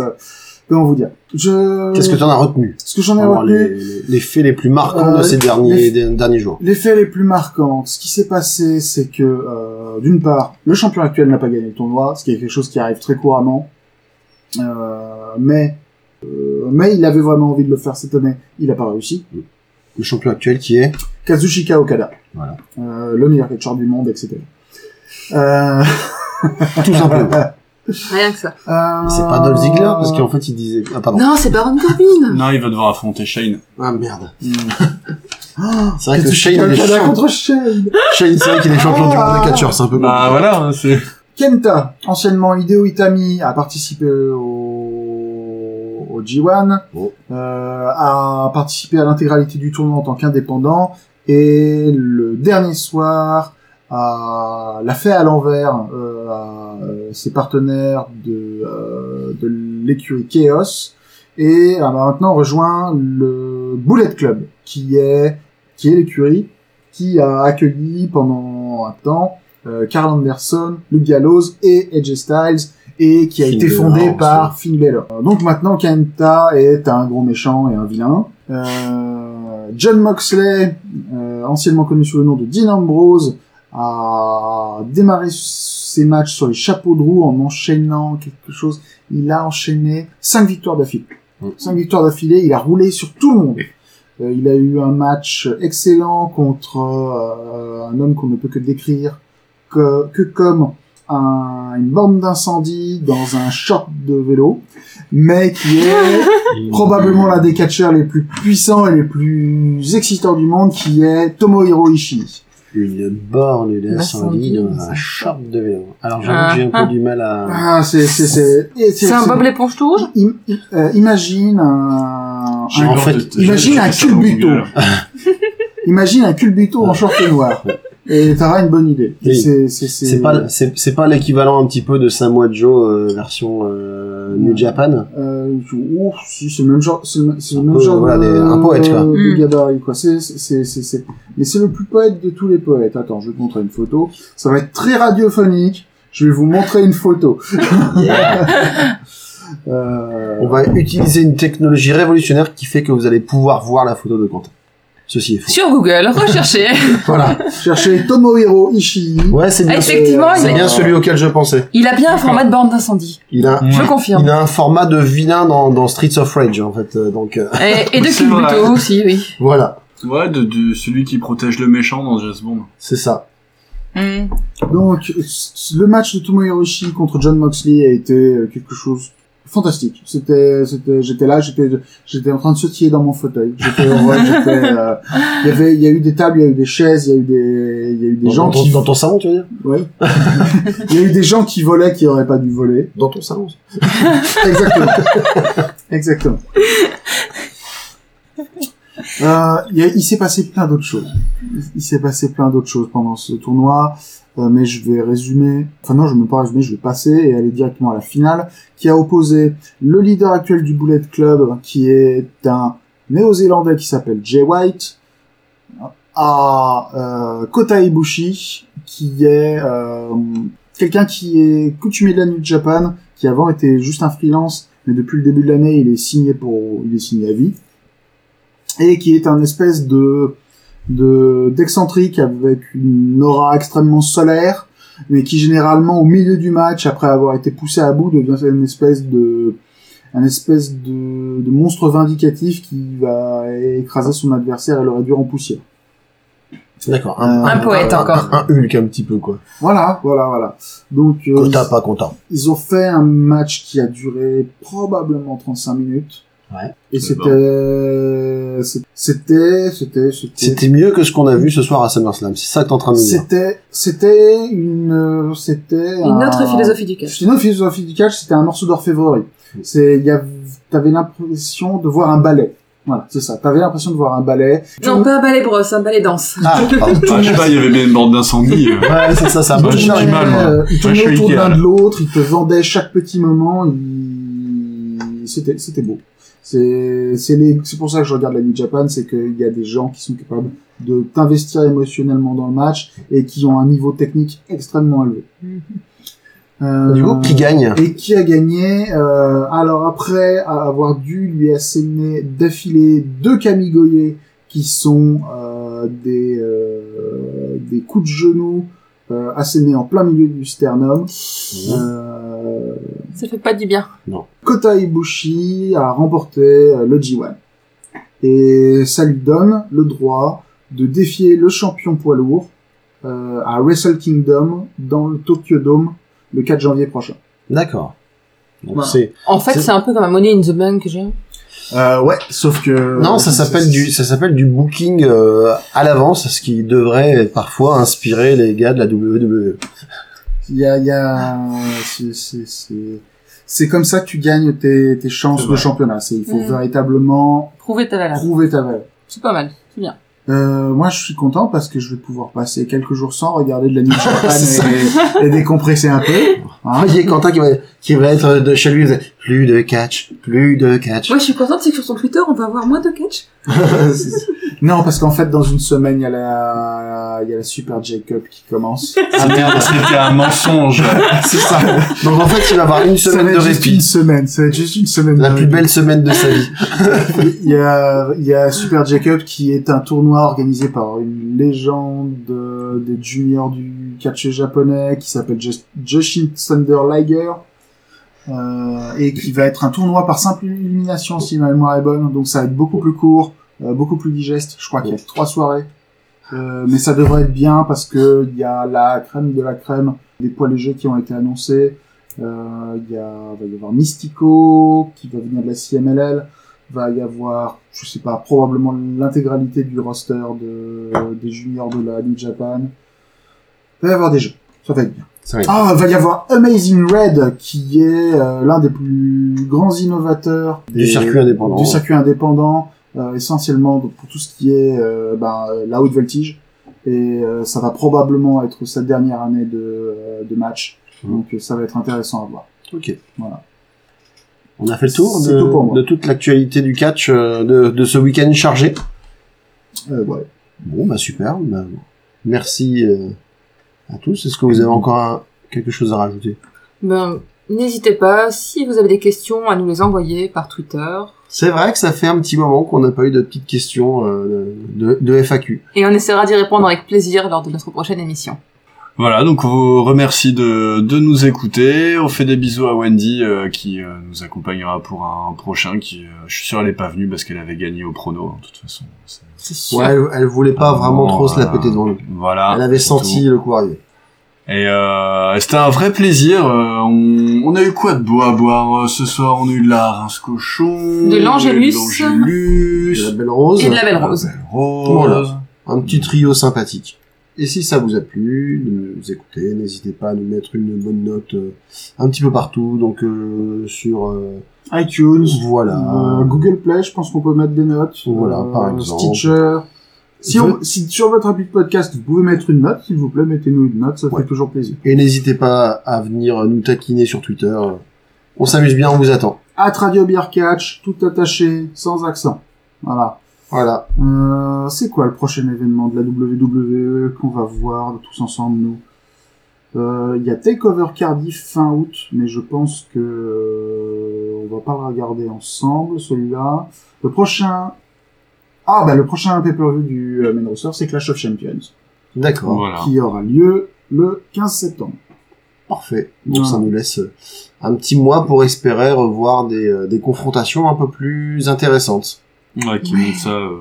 Speaker 3: Comment vous dire Je.
Speaker 6: Qu'est-ce que t'en as retenu?
Speaker 3: Ce que j'en ai
Speaker 6: Vraiment,
Speaker 3: retenu.
Speaker 6: les, les- les faits les plus marquants
Speaker 3: Euh,
Speaker 6: de ces
Speaker 3: les-
Speaker 6: derniers, des- derniers jours.
Speaker 3: Les faits les plus marquants, ce qui s'est passé, c'est que, euh, d'une part, le champion actuel n'a pas gagné le tournoi, ce qui est quelque chose qui arrive très couramment. Euh, mais, euh, mais il avait vraiment envie de le faire cette année, il n'a pas réussi.
Speaker 6: Le champion actuel qui est
Speaker 3: Kazuchika Okada.
Speaker 6: Voilà.
Speaker 3: Euh, le meilleur catcheur du monde, etc. Euh,
Speaker 6: tout simplement.
Speaker 4: Rien que ça.
Speaker 2: Ah
Speaker 3: euh,
Speaker 6: C'est pas Dolph Ziggler parce qu'en fait il disait ah pardon
Speaker 4: Non, c'est Baron Corbin.
Speaker 5: Non, il va devoir affronter Shane.
Speaker 6: ah merde
Speaker 3: Hmm.
Speaker 6: c'est vrai que
Speaker 3: Kazuchika
Speaker 6: Shane il est
Speaker 3: Okada
Speaker 6: champ-
Speaker 3: contre Shane.
Speaker 6: Shane c'est vrai qu'il est champion du monde des catcheurs c'est un peu
Speaker 5: Bah
Speaker 6: compliqué.
Speaker 5: voilà, hein, c'est.
Speaker 3: Kenta, anciennement Hideo Itami, a participé au, au G1,
Speaker 6: Oh.
Speaker 3: euh, a participé à l'intégralité du tournoi en tant qu'indépendant, et le dernier soir, a- l'a fait à l'envers euh, à euh, ses partenaires de, euh, de l'écurie Chaos, et a maintenant rejoint le Bullet Club, qui est, qui est l'écurie qui a accueilli pendant un temps euh, Carl Anderson, Luke Gallows et Edge Styles et qui a
Speaker 6: Finn
Speaker 3: été
Speaker 6: Balor
Speaker 3: fondé
Speaker 6: aussi.
Speaker 3: par Finn Balor. Euh, Donc maintenant Kenta est un gros méchant et un vilain. Euh, John Moxley, euh, anciennement connu sous le nom de Dean Ambrose, a démarré ses matchs sur les chapeaux de roue en enchaînant quelque chose. Il a enchaîné cinq victoires d'affilée.
Speaker 6: Mm.
Speaker 3: Cinq victoires d'affilée, il a roulé sur tout le monde. Euh, il a eu un match excellent contre euh, un homme qu'on ne peut que décrire que, que comme un- une borne d'incendie dans un short de vélo, mais qui est probablement l'un des catcheurs les plus puissants et les plus excitants du monde, qui est Tomohiro Ishii.
Speaker 6: une borne et des
Speaker 2: Bah,
Speaker 6: incendies
Speaker 2: sans
Speaker 6: dans
Speaker 2: doute,
Speaker 6: un
Speaker 2: ça.
Speaker 6: shop de vélo alors j'avoue que j'ai un
Speaker 2: Ah,
Speaker 6: peu du mal à
Speaker 3: Ah, c'est c'est c'est et
Speaker 2: C'est un Bob l'éponge tout rouge
Speaker 3: im- im- euh, imagine un,
Speaker 5: J'ai
Speaker 3: un-
Speaker 6: En fait,
Speaker 5: de-
Speaker 3: imagine
Speaker 5: j'ai-
Speaker 3: un
Speaker 5: j'ai- j'ai- j'ai-
Speaker 3: culbuto. imagine un culbuto en short noir et t'auras une bonne idée.
Speaker 6: Oui.
Speaker 3: C'est c'est c'est
Speaker 6: c'est pas c'est c'est pas l'équivalent un petit peu de Samoa Joe euh, version euh, New
Speaker 3: Ouais.
Speaker 6: Japan
Speaker 3: euh, ouf, si, c'est le même genre, c'est le c'est le
Speaker 6: Un
Speaker 3: même
Speaker 6: peu,
Speaker 3: genre
Speaker 6: voilà,
Speaker 3: de,
Speaker 6: des- un poète, quoi.
Speaker 3: de
Speaker 4: Mm.
Speaker 3: gabarit, quoi. C'est, c'est, c'est, c'est- c'est- mais c'est le plus poète de tous les poètes. Attends, je vais te montrer une photo. Ça va être très radiophonique. Je vais vous montrer une photo. Euh,
Speaker 6: on va utiliser une technologie révolutionnaire qui fait que vous allez pouvoir voir la photo de Quentin ceci est faux
Speaker 2: Sur Google, recherchez.
Speaker 6: voilà
Speaker 3: chercher Tomohiro Ishii.
Speaker 6: ouais c'est bien
Speaker 2: Ah, Effectivement,
Speaker 6: c'est
Speaker 2: il,
Speaker 6: bien celui auquel je pensais
Speaker 2: il a bien un format de borne d'incendie.
Speaker 6: il a
Speaker 2: Je
Speaker 5: Ouais.
Speaker 2: confirme.
Speaker 6: Il a un format de vilain dans, dans Streets of Rage, en fait. euh, donc, euh,
Speaker 2: Et, et de
Speaker 5: C'est
Speaker 2: Kid
Speaker 5: vrai.
Speaker 2: Buto aussi, oui.
Speaker 6: voilà.
Speaker 5: Ouais, de, de celui qui protège le méchant dans James Bond.
Speaker 6: C'est ça.
Speaker 4: Hmm.
Speaker 2: Mm.
Speaker 3: Donc, s- le match de Tomohiro Ishii contre John Moxley a été euh, quelque chose de fantastique. C'était, c'était, j'étais là, j'étais, j'étais en train de sautiller dans mon fauteuil. J'étais heureux, j'étais, euh, il y avait, il y a eu des tables, il y a eu des chaises, il y a eu des, il y a eu des
Speaker 6: Dans,
Speaker 3: gens
Speaker 6: dans ton-
Speaker 3: qui,
Speaker 6: dans ton salon, tu veux dire
Speaker 3: ouais. il y a eu des gens qui volaient qui auraient pas dû voler.
Speaker 6: Dans ton salon.
Speaker 3: Exactement. Exactement. Euh, il y a- il s'est passé plein d'autres choses. Il s'est passé plein d'autres choses pendant ce tournoi, euh, mais je vais résumer. Enfin non, je ne vais pas résumer, je vais passer et aller directement à la finale, qui a opposé le leader actuel du Bullet Club, qui est un néo-zélandais qui s'appelle Jay White, à euh, Kota Ibushi, qui est euh, quelqu'un qui est coutumier de la New Japan, qui avant était juste un freelance, mais depuis le début de l'année, il est signé pour, il est signé à vie, et qui est un espèce de de d'excentrique avec une aura extrêmement solaire, mais qui généralement au milieu du match, après avoir été poussé à bout, devient une espèce de un espèce de, de monstre vindicatif qui va écraser son adversaire et le réduire en poussière.
Speaker 6: D'accord.
Speaker 2: Un poète,
Speaker 6: un-
Speaker 2: encore.
Speaker 6: Un, un Hulk un petit peu quoi.
Speaker 3: Voilà, voilà, voilà. Donc euh,
Speaker 6: Content, pas content.
Speaker 3: ils ont fait un match qui a duré probablement 35 minutes.
Speaker 6: Ouais.
Speaker 3: Et
Speaker 5: C'est
Speaker 3: c'était, c'était, c'était, c'était,
Speaker 6: C'était mieux que ce qu'on a vu ce soir à SummerSlam. C'est ça que t'es en train de me dire.
Speaker 3: c'était, c'était une, euh, c'était
Speaker 2: Une autre
Speaker 3: un-
Speaker 2: philosophie du cash.
Speaker 3: C'était une autre philosophie du catch. C'était un morceau d'orfèvrerie. C'est, il y a, t'avais l'impression de voir un ballet. Voilà, c'est ça. T'avais l'impression de voir un ballet.
Speaker 2: Non, pas un ballet brosse, un ballet danse.
Speaker 6: Ah, pardon.
Speaker 5: Ah, je sais pas, il y avait bien une bande d'incendie. euh.
Speaker 6: ouais, c'est ça, c'est un
Speaker 5: Moi,
Speaker 6: peu
Speaker 5: j'ai
Speaker 6: bizarre.
Speaker 5: du mal, moi.
Speaker 3: Euh, Ils
Speaker 5: Moi,
Speaker 3: tournaient
Speaker 5: je suis
Speaker 3: autour de
Speaker 5: Ikea,
Speaker 3: l'un
Speaker 5: là.
Speaker 3: de l'autre, ils te vendaient chaque petit moment. ils- C'était, c'était beau. C'est, c'est les, c'est pour ça que je regarde la New Japan, c'est qu'il y a des gens qui sont capables de t'investir émotionnellement dans le match et qui ont un niveau technique extrêmement élevé. Euh,
Speaker 6: Du coup, qui gagne
Speaker 3: et qui a gagné euh, Alors après avoir dû lui asséner d'affilée deux Kamigoye qui sont euh, des euh, des coups de genoux euh, assénés en plein milieu du sternum. Euh,
Speaker 2: Ça fait pas du bien.
Speaker 3: Kota Ibushi a remporté euh, le G1 et ça lui donne le droit de défier le champion poids lourd euh, à Wrestle Kingdom dans le Tokyo Dome le 4 janvier prochain.
Speaker 6: D'accord. Donc
Speaker 3: Voilà.
Speaker 6: c'est.
Speaker 2: En fait,
Speaker 6: C'est-
Speaker 2: c'est un peu comme un money in the bank que j'ai.
Speaker 3: Euh, ouais, sauf que euh,
Speaker 6: Non, ça s'appelle du ça s'appelle du booking euh, à l'avance, ce qui devrait parfois inspirer les gars de la E. WWE.
Speaker 3: Il y a, il y a, c'est- c'est- c'est, c'est comme ça que tu gagnes tes, tes chances de championnat. C'est, il faut
Speaker 2: Mm.
Speaker 3: véritablement
Speaker 2: Prouver ta
Speaker 4: Ah.
Speaker 2: valeur.
Speaker 3: prouver ta valeur.
Speaker 2: C'est pas mal. C'est bien.
Speaker 3: Euh, moi, je suis content parce que je vais pouvoir passer quelques jours sans regarder de la New
Speaker 6: C'est
Speaker 3: Japan et, et décompresser un peu.
Speaker 6: Ah,
Speaker 3: Hein.
Speaker 6: il y a Quentin qui va qui va être de chez lui. il faisait, Plus de catch, plus de catch.
Speaker 4: Moi, je suis contente, c'est que sur son Twitter, on va avoir moins de catch.
Speaker 3: non, parce qu'en fait, dans une semaine, il y a la, il y a la Super J-Cup qui commence.
Speaker 5: C'était c'était un mensonge.
Speaker 3: c'est ça.
Speaker 6: Ah, Donc en fait, il va avoir une
Speaker 3: Ça va
Speaker 6: semaine de
Speaker 3: être juste une
Speaker 6: répit.
Speaker 3: semaine. Ça va être juste une semaine.
Speaker 6: La
Speaker 3: de
Speaker 6: plus
Speaker 3: répit.
Speaker 6: belle semaine de sa vie.
Speaker 3: Il y a, il y a Super Jacob qui est un tournoi organisé par une légende euh, des juniors du catch japonais qui s'appelle Just- Jushin Thunder Liger euh, et qui va être un tournoi par simple élimination si ma mémoire est bonne. Donc ça va être beaucoup plus court, euh, beaucoup plus digeste. Je crois qu'il y a trois soirées. Euh, mais ça devrait être bien parce que il y a la crème de la crème des poids légers qui ont été annoncés. Euh, Il y a, va y avoir Mystico qui va venir de la CMLL va y avoir, je sais pas, probablement l'intégralité du roster de, des juniors de la New Japan. Il va y avoir des jeux. Ça va être bien.
Speaker 6: Ça va être-
Speaker 3: Ah, il va y avoir Amazing Red, qui est euh, l'un des plus grands innovateurs
Speaker 6: Du circuit indépendant.
Speaker 3: du circuit indépendant, euh, essentiellement donc, pour tout ce qui est euh, ben, euh, la haute voltige. Et euh, ça va probablement être sa dernière année de, euh, de match.
Speaker 6: Mhm.
Speaker 3: Donc euh, ça va être intéressant à voir.
Speaker 6: Ok.
Speaker 3: Voilà.
Speaker 6: On a fait le tour
Speaker 3: C'est
Speaker 6: de,
Speaker 3: tout pour moi.
Speaker 6: de toute l'actualité du catch euh, de, de ce week-end chargé.
Speaker 3: Euh, ouais.
Speaker 6: Bon, bah super. Bah, merci euh, à tous. Est-ce que vous avez encore un- quelque chose à rajouter
Speaker 2: Ben, n'hésitez pas, si vous avez des questions, à nous les envoyer par Twitter.
Speaker 6: C'est vrai que ça fait un petit moment qu'on n'a pas eu de petites questions euh, de, de FAQ.
Speaker 2: Et on essaiera d'y répondre avec plaisir lors de notre prochaine émission.
Speaker 5: Voilà, donc on vous remercie de, de nous écouter. On fait des bisous à Wendy euh, qui euh, nous accompagnera pour un prochain qui, euh, je suis sûr, elle n'est pas venue parce qu'elle avait gagné au prono, hein, de toute façon. C'est-
Speaker 2: C'est sûr.
Speaker 6: Ouais, elle, elle voulait pas vraiment trop se la péter devant nous.
Speaker 5: Voilà.
Speaker 6: Elle avait
Speaker 5: Ah, c'est
Speaker 6: senti
Speaker 5: tout.
Speaker 6: le coup arriver.
Speaker 5: Et euh, c'était un vrai plaisir. euh, on, on a eu quoi de beau à boire euh, ce soir On a eu de la rince cochon.
Speaker 2: De l'Angélus.
Speaker 5: on a eu de L'Angélus.
Speaker 6: De la belle rose.
Speaker 2: Et de la belle rose.
Speaker 5: La belle rose.
Speaker 6: Voilà. un petit trio sympathique. Et si ça vous a plu, de nous écouter, n'hésitez pas à nous mettre une bonne note euh, un petit peu partout, donc euh, sur euh,
Speaker 3: iTunes,
Speaker 6: voilà.
Speaker 3: Euh, Google Play, je pense qu'on peut mettre des notes. Euh,
Speaker 6: Voilà, par exemple.
Speaker 3: Stitcher. Si,
Speaker 6: Ve-
Speaker 3: on, si sur votre appli de podcast, vous pouvez mettre une note, s'il vous plaît, mettez-nous une note, ça
Speaker 6: Ouais.
Speaker 3: fait toujours plaisir.
Speaker 6: Et n'hésitez pas à venir nous taquiner sur Twitter. On s'amuse bien, on vous attend.
Speaker 3: At Radio Beer Catch, tout attaché, sans accent. Voilà.
Speaker 6: Voilà.
Speaker 3: Euh, c'est quoi le prochain événement de la WWE qu'on va voir tous ensemble, nous Euh, Il y a Takeover Cardiff fin août, mais je pense que euh, on va pas le regarder ensemble, celui-là. Le prochain... Ah bah le prochain pay-per-view du euh, main roster, c'est Clash of Champions.
Speaker 6: D'accord.
Speaker 5: Voilà.
Speaker 3: qui aura lieu le 15 septembre.
Speaker 6: Parfait. Donc
Speaker 3: Ouais.
Speaker 6: ça nous laisse euh, un petit mois pour espérer revoir des, euh, des confrontations un peu plus intéressantes.
Speaker 5: Ouais, qui monte ça euh,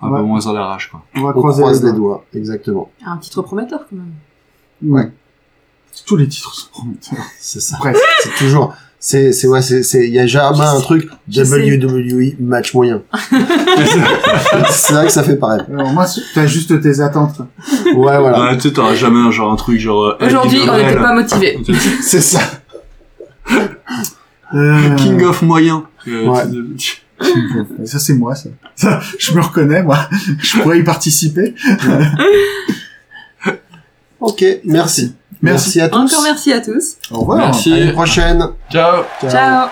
Speaker 5: un
Speaker 3: Ouais.
Speaker 5: peu moins à l'arrache, quoi.
Speaker 3: On va
Speaker 6: On
Speaker 3: croiser
Speaker 6: croise
Speaker 3: les
Speaker 6: les
Speaker 3: doigts.
Speaker 6: doigts, exactement.
Speaker 2: Un titre prometteur, quand même.
Speaker 3: Ouais. Tous les titres sont prometteurs.
Speaker 6: C'est ça.
Speaker 3: Bref.
Speaker 6: C'est toujours. C'est c'est ouais c'est c'est il y a jamais un truc
Speaker 2: Je sais.
Speaker 6: WWE match moyen. c'est vrai que ça fait pareil.
Speaker 3: Alors moi, c'est- Euh, t'as juste tes attentes. quoi.
Speaker 6: Ouais voilà.
Speaker 5: Ouais, tu sais, t'auras jamais un genre un truc genre. euh,
Speaker 4: Aujourd'hui,
Speaker 5: Eddie
Speaker 4: on n'était
Speaker 5: Noël.
Speaker 4: pas motivés.
Speaker 6: C'est ça.
Speaker 3: Euh,
Speaker 5: King of moyen. Euh,
Speaker 6: Ouais.
Speaker 5: tu-
Speaker 3: King of- Ça, c'est moi, ça. ça. Je me reconnais, moi. Je pourrais y participer.
Speaker 6: Ok, merci.
Speaker 3: Merci.
Speaker 6: à tous.
Speaker 4: Encore merci à tous.
Speaker 3: Au revoir.
Speaker 5: Merci.
Speaker 6: À une prochaine.
Speaker 5: Ciao.
Speaker 3: Ciao.
Speaker 4: Ciao.